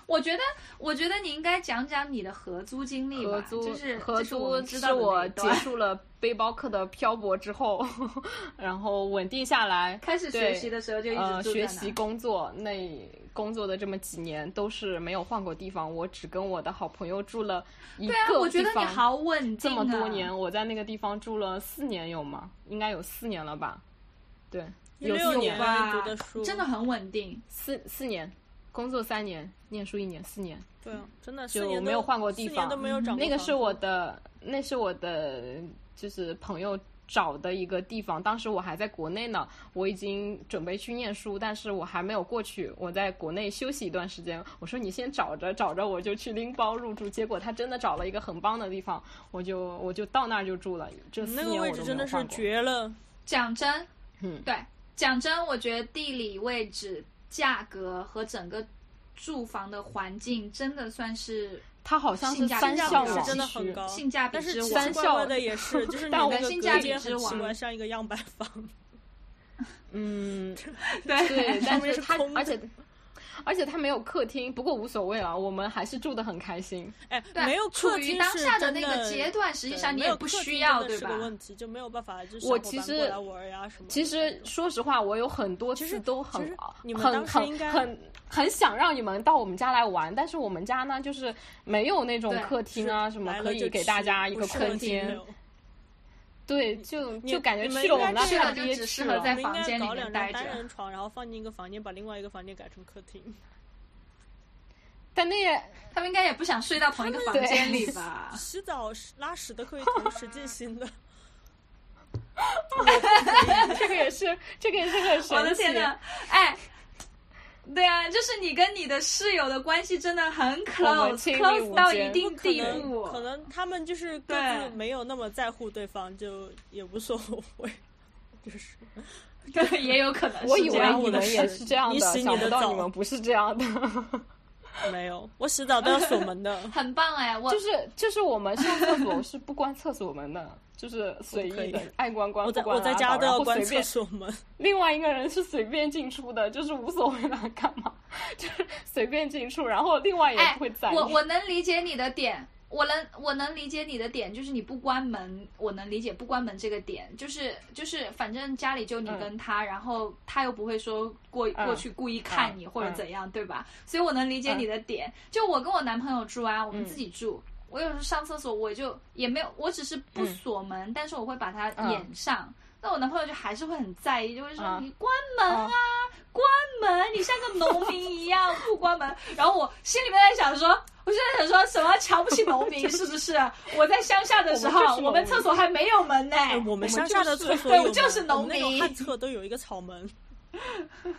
[SPEAKER 4] 我觉得，我觉得你应该讲讲你的合租经历吧，
[SPEAKER 2] 合租
[SPEAKER 4] 就是
[SPEAKER 2] 合
[SPEAKER 4] 就是我们
[SPEAKER 2] 租
[SPEAKER 4] 知道的那
[SPEAKER 2] 我
[SPEAKER 4] 一
[SPEAKER 2] 结
[SPEAKER 4] 段
[SPEAKER 2] 束了背包客的漂泊之后，然后稳定下来，
[SPEAKER 4] 开始学
[SPEAKER 2] 对
[SPEAKER 4] 习的时 候就一
[SPEAKER 2] 呃
[SPEAKER 4] 直住在
[SPEAKER 2] 学
[SPEAKER 4] 那
[SPEAKER 2] 习工作那工作的这么几年都是没有换过地方，我只跟我的好朋友住了一个
[SPEAKER 4] 对啊，我觉得
[SPEAKER 2] 地
[SPEAKER 4] 你
[SPEAKER 2] 方
[SPEAKER 4] 好稳
[SPEAKER 2] 这
[SPEAKER 4] 定、啊，
[SPEAKER 2] 么多年，我在那个地方住了四年有吗？应该有四年了吧？对，有
[SPEAKER 3] 六
[SPEAKER 2] 四
[SPEAKER 3] 年
[SPEAKER 2] 年，
[SPEAKER 3] 吧
[SPEAKER 4] 哇，
[SPEAKER 3] 读的书
[SPEAKER 4] 真的很稳定。
[SPEAKER 2] 四四年，工作三年，念书一年，四年。
[SPEAKER 3] 对啊，真的
[SPEAKER 2] 就
[SPEAKER 3] 四年都
[SPEAKER 2] 没有换过地
[SPEAKER 3] 四年
[SPEAKER 2] 方嗯
[SPEAKER 3] 都没有找过
[SPEAKER 2] 那个
[SPEAKER 3] 房
[SPEAKER 2] 是
[SPEAKER 3] 子
[SPEAKER 2] 我的，那是我的，就是朋友找的一个地方。当时我还在国内呢，我已经准备去念书，但是我还没有过去，我在国内休息一段时间。我说你先找着，找着我就去拎包入住。结果他真的找了一个很棒的地方，我就我就到那儿就住了。这
[SPEAKER 3] 嗯那
[SPEAKER 2] 四
[SPEAKER 3] 个
[SPEAKER 2] 年
[SPEAKER 3] 位
[SPEAKER 2] 我
[SPEAKER 3] 置
[SPEAKER 2] 都
[SPEAKER 3] 真的
[SPEAKER 2] 没有
[SPEAKER 3] 是
[SPEAKER 2] 换过。
[SPEAKER 3] 绝了。
[SPEAKER 4] 讲真，
[SPEAKER 2] 嗯
[SPEAKER 4] 对，讲真，我觉得地理位置、价格和整个住房的环境，真的算是
[SPEAKER 2] 它好像是
[SPEAKER 4] 性价比
[SPEAKER 2] 三
[SPEAKER 4] 上
[SPEAKER 2] 校
[SPEAKER 4] 是
[SPEAKER 2] 网
[SPEAKER 4] 真
[SPEAKER 3] 的
[SPEAKER 2] 区
[SPEAKER 3] 很高
[SPEAKER 4] 性价比
[SPEAKER 3] 但是
[SPEAKER 4] 之
[SPEAKER 3] 奇奇
[SPEAKER 4] 王
[SPEAKER 2] 三。
[SPEAKER 3] 怪
[SPEAKER 2] 校
[SPEAKER 3] 怪的也是，就是你
[SPEAKER 2] 但我
[SPEAKER 3] 那个
[SPEAKER 4] 性价
[SPEAKER 3] 隔
[SPEAKER 4] 比
[SPEAKER 3] 间
[SPEAKER 4] 之
[SPEAKER 3] 很奇
[SPEAKER 4] 王
[SPEAKER 3] 怪，像一个样板房。
[SPEAKER 2] 嗯，
[SPEAKER 4] 对
[SPEAKER 2] 对，但
[SPEAKER 3] 面
[SPEAKER 2] 是
[SPEAKER 3] 是
[SPEAKER 2] 它
[SPEAKER 3] 空
[SPEAKER 2] 而
[SPEAKER 3] 的
[SPEAKER 2] 且而且它没有客厅，不过无所谓了，我们还是住得很开心。
[SPEAKER 3] 哎，
[SPEAKER 1] 对
[SPEAKER 3] 没有
[SPEAKER 1] 处
[SPEAKER 3] 客
[SPEAKER 1] 于
[SPEAKER 3] 厅
[SPEAKER 1] 当
[SPEAKER 3] 是
[SPEAKER 1] 下的
[SPEAKER 3] 真
[SPEAKER 1] 那个阶段，实际
[SPEAKER 3] 对
[SPEAKER 1] 上你
[SPEAKER 3] 没
[SPEAKER 1] 也
[SPEAKER 3] 有
[SPEAKER 1] 不
[SPEAKER 3] 客厅
[SPEAKER 1] 需
[SPEAKER 3] 真
[SPEAKER 1] 要，
[SPEAKER 3] 的
[SPEAKER 1] 对
[SPEAKER 3] 是
[SPEAKER 1] 吧
[SPEAKER 3] 个？问题就没有办法，就是小
[SPEAKER 2] 我
[SPEAKER 3] 伙
[SPEAKER 2] 其
[SPEAKER 3] 伴
[SPEAKER 2] 实
[SPEAKER 3] 过来玩呀什么的。
[SPEAKER 2] 其实说实话，我有很多
[SPEAKER 3] 其实
[SPEAKER 2] 次都很啊
[SPEAKER 3] 其实你们
[SPEAKER 2] 很
[SPEAKER 3] 当时应
[SPEAKER 2] 很
[SPEAKER 3] 该
[SPEAKER 2] 很很想让你们到我们家来玩，但是我们家呢就是没有那种
[SPEAKER 1] 对
[SPEAKER 2] 客厅啊什么
[SPEAKER 3] 来了
[SPEAKER 2] 可
[SPEAKER 3] 就
[SPEAKER 2] 以给
[SPEAKER 3] 吃
[SPEAKER 2] 大家一
[SPEAKER 3] 不
[SPEAKER 2] 个
[SPEAKER 3] 适合
[SPEAKER 2] 空
[SPEAKER 3] 停
[SPEAKER 2] 间
[SPEAKER 3] 留。嗯
[SPEAKER 2] 对，就
[SPEAKER 3] 你
[SPEAKER 2] 就感觉
[SPEAKER 3] 你们
[SPEAKER 2] 去了
[SPEAKER 3] 应
[SPEAKER 2] 我
[SPEAKER 3] 该
[SPEAKER 2] 们那
[SPEAKER 3] 这
[SPEAKER 2] 太
[SPEAKER 3] 样
[SPEAKER 1] 就
[SPEAKER 2] 憋
[SPEAKER 1] 只
[SPEAKER 2] 屈
[SPEAKER 1] 适合
[SPEAKER 2] 了。
[SPEAKER 1] 在
[SPEAKER 3] 我们
[SPEAKER 1] 房
[SPEAKER 3] 应该
[SPEAKER 1] 间里
[SPEAKER 3] 搞
[SPEAKER 1] 面
[SPEAKER 3] 两
[SPEAKER 1] 待
[SPEAKER 3] 张单
[SPEAKER 1] 着
[SPEAKER 3] 人床，然后放进一个房间，把另外一个房间改成客厅。？
[SPEAKER 2] 但那也
[SPEAKER 1] 他们应该也不想睡到同一个房
[SPEAKER 2] 对
[SPEAKER 1] 间里吧
[SPEAKER 3] 洗澡是拉屎都可以同时进 行的。
[SPEAKER 2] 这个也是这个也是很神奇。
[SPEAKER 1] 我的天呐，哎，对啊，就是你跟你的室友的关系真的很
[SPEAKER 2] 我们
[SPEAKER 1] close，close
[SPEAKER 2] 亲密无
[SPEAKER 1] 到
[SPEAKER 2] 间
[SPEAKER 1] 一定
[SPEAKER 3] 可
[SPEAKER 1] 地
[SPEAKER 3] 能
[SPEAKER 1] 步。
[SPEAKER 3] 可能他们就是各
[SPEAKER 1] 对
[SPEAKER 3] 自没有那么在乎对方，就也无所谓。就是
[SPEAKER 1] 对，也有可能
[SPEAKER 2] 我
[SPEAKER 1] 是
[SPEAKER 2] 以
[SPEAKER 1] 这
[SPEAKER 2] 为
[SPEAKER 1] 样。
[SPEAKER 2] 你
[SPEAKER 3] 我的
[SPEAKER 2] 们也
[SPEAKER 3] 事
[SPEAKER 2] 是这样
[SPEAKER 3] 你
[SPEAKER 2] 的，
[SPEAKER 3] 洗你
[SPEAKER 2] 想
[SPEAKER 3] 的
[SPEAKER 2] 不到你
[SPEAKER 3] 澡
[SPEAKER 2] 们不是这 样的。
[SPEAKER 3] 没有，我洗澡都要锁门的
[SPEAKER 1] 很棒哎，我
[SPEAKER 2] 就是就是我们上厕所是不关厕所门的，就是随
[SPEAKER 3] 我不可
[SPEAKER 2] 意
[SPEAKER 3] 以
[SPEAKER 2] 的，爱关关
[SPEAKER 3] 我
[SPEAKER 2] 不
[SPEAKER 3] 在
[SPEAKER 2] 关
[SPEAKER 3] 我在
[SPEAKER 2] 拉
[SPEAKER 3] 家
[SPEAKER 2] 倒
[SPEAKER 3] 都
[SPEAKER 2] 然
[SPEAKER 3] 要
[SPEAKER 2] 后
[SPEAKER 3] 关
[SPEAKER 2] 随
[SPEAKER 3] 厕
[SPEAKER 2] 便
[SPEAKER 3] 所门，
[SPEAKER 2] 另外一个人是随便进出的， 就是无所谓他干嘛， 就是随便进出，然后另外也
[SPEAKER 1] 哎
[SPEAKER 2] 不会在意。
[SPEAKER 1] 我我能理解你的点，我能我能理解你的点，就是你不关门，我能理解不关门这个点，就是就是反正家里就你跟他，然后他又不会说过、
[SPEAKER 2] 嗯
[SPEAKER 1] 过去故意看你
[SPEAKER 2] 嗯
[SPEAKER 1] 或者怎样，对吧？所以我能理解你的点。就我跟我男朋友住啊，
[SPEAKER 2] 嗯
[SPEAKER 1] 我们自己住。我有时候上厕所，我就也没有，我只是不
[SPEAKER 2] 嗯
[SPEAKER 1] 锁门，但是我会把它
[SPEAKER 2] 嗯
[SPEAKER 1] 掩上。那我男朋友就还是会很在意，就会说、
[SPEAKER 2] 啊
[SPEAKER 1] 你关门啊，关门，你像个农民一样不关门。 然后我心里面在想说，我就在想说什么瞧不起农民 是不是？我在乡下的时
[SPEAKER 2] 我们就
[SPEAKER 1] 候，
[SPEAKER 2] 是农民
[SPEAKER 1] 我们厕所还没有门呢
[SPEAKER 3] 哎。我们乡下的厕所
[SPEAKER 1] 对
[SPEAKER 3] 有
[SPEAKER 1] 我就是
[SPEAKER 3] 门
[SPEAKER 1] 农
[SPEAKER 3] 我们那种
[SPEAKER 1] 民
[SPEAKER 3] 旱厕都有一个草门。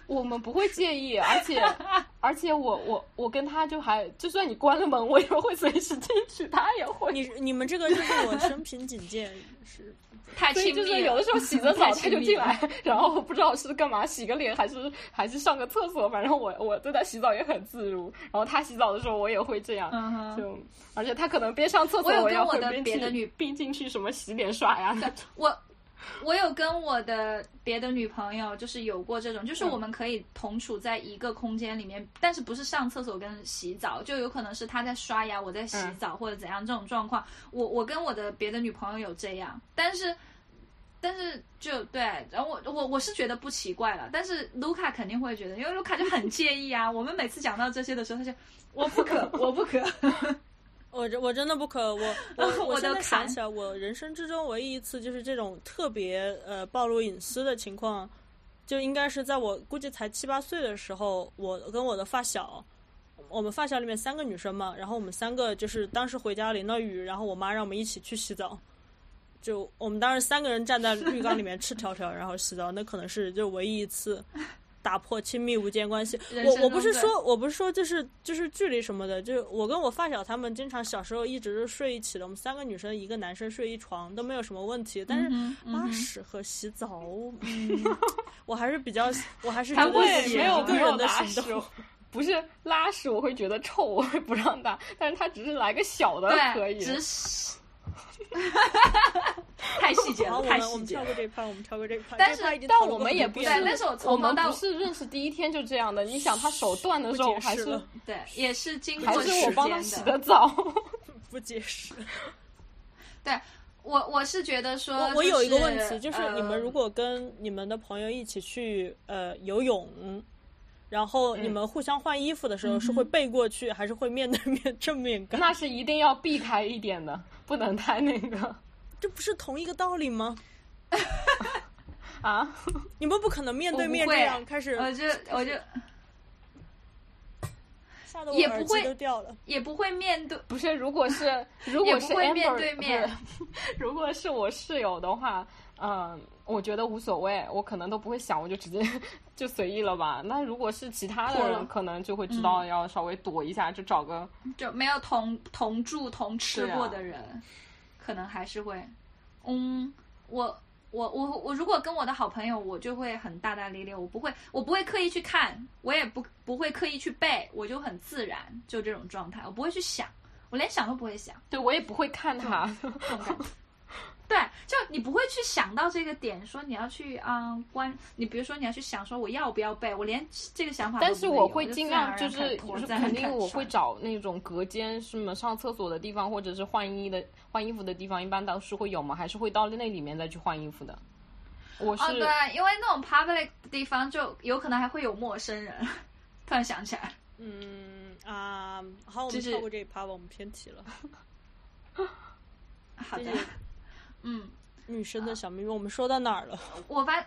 [SPEAKER 2] 我们不会介意，而且 而且我我我跟他就还，就算你关了门，我也会随时进去，他也 会。
[SPEAKER 3] 你你们这个就是我生平仅见， 是
[SPEAKER 1] 太
[SPEAKER 2] 所以
[SPEAKER 1] 亲
[SPEAKER 2] 就
[SPEAKER 1] 密
[SPEAKER 2] 是有
[SPEAKER 1] 了嗯
[SPEAKER 2] 的。时候洗着澡
[SPEAKER 1] 太
[SPEAKER 2] 他
[SPEAKER 1] 亲密
[SPEAKER 2] 就 进来，然后我不知道是干嘛，洗个脸 还是还是上个厕所，反正我我对他洗澡也很自如，然后他洗澡的时候我也会这样，
[SPEAKER 1] 嗯哼
[SPEAKER 2] 就而且他可能边上厕
[SPEAKER 1] 我
[SPEAKER 2] 所
[SPEAKER 1] 有跟
[SPEAKER 2] 要
[SPEAKER 1] 我
[SPEAKER 2] 会
[SPEAKER 1] 的
[SPEAKER 2] 边
[SPEAKER 1] 别
[SPEAKER 2] 去
[SPEAKER 1] 的女
[SPEAKER 2] 并进去什么洗脸刷呀，
[SPEAKER 1] 我我有跟我的别的女朋友就是有过这种，就是
[SPEAKER 2] 嗯
[SPEAKER 1] 我们可以同处在一个空间里面，但是不是上厕所跟洗澡，就有可能是她在刷牙，我在洗
[SPEAKER 2] 嗯
[SPEAKER 1] 澡、或者怎样这种状况。我我跟我的别的女朋友有这样，但是。但是就对，然后我我我是觉得不奇怪了，但是卢卡肯定会觉得，因为卢卡就很介意啊。我们每次讲到这些的时候，他就我不可，我不可。
[SPEAKER 3] 我真我真的不可， 我
[SPEAKER 1] 我
[SPEAKER 3] 我我
[SPEAKER 1] 都
[SPEAKER 3] 现在想
[SPEAKER 1] 看
[SPEAKER 3] 起来，我人生之中唯一一次就是这种特别呃暴露隐私的情况，就应该是在我估计才七八岁的时候，我跟我的发小，我们发小里面三个女生嘛，然后我们三个就是当时回家淋了雨，然后我妈让我们一起去洗澡，就我们当时三个人站在浴缸里面赤条条，然后洗澡，那可能是就唯一一 次打破亲密无间关系。
[SPEAKER 1] 人
[SPEAKER 3] 我
[SPEAKER 1] 生
[SPEAKER 3] 我不是
[SPEAKER 1] 中的
[SPEAKER 3] 说我不是说就是就是距离什么的，就是我跟我发小他们经常小时候一直是睡一起的，我们三个女生一个男生睡一床都没有什么问题，但是
[SPEAKER 1] 嗯哼
[SPEAKER 3] 拉
[SPEAKER 1] 嗯哼
[SPEAKER 3] 屎和洗 澡，嗯，我还是比较我还是
[SPEAKER 1] 还
[SPEAKER 3] 觉得
[SPEAKER 1] 会
[SPEAKER 3] 这是
[SPEAKER 1] 洗
[SPEAKER 2] 没有
[SPEAKER 3] 一个
[SPEAKER 2] 没有
[SPEAKER 3] 人的
[SPEAKER 2] 拉
[SPEAKER 3] 行
[SPEAKER 2] 屎
[SPEAKER 3] 动。。
[SPEAKER 2] 不是拉屎，我会觉得臭，我会不让他。但是他只是来个小的 可
[SPEAKER 1] 对，
[SPEAKER 2] 以，
[SPEAKER 1] 只是 太细节
[SPEAKER 3] 好，
[SPEAKER 1] 了，
[SPEAKER 3] 我
[SPEAKER 1] 太
[SPEAKER 3] 们我
[SPEAKER 1] 细
[SPEAKER 3] 们
[SPEAKER 1] 节
[SPEAKER 3] 跳
[SPEAKER 1] 了。
[SPEAKER 3] 过这一趴，我们跳过这一趴。
[SPEAKER 1] 但是
[SPEAKER 3] 这一趴已经
[SPEAKER 2] 但
[SPEAKER 3] 讨论
[SPEAKER 2] 我
[SPEAKER 3] 过
[SPEAKER 2] 们
[SPEAKER 3] 很
[SPEAKER 2] 也
[SPEAKER 3] 多
[SPEAKER 2] 不
[SPEAKER 3] 遍
[SPEAKER 2] 是，
[SPEAKER 1] 对
[SPEAKER 3] 了
[SPEAKER 1] 但是我从
[SPEAKER 2] 我
[SPEAKER 1] 头
[SPEAKER 2] 们
[SPEAKER 1] 到
[SPEAKER 2] 不是认识第一天就这样的。你想他手断的时候，
[SPEAKER 3] 不解释
[SPEAKER 2] 还是
[SPEAKER 3] 了
[SPEAKER 1] 对，也是经
[SPEAKER 2] 还
[SPEAKER 1] 过时
[SPEAKER 2] 是我
[SPEAKER 1] 间
[SPEAKER 2] 帮他洗
[SPEAKER 1] 的。
[SPEAKER 2] 的澡。
[SPEAKER 3] 不解释。
[SPEAKER 1] 对，我我是觉得说、
[SPEAKER 3] 我我有一个问题，就是你们
[SPEAKER 1] 呃
[SPEAKER 3] 如果跟你们的朋友一起去呃游泳，然后你们互相换衣服的时候，是会背过去，还是会面对面 正面干？
[SPEAKER 2] 那是一定要避开一点的，不能太那个
[SPEAKER 3] 这不是同一个道理吗？
[SPEAKER 2] 啊。
[SPEAKER 3] 你们不可能面对面
[SPEAKER 1] 我不
[SPEAKER 3] 这
[SPEAKER 1] 会呃
[SPEAKER 3] 样开始，
[SPEAKER 1] 我就我就
[SPEAKER 3] 吓得我
[SPEAKER 1] 也不
[SPEAKER 3] 耳
[SPEAKER 1] 会啊
[SPEAKER 3] 机都掉了。
[SPEAKER 1] 也不会面对，
[SPEAKER 2] 不是，如果是如果
[SPEAKER 1] 也不
[SPEAKER 2] 是
[SPEAKER 1] 会
[SPEAKER 2] Amber,
[SPEAKER 1] 面对面
[SPEAKER 2] 不是 如果是我室友的话，嗯，我觉得无所谓，我可能都不会想，我就直接 就随意了吧。那如果是其他
[SPEAKER 1] 妥
[SPEAKER 2] 的
[SPEAKER 1] 了
[SPEAKER 2] 人，可能就会
[SPEAKER 1] 嗯
[SPEAKER 2] 知道要稍微躲一下，就找个
[SPEAKER 1] 就没有同同住同吃
[SPEAKER 2] 对啊
[SPEAKER 1] 过的人，可能还是会，嗯，我。我我我如果跟我的好朋友，我就会很大大咧咧，我不会我不会刻意去看，我也不不会刻意去背，我就很自然，就这种状态，我不会去想，我连想都不会想。
[SPEAKER 2] 对我也不会看他，
[SPEAKER 1] 这种感觉。对，就你不会去想到这个点，说你要去嗯关，你比如说你要去想说我要不要背，我连这个想法都没有。
[SPEAKER 2] 但是我会尽量
[SPEAKER 1] 就啊
[SPEAKER 2] 就
[SPEAKER 1] 自然而然开
[SPEAKER 2] 是
[SPEAKER 1] 脱
[SPEAKER 2] 就是
[SPEAKER 1] 自然而
[SPEAKER 2] 肯定
[SPEAKER 1] 然
[SPEAKER 2] 我会
[SPEAKER 1] 穿
[SPEAKER 2] 找那种隔间什么上厕所的地方，或者是换衣的换衣服的地方，一般都是会有嘛，还是会到那里面再去换衣服的。我是、
[SPEAKER 1] 哦，对，因为那种 public 的地方就有可能还会有陌生人。 突然想起来，
[SPEAKER 3] 嗯啊，好，我
[SPEAKER 1] 就
[SPEAKER 3] 们
[SPEAKER 1] 是
[SPEAKER 3] 跳过这一趴吧，我们偏题了。
[SPEAKER 1] 好的
[SPEAKER 3] 这是，
[SPEAKER 1] 嗯，
[SPEAKER 3] 女生的小秘密，我们说到哪儿了？
[SPEAKER 1] 我发，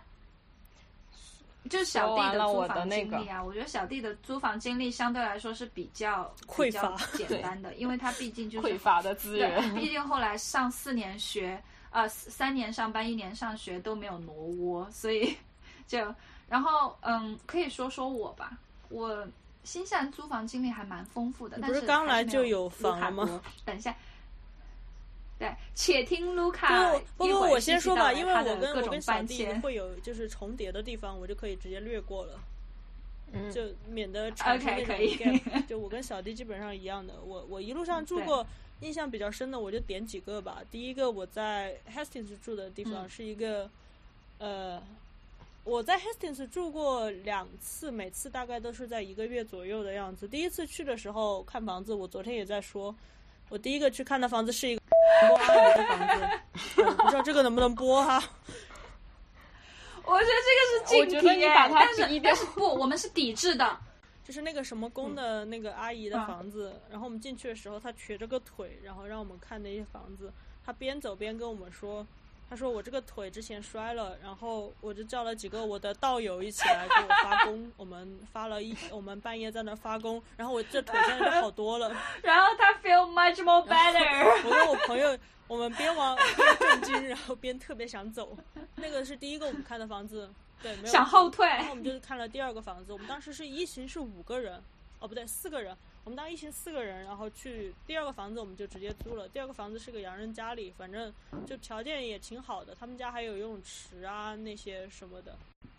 [SPEAKER 1] 就是小
[SPEAKER 2] 说
[SPEAKER 1] 弟
[SPEAKER 2] 完
[SPEAKER 1] 的
[SPEAKER 2] 了
[SPEAKER 1] 租
[SPEAKER 2] 我的
[SPEAKER 1] 房
[SPEAKER 2] 那
[SPEAKER 1] 经历啊，我觉得小弟的租房经历相对来说是比较
[SPEAKER 3] 匮乏
[SPEAKER 1] 比较简单的，因为他毕竟就是
[SPEAKER 2] 匮乏的资
[SPEAKER 1] 对，毕
[SPEAKER 2] 源。
[SPEAKER 1] 竟后来上四年学，呃，四三年上班，一年上学都没有挪窝，所以 就，然后嗯，可以说说我吧，我新西兰租房经历还蛮丰富的，
[SPEAKER 3] 你
[SPEAKER 1] 但
[SPEAKER 3] 不是
[SPEAKER 1] 是
[SPEAKER 3] 刚
[SPEAKER 1] 还
[SPEAKER 3] 来
[SPEAKER 1] 没
[SPEAKER 3] 就
[SPEAKER 1] 有
[SPEAKER 3] 有
[SPEAKER 1] 卢
[SPEAKER 3] 房
[SPEAKER 1] 卡
[SPEAKER 3] 了吗
[SPEAKER 1] 多？等一下。对，且听卢卡
[SPEAKER 3] 不不
[SPEAKER 1] 一
[SPEAKER 3] 不，
[SPEAKER 1] 会儿
[SPEAKER 3] 我
[SPEAKER 1] 细
[SPEAKER 3] 先
[SPEAKER 1] 细
[SPEAKER 3] 说
[SPEAKER 1] 道
[SPEAKER 3] 吧，
[SPEAKER 1] 来
[SPEAKER 3] 因为
[SPEAKER 1] 他
[SPEAKER 3] 我
[SPEAKER 1] 的
[SPEAKER 3] 跟
[SPEAKER 1] 各
[SPEAKER 3] 我
[SPEAKER 1] 种
[SPEAKER 3] 跟小
[SPEAKER 1] 搬
[SPEAKER 3] 弟
[SPEAKER 1] 迁
[SPEAKER 3] 会有就是重叠的地方，我就可以直接略过了，
[SPEAKER 2] 嗯
[SPEAKER 3] 就免得产生
[SPEAKER 1] OK，
[SPEAKER 3] 那种
[SPEAKER 1] 可以
[SPEAKER 3] gap。就我跟小弟基本上一样的，我我一路上住
[SPEAKER 1] 对
[SPEAKER 3] 过，印象比较深的我就点几个吧。第一个我在 Hastings 住的地方
[SPEAKER 1] 嗯
[SPEAKER 3] 是一个，呃。我在 Hastings 住过两次，每次大概都是在一个月左右的样子。第一次去的时候看房子，我昨天也在说，我第一个去看的房子是一个 公安的房子，我不知道这个能不能播啊？
[SPEAKER 1] 我觉得这个是
[SPEAKER 2] 我
[SPEAKER 1] 禁
[SPEAKER 2] 觉
[SPEAKER 1] 题
[SPEAKER 2] 得
[SPEAKER 1] 耶，
[SPEAKER 2] 你把它
[SPEAKER 1] 但是
[SPEAKER 2] 逼掉
[SPEAKER 1] 但是不，我们是抵制的。
[SPEAKER 3] 就是那个什么宫的那个阿姨的
[SPEAKER 1] 嗯
[SPEAKER 3] 房子，然后我们进去的时候，她瘸着个腿，然后让我们看那些房子。她边走边跟我们说，她说我这个腿之前摔了，然后我就叫了几个我的道友一起来给我发功，我们发了一，我们半夜在那发功，然后我这腿现在就好多了。
[SPEAKER 1] 然后他 feel much more better。
[SPEAKER 3] 我跟我朋友，我们边玩边震惊，然后边特别想走。那个是第一个我们看的房子，对，没有
[SPEAKER 1] 想后退
[SPEAKER 3] 然后我们就是看了第二个房子，我们当时是一行是五个人，哦不对，四个人。我们当时一行四个人，然后去第二个房子，我们就直接租了。第二个房子是个洋人家里，反正就条件也挺好的，他们家还有游泳池啊那些什么的。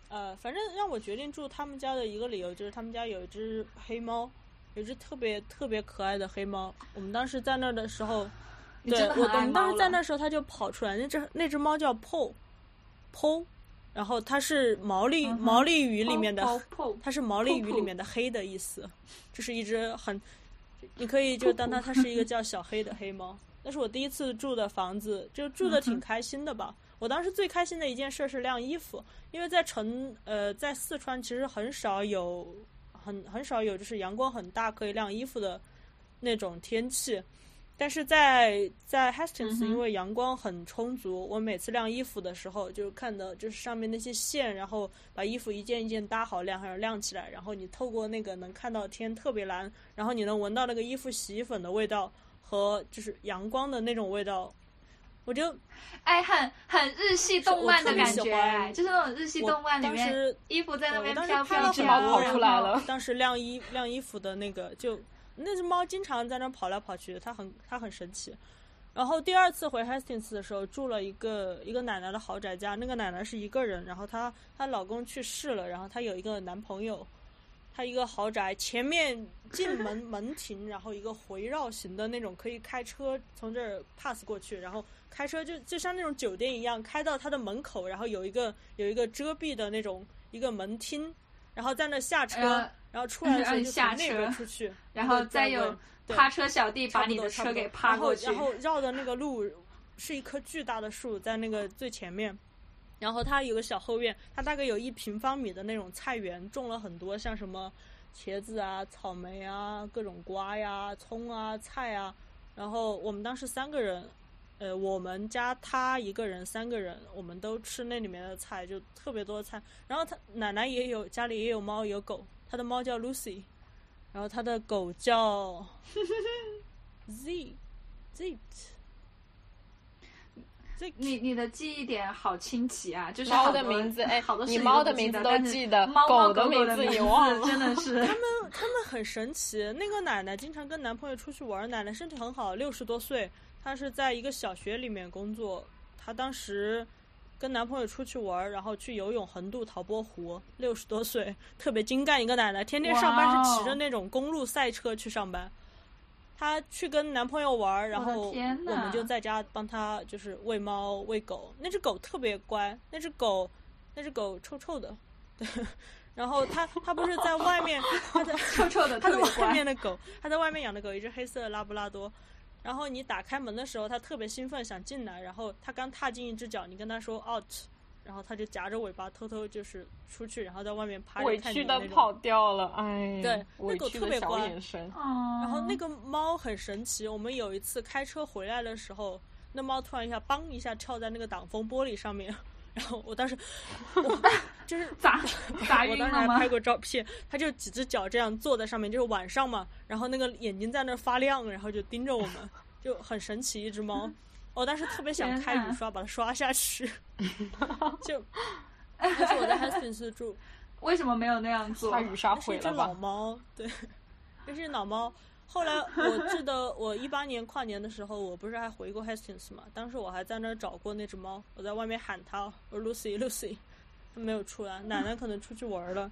[SPEAKER 3] 呃，反正让我决定住他们家的一个理由就是他们家有一只黑猫，有一只特别特别可爱的黑猫。我们当时在那儿的时候，
[SPEAKER 1] 你
[SPEAKER 3] 对
[SPEAKER 1] 真的
[SPEAKER 3] 我
[SPEAKER 1] 很
[SPEAKER 3] 我
[SPEAKER 1] 爱
[SPEAKER 3] 们当
[SPEAKER 1] 猫
[SPEAKER 3] 时在那
[SPEAKER 1] 了。
[SPEAKER 3] 时候它就跑出来，那只那只猫叫 Po Po，然后它是毛利、
[SPEAKER 1] 嗯哼
[SPEAKER 3] 毛利语里面的
[SPEAKER 1] Po- po- po
[SPEAKER 3] 它是毛利语
[SPEAKER 1] 噗噗
[SPEAKER 3] 里面的黑的意思，这是一只很，你可以就当它它是一个叫小黑的黑猫。那是我第一次住的房子，就住的
[SPEAKER 1] 嗯
[SPEAKER 3] 挺开心的吧。我当时最开心的一件事是晾衣服，因为在成呃在四川其实很少有很很少有就是阳光很大可以晾衣服的那种天气，但是在在 Hastings，、因为阳光很充足，我每次晾衣服的时候，就是看到就是上面那些线，然后把衣服一件一件搭好晾，还有晾起来，然后你透过那个能看到天特别蓝，然后你能闻到那个衣服洗衣粉的味道和就是阳光的那种味道，我就
[SPEAKER 1] 哎，很很日系动漫的感
[SPEAKER 3] 我
[SPEAKER 1] 觉，
[SPEAKER 3] 特别喜欢
[SPEAKER 1] 哎就是那种日系
[SPEAKER 3] 我
[SPEAKER 1] 动漫里
[SPEAKER 3] 当
[SPEAKER 1] 面
[SPEAKER 3] 时
[SPEAKER 1] 衣服在那
[SPEAKER 3] 对我
[SPEAKER 1] 边
[SPEAKER 3] 当时
[SPEAKER 1] 飘
[SPEAKER 3] 看到
[SPEAKER 1] 飘
[SPEAKER 2] 只猫
[SPEAKER 1] 飘，
[SPEAKER 2] 跑出来
[SPEAKER 1] 然后
[SPEAKER 2] 了。
[SPEAKER 3] 当时晾衣晾衣服的那个，就那只猫经常在那跑来跑去的，它很它很神奇。然后第二次回 Hastings 的时候，住了一个一个奶奶的豪宅家，那个奶奶是一个人，然后她她老公去世了，然后她有一个男朋友，她一个豪宅前面进门门庭，然后一个回绕型的那种，可以开车从这儿 pass 过去，然后开车就就像那种酒店一样，开到她的门口，然后有一个有一个遮蔽的那种一个门厅，然后在那下车，
[SPEAKER 1] 哎呀
[SPEAKER 3] 然后出来的时候
[SPEAKER 1] 让你
[SPEAKER 3] 就
[SPEAKER 1] 下
[SPEAKER 3] 从那边
[SPEAKER 1] 车
[SPEAKER 3] 出去，
[SPEAKER 1] 然后
[SPEAKER 3] 对
[SPEAKER 1] 再
[SPEAKER 3] 对
[SPEAKER 1] 有
[SPEAKER 3] 对
[SPEAKER 1] 趴车小弟
[SPEAKER 3] 差
[SPEAKER 1] 把
[SPEAKER 3] 不
[SPEAKER 1] 你
[SPEAKER 3] 多
[SPEAKER 1] 的
[SPEAKER 3] 差不
[SPEAKER 1] 车
[SPEAKER 3] 多
[SPEAKER 1] 给趴过去
[SPEAKER 3] 然。后然后绕的那个路是一棵巨大的树，在那个最前面。然后它有个小后院，它大概有一平方米的那种菜园，种了很多像什么茄子啊、草莓啊、各种瓜呀、葱啊、菜啊。然后我们当时三个人，呃，我们加他一个人，三个人，我们都吃那里面的菜，就特别多菜。然后他奶奶也有，家里也有猫有狗，他的猫叫 Lucy，然后他的狗叫 Z Z Z，
[SPEAKER 1] 你你的记忆点好清奇啊，就是
[SPEAKER 2] 猫
[SPEAKER 1] 好
[SPEAKER 2] 的
[SPEAKER 1] 多
[SPEAKER 2] 名字哎
[SPEAKER 1] 好多事
[SPEAKER 2] 你
[SPEAKER 1] 情
[SPEAKER 2] 猫
[SPEAKER 1] 都
[SPEAKER 2] 的
[SPEAKER 1] 不
[SPEAKER 2] 名字
[SPEAKER 1] 得
[SPEAKER 2] 都
[SPEAKER 1] 但是
[SPEAKER 2] 记得
[SPEAKER 1] 猫
[SPEAKER 2] 狗
[SPEAKER 1] 猫
[SPEAKER 2] 的
[SPEAKER 1] 狗
[SPEAKER 2] 名
[SPEAKER 1] 的
[SPEAKER 2] 字
[SPEAKER 1] 名
[SPEAKER 2] 也忘
[SPEAKER 3] 啊
[SPEAKER 1] 字
[SPEAKER 2] 了
[SPEAKER 1] 真的 是。
[SPEAKER 3] 他们很神奇。那个奶奶经常跟男朋友出去玩，奶奶身体很好，六十多岁，她是在一个小学里面工作。她当时跟男朋友出去玩，然后去游泳横渡陶波湖，六十多岁，特别精干一个奶奶，天天上班
[SPEAKER 1] 哇
[SPEAKER 3] 是
[SPEAKER 1] 哦
[SPEAKER 3] 骑着那种公路赛车去上班。她去跟男朋友玩，然后
[SPEAKER 4] 我的天
[SPEAKER 3] 我
[SPEAKER 4] 呐
[SPEAKER 3] 们就在家帮她就是喂猫喂狗。那只狗特别乖，那只狗那只狗臭臭的，对。然后她她不是在外 面，她在
[SPEAKER 4] 臭臭的，
[SPEAKER 3] 他
[SPEAKER 4] 特
[SPEAKER 3] 在
[SPEAKER 4] 别
[SPEAKER 3] 外
[SPEAKER 4] 乖
[SPEAKER 3] 面。的狗，他在外面养的狗，一只黑色的拉布拉多。然后你打开门的时候，它特别兴奋想进来，然后它刚踏进一只脚，你跟它说 out，然后它就夹着尾巴偷偷就是出去，然后在外面趴着
[SPEAKER 2] 委
[SPEAKER 3] 看你
[SPEAKER 2] 屈
[SPEAKER 3] 的
[SPEAKER 2] 的
[SPEAKER 3] 那种
[SPEAKER 2] 跑。掉了，哎，
[SPEAKER 3] 对那
[SPEAKER 2] 委
[SPEAKER 3] 狗
[SPEAKER 2] 屈
[SPEAKER 3] 特别
[SPEAKER 2] 的小
[SPEAKER 3] 乖啊
[SPEAKER 2] 眼神，
[SPEAKER 4] 哦，
[SPEAKER 3] 然后那个猫很神奇，我们有一次开车回来的时候，那猫突然一下邦一下跳在那个挡风玻璃上面，然后我当时我 就是
[SPEAKER 4] 砸 砸
[SPEAKER 3] 我
[SPEAKER 4] 晕
[SPEAKER 3] 当时
[SPEAKER 4] 了
[SPEAKER 3] 还
[SPEAKER 4] 吗
[SPEAKER 3] 拍？过照片，它就几只脚这样坐在上面，就是晚上嘛，然后那个眼睛在那儿发亮，然后就盯着我 们，就很神奇一只猫。我当时特别想
[SPEAKER 4] 天
[SPEAKER 3] 开
[SPEAKER 4] 呐
[SPEAKER 3] 雨刷把它刷 下去，就那是我在 Hastings 住，
[SPEAKER 4] 为什么没有那样做
[SPEAKER 2] 把？雨刷
[SPEAKER 3] 那是
[SPEAKER 2] 毁
[SPEAKER 3] 一只
[SPEAKER 2] 了
[SPEAKER 3] 老
[SPEAKER 2] 吧？
[SPEAKER 3] 猫，对，那是老猫。后来我记得我一八年跨年的时候，我不是还回过 Hastings 嘛？当时我还在那儿找过那只猫，我在外面喊它，我说 Lucy Lucy，它没有出来，奶奶可能出去玩儿了。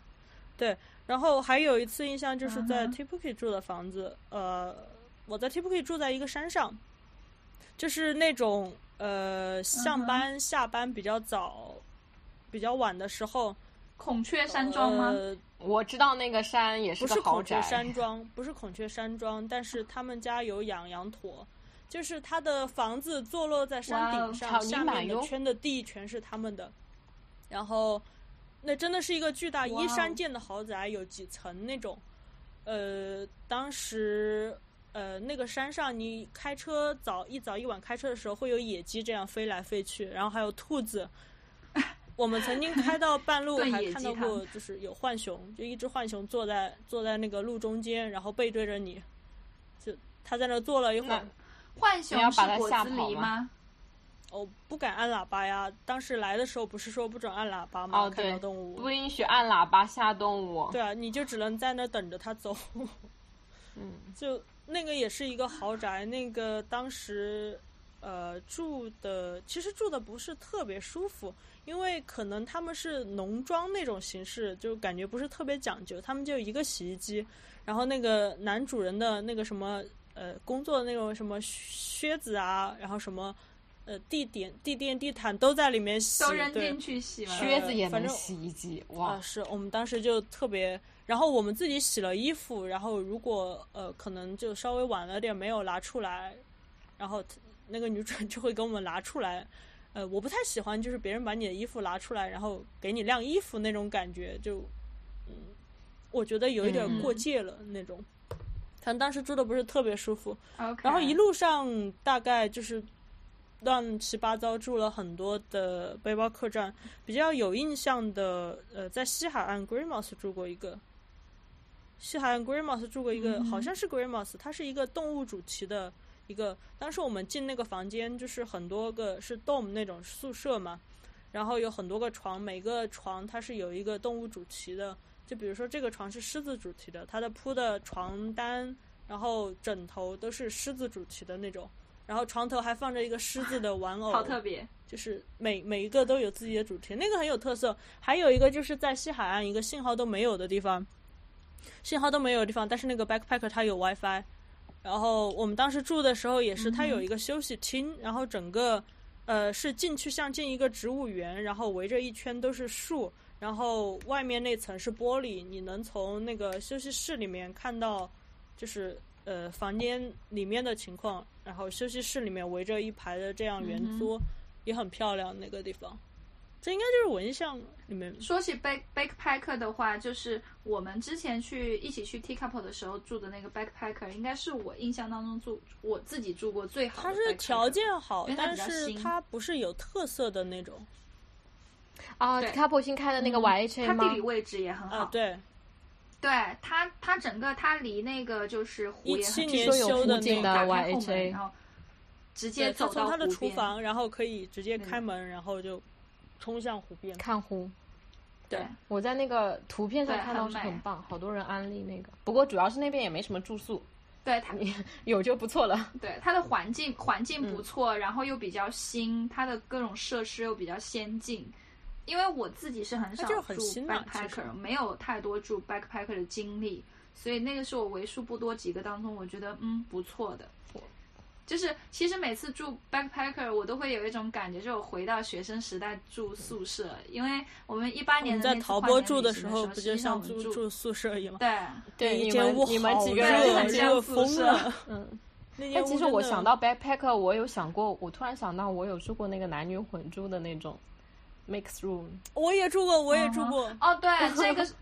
[SPEAKER 3] 对，然后还有一次印象就是在
[SPEAKER 4] 嗯
[SPEAKER 3] t i p u k i 住的房子，呃，我在 t i p u k i 住在一个山上，就是那种呃
[SPEAKER 2] 嗯
[SPEAKER 3] 上班下班比较早、比较晚的时候，
[SPEAKER 4] 孔雀山庄吗？
[SPEAKER 3] 呃
[SPEAKER 2] 我知道那个山也
[SPEAKER 3] 不
[SPEAKER 2] 个
[SPEAKER 3] 是
[SPEAKER 2] 豪
[SPEAKER 3] 孔雀
[SPEAKER 2] 宅，
[SPEAKER 3] 山庄，不是孔雀山庄，但是他们家有养羊驼，就是他的房子坐落在山
[SPEAKER 4] 哇哦
[SPEAKER 3] 顶上，
[SPEAKER 2] 草泥
[SPEAKER 3] 下
[SPEAKER 2] 马
[SPEAKER 3] 面的
[SPEAKER 2] 哟
[SPEAKER 3] 圈的地全是他们的。然后，那真的是一个巨大
[SPEAKER 4] 哇
[SPEAKER 3] 依山
[SPEAKER 4] 哦
[SPEAKER 3] 建的豪宅，有几层那种。呃，当时呃那个山上，你开车早一早一晚开车的时候，会有野鸡这样飞来飞去，然后还有兔子。我们曾经 开到半路
[SPEAKER 4] 对
[SPEAKER 3] 还
[SPEAKER 4] 野
[SPEAKER 3] 看
[SPEAKER 4] 鸡
[SPEAKER 3] 到
[SPEAKER 4] 它
[SPEAKER 3] 过，就是有浣熊，就一只浣熊坐在坐在那个路中间，然后背对着你，就它在那坐了一会儿
[SPEAKER 2] 那。
[SPEAKER 4] 浣熊
[SPEAKER 2] 你要
[SPEAKER 4] 是
[SPEAKER 2] 把它
[SPEAKER 4] 果
[SPEAKER 2] 吓
[SPEAKER 4] 子
[SPEAKER 2] 跑
[SPEAKER 4] 狸
[SPEAKER 2] 吗
[SPEAKER 4] 吗？
[SPEAKER 3] 我哦不敢按喇叭呀，当时来的时候不是说不准按喇叭吗？
[SPEAKER 2] 哦，
[SPEAKER 3] 看
[SPEAKER 2] 对
[SPEAKER 3] 到动，物，
[SPEAKER 2] 不允许按喇叭吓动物。
[SPEAKER 3] 对啊，你就只能在那等着它走。
[SPEAKER 2] 嗯，
[SPEAKER 3] 就那个也是一个豪宅，那个当时呃住的其实住的不是特别舒服，因为可能他们是农庄那种形式，就感觉不是特别讲究，他们就一个洗衣机，然后那个男主人的那个什么呃工作的那种什么靴子啊，然后什么呃地点地垫地毯都在里面洗，
[SPEAKER 4] 都扔
[SPEAKER 3] 对
[SPEAKER 4] 进去洗吗？
[SPEAKER 2] 靴子也
[SPEAKER 3] 呃反
[SPEAKER 2] 能
[SPEAKER 3] 正
[SPEAKER 2] 洗衣机，
[SPEAKER 3] 啊，
[SPEAKER 2] 哇！
[SPEAKER 3] 是我们当时就特别，然后我们自己洗了衣服，然后如果呃可能就稍微晚了点没有拿出来，然后 t- 那个女主人就会给我们拿出来。呃，我不太喜欢就是别人把你的衣服拿出来，然后给你晾衣服那种感觉，就嗯，我觉得有一点
[SPEAKER 2] 嗯
[SPEAKER 3] 过界了、那种。他们当时住的不是特别舒服，
[SPEAKER 4] OK，
[SPEAKER 3] 然后一路上大概就是乱七八糟住了很多的背包客栈，比较有印象的，呃，在西海岸 g r e e m o u s e 住过一个，西海岸 g r e e m o u s e 住过一个，好像是 g r e e m o u s e 它是一个动物主题的一个。当时我们进那个房间，就是很多个是 dom 那种宿舍嘛，然后有很多个床，每个床它是有一个动物主题的，就比如说这个床是狮子主题的，它的铺的床单，然后枕头都是狮子主题的那种，然后床头还放着一个狮子的玩偶，
[SPEAKER 4] 好特别，
[SPEAKER 3] 就是每每一个都有自己的主题，那个很有特色。还有一个就是在西海岸一个信号都没有的地方，信号都没有的地方，但是那个 backpacker 它有 WiFi。然后我们当时住的时候也是，它有一嗯个休息厅，然后整个呃是进去像进一个植物园，然后围着一圈都是树，然后外面那层是玻璃，你能从那个休息室里面看到，就是呃房间里面的情况，然后休息室里面围着一排的这样圆桌，也很漂亮那个地方。这应该就是我印象里面
[SPEAKER 4] 说起 back backpacker 的话，就是我们之前去一起去 T couple 的时候住的那个 backpacker，应该是我印象当中住我自己住过最好的
[SPEAKER 3] 它
[SPEAKER 4] backpacker。
[SPEAKER 3] 是条件好
[SPEAKER 4] 因为，它
[SPEAKER 3] 但
[SPEAKER 4] 比较
[SPEAKER 3] 是
[SPEAKER 4] 新
[SPEAKER 3] 它不是有特色的那种
[SPEAKER 2] 啊
[SPEAKER 4] 对
[SPEAKER 2] 卡普新开的
[SPEAKER 3] 嗯
[SPEAKER 2] 那个
[SPEAKER 4] 它
[SPEAKER 2] YHA
[SPEAKER 4] 地
[SPEAKER 2] 吗
[SPEAKER 4] 理？位置也很好，
[SPEAKER 3] 啊。对，
[SPEAKER 4] 对它它整个它离那个就是湖也很
[SPEAKER 3] 17
[SPEAKER 4] 近，
[SPEAKER 3] 年修的
[SPEAKER 4] 就是你
[SPEAKER 3] 那
[SPEAKER 4] 打
[SPEAKER 3] 个
[SPEAKER 4] 开后
[SPEAKER 2] YHA
[SPEAKER 4] 门，然后直
[SPEAKER 3] 对
[SPEAKER 4] 接
[SPEAKER 3] 它
[SPEAKER 4] 走
[SPEAKER 3] 从
[SPEAKER 4] 到
[SPEAKER 3] 它的
[SPEAKER 4] 湖
[SPEAKER 3] 厨
[SPEAKER 4] 边
[SPEAKER 3] 房，然后可以直接开门，然后就冲向湖边。
[SPEAKER 2] 看湖，
[SPEAKER 4] 对。
[SPEAKER 2] 我在那个图片上
[SPEAKER 4] 对
[SPEAKER 2] 看到
[SPEAKER 4] 很
[SPEAKER 2] 是
[SPEAKER 4] 美
[SPEAKER 2] 很棒，好多人安利那个。不过主要是那边也没什么住宿，
[SPEAKER 4] 对它，
[SPEAKER 2] 有就不错了。
[SPEAKER 4] 对它的
[SPEAKER 3] 嗯
[SPEAKER 4] 环境环境不错，然后又比较新，它的各种设施又比较先进。因为我自己是很少
[SPEAKER 3] 它就是很
[SPEAKER 4] 住
[SPEAKER 3] 新嘛其实
[SPEAKER 4] backpacker，没有太多住 backpacker 的经历，
[SPEAKER 1] 所以那个是我为数不多几个当中，我觉得嗯不错的。就是其实每次住 backpacker，我都会有一种感觉，就是我回到学生时代住宿舍，因为我们一八
[SPEAKER 3] 我
[SPEAKER 1] 年
[SPEAKER 3] 们
[SPEAKER 1] 的
[SPEAKER 3] 哦在
[SPEAKER 1] 那次
[SPEAKER 3] 陶
[SPEAKER 1] 跨
[SPEAKER 3] 波
[SPEAKER 1] 年
[SPEAKER 3] 住
[SPEAKER 1] 旅
[SPEAKER 3] 的
[SPEAKER 1] 行
[SPEAKER 3] 时
[SPEAKER 1] 的
[SPEAKER 3] 候，
[SPEAKER 1] 候，
[SPEAKER 3] 不
[SPEAKER 1] 实
[SPEAKER 3] 就
[SPEAKER 1] 际上
[SPEAKER 3] 像
[SPEAKER 1] 我们
[SPEAKER 3] 住
[SPEAKER 1] 住
[SPEAKER 3] 住宿舍一样？
[SPEAKER 1] 对，
[SPEAKER 2] 对
[SPEAKER 3] 一
[SPEAKER 2] 你
[SPEAKER 3] 间
[SPEAKER 2] 们
[SPEAKER 3] 屋
[SPEAKER 2] 你们
[SPEAKER 3] 好
[SPEAKER 2] 几
[SPEAKER 3] 热
[SPEAKER 2] 个
[SPEAKER 1] 对就
[SPEAKER 3] 啊，
[SPEAKER 1] 很像宿
[SPEAKER 3] 热疯
[SPEAKER 1] 舍
[SPEAKER 3] 了。
[SPEAKER 2] 嗯，
[SPEAKER 3] 那间
[SPEAKER 2] 但
[SPEAKER 3] 屋
[SPEAKER 2] 其实
[SPEAKER 3] 真
[SPEAKER 2] 我
[SPEAKER 3] 的
[SPEAKER 2] 想到 backpacker，我有想过，我突然想到，我有住过那个男女混住的那种 mix room，
[SPEAKER 3] 我也住过，我也住过。
[SPEAKER 1] 哦， 对，这个是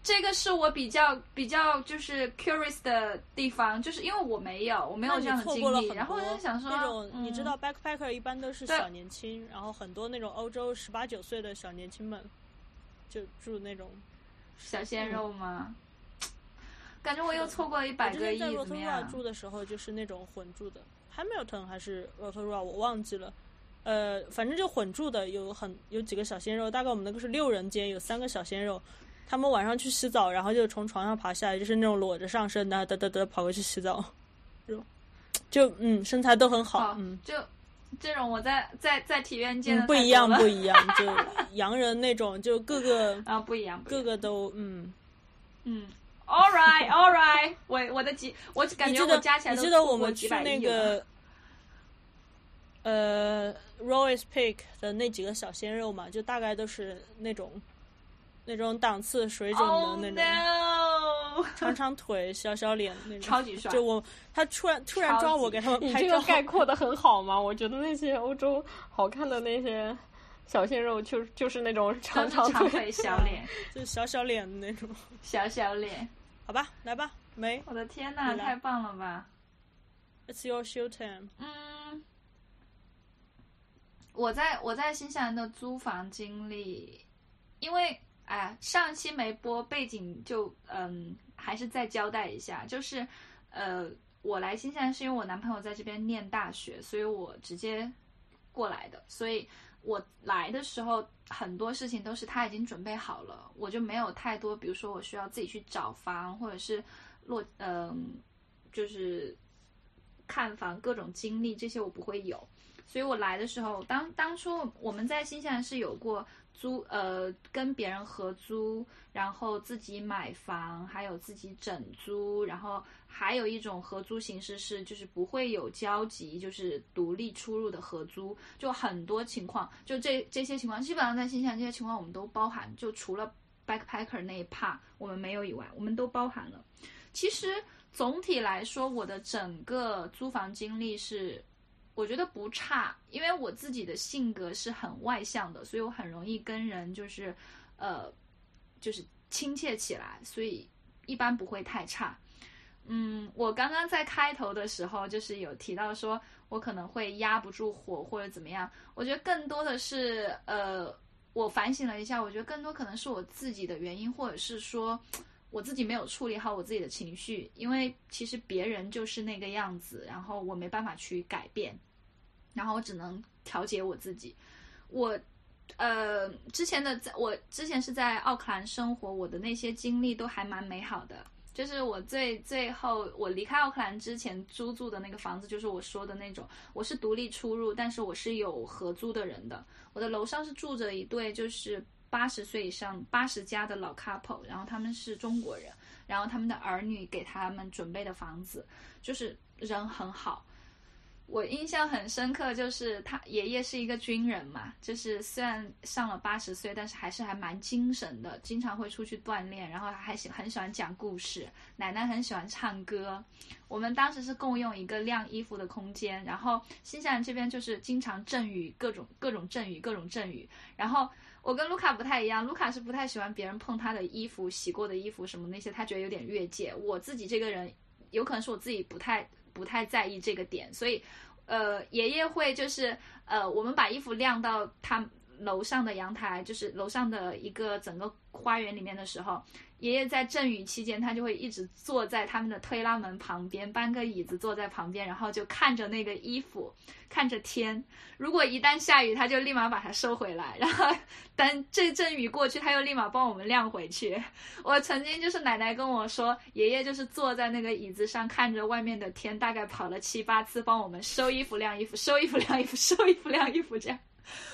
[SPEAKER 1] 这个是我比较比较就是 curious 的地方，就是因为我没有我没
[SPEAKER 3] 那
[SPEAKER 1] 有
[SPEAKER 3] 你
[SPEAKER 1] 这样的
[SPEAKER 3] 错过
[SPEAKER 1] 经
[SPEAKER 3] 了
[SPEAKER 1] 历，
[SPEAKER 3] 很
[SPEAKER 1] 然后我
[SPEAKER 3] 多
[SPEAKER 1] 就想说，
[SPEAKER 3] 那种你知
[SPEAKER 1] 嗯
[SPEAKER 3] 道 backpacker 一般都是
[SPEAKER 1] 对
[SPEAKER 3] 小年轻，然后很多那种欧洲十八九岁的小年轻们就住那种。
[SPEAKER 1] 小鲜肉吗？感觉我又错过一
[SPEAKER 3] 嗯我
[SPEAKER 1] 百
[SPEAKER 3] 之
[SPEAKER 1] 个
[SPEAKER 3] 前
[SPEAKER 1] 亿，
[SPEAKER 3] 在
[SPEAKER 1] 怎么
[SPEAKER 3] Rotorua
[SPEAKER 1] 样？
[SPEAKER 3] 啊住的时候，就是那种混住的，Hamilton 还是 Rotorua 啊我忘记了。呃，反正就混住的，有很有几个小鲜肉，大概我们那个是六人间，有三个小鲜肉。他们晚上去洗澡，然后就从床上爬下来，就是那种裸着上身的，得得得跑过去洗澡，就就嗯身材都很好，
[SPEAKER 1] 哦
[SPEAKER 3] 嗯，
[SPEAKER 1] 就这种我在在在体院见
[SPEAKER 3] 嗯
[SPEAKER 1] 的、
[SPEAKER 3] 不一样，不一 样，就洋人那种，就各个
[SPEAKER 1] 啊，不一样，不一
[SPEAKER 3] 各
[SPEAKER 1] 样。
[SPEAKER 3] 个都嗯。
[SPEAKER 1] 嗯，All right, All right，我 我的几，我感
[SPEAKER 3] 你
[SPEAKER 1] 觉
[SPEAKER 3] 记
[SPEAKER 1] 我
[SPEAKER 3] 得
[SPEAKER 1] 加起来
[SPEAKER 3] 你
[SPEAKER 1] 都
[SPEAKER 3] 记得
[SPEAKER 1] 错
[SPEAKER 3] 我
[SPEAKER 1] 过
[SPEAKER 3] 们
[SPEAKER 1] 几
[SPEAKER 3] 去
[SPEAKER 1] 百
[SPEAKER 3] 那
[SPEAKER 1] 亿了
[SPEAKER 3] 个呃 Royce Peak 的那几个小鲜肉嘛，就大概都是那种那种档次水准的
[SPEAKER 1] Oh
[SPEAKER 3] 那种。
[SPEAKER 1] no！
[SPEAKER 3] 长长腿、小小脸那种，
[SPEAKER 1] 超级帅
[SPEAKER 3] 就我，他突然突然
[SPEAKER 1] 超
[SPEAKER 3] 抓我
[SPEAKER 1] 级
[SPEAKER 3] 给他们
[SPEAKER 2] 你
[SPEAKER 3] 拍
[SPEAKER 2] 这
[SPEAKER 3] 照
[SPEAKER 2] 个，概括的很好嘛？我觉得那些欧洲好看的那些小鲜肉，就就是那种
[SPEAKER 1] 都
[SPEAKER 2] 长
[SPEAKER 1] 是
[SPEAKER 2] 长
[SPEAKER 1] 长腿
[SPEAKER 2] 腿。
[SPEAKER 1] 小脸，
[SPEAKER 3] 就小小脸的那种。
[SPEAKER 1] 小小脸，
[SPEAKER 3] 好吧，来吧， 没
[SPEAKER 1] 我的天呐，
[SPEAKER 3] 你来
[SPEAKER 1] 太棒了吧！
[SPEAKER 3] ，It's your show time。
[SPEAKER 1] 嗯，我在我在新西兰的租房经历，因为哎，上期没播，背景就嗯，还是再交代一下，就是呃，我来新西兰是因为我男朋友在这边念大学，所以我直接过来的，所以我来的时候很多事情都是他已经准备好了，我就没有太多，比如说我需要自己去找房，或者是落嗯、就是看房各种经历，这些我不会有。所以我来的时候，当当初我们在新西兰是有过租呃跟别人合租，然后自己买房，还有自己整租，然后还有一种合租形式是就是不会有交集，就是独立出入的合租，就很多情况，就这这些情况，基本上在新西兰这些情况我们都包含，就除了 backpacker 那一 part 我们没有以外，我们都包含了。其实总体来说，我的整个租房经历是，我觉得不差，因为我自己的性格是很外向的，所以我很容易跟人就是，呃，就是亲切起来，所以一般不会太差。嗯，我刚刚在开头的时候就是有提到说，我可能会压不住火或者怎么样。我觉得更多的是，呃，我反省了一下，我觉得更多可能是我自己的原因，或者是说我自己没有处理好我自己的情绪，因为其实别人就是那个样子，然后我没办法去改变，然后我只能调节我自己。我呃，之前的在我之前是在奥克兰生活，我的那些经历都还蛮美好的。就是我最最后我离开奥克兰之前租住的那个房子，就是我说的那种，我是独立出入，但是我是有合租的人的。我的楼上是住着一对就是八十岁以上八十加的老 couple，然后他们是中国人，然后他们的儿女给他们准备的房子，就是人很好。我印象很深刻，就是他爷爷是一个军人嘛，就是虽然上了八十岁，但是还是还蛮精神的，经常会出去锻炼，然后还喜很喜欢讲故事。奶奶很喜欢唱歌，我们当时是共用一个晾衣服的空间，然后新西兰这边就是经常阵雨，各种各种阵雨，各种阵雨。然后我跟卢卡不太一样，卢卡是不太喜欢别人碰他的衣服、洗过的衣服什么那些，他觉得有点越界。我自己这个人，有可能是我自己不太不太在意这个点，所以呃，爷爷会就是呃，我们把衣服晾到他楼上的阳台，就是楼上的一个整个花园里面的时候，爷爷在阵雨期间，他就会一直坐在他们的推拉门旁边，搬个椅子坐在旁边，然后就看着那个衣服，看着天。如果一旦下雨，他就立马把它收回来，然后等这阵雨过去，他又立马帮我们晾回去。 我曾经就是奶奶跟我说，爷爷就是坐在那个椅子上看着外面的天，大概跑了七八次，帮我们收衣服、晾衣服、收衣服、晾衣服、收衣服、晾衣 服这样。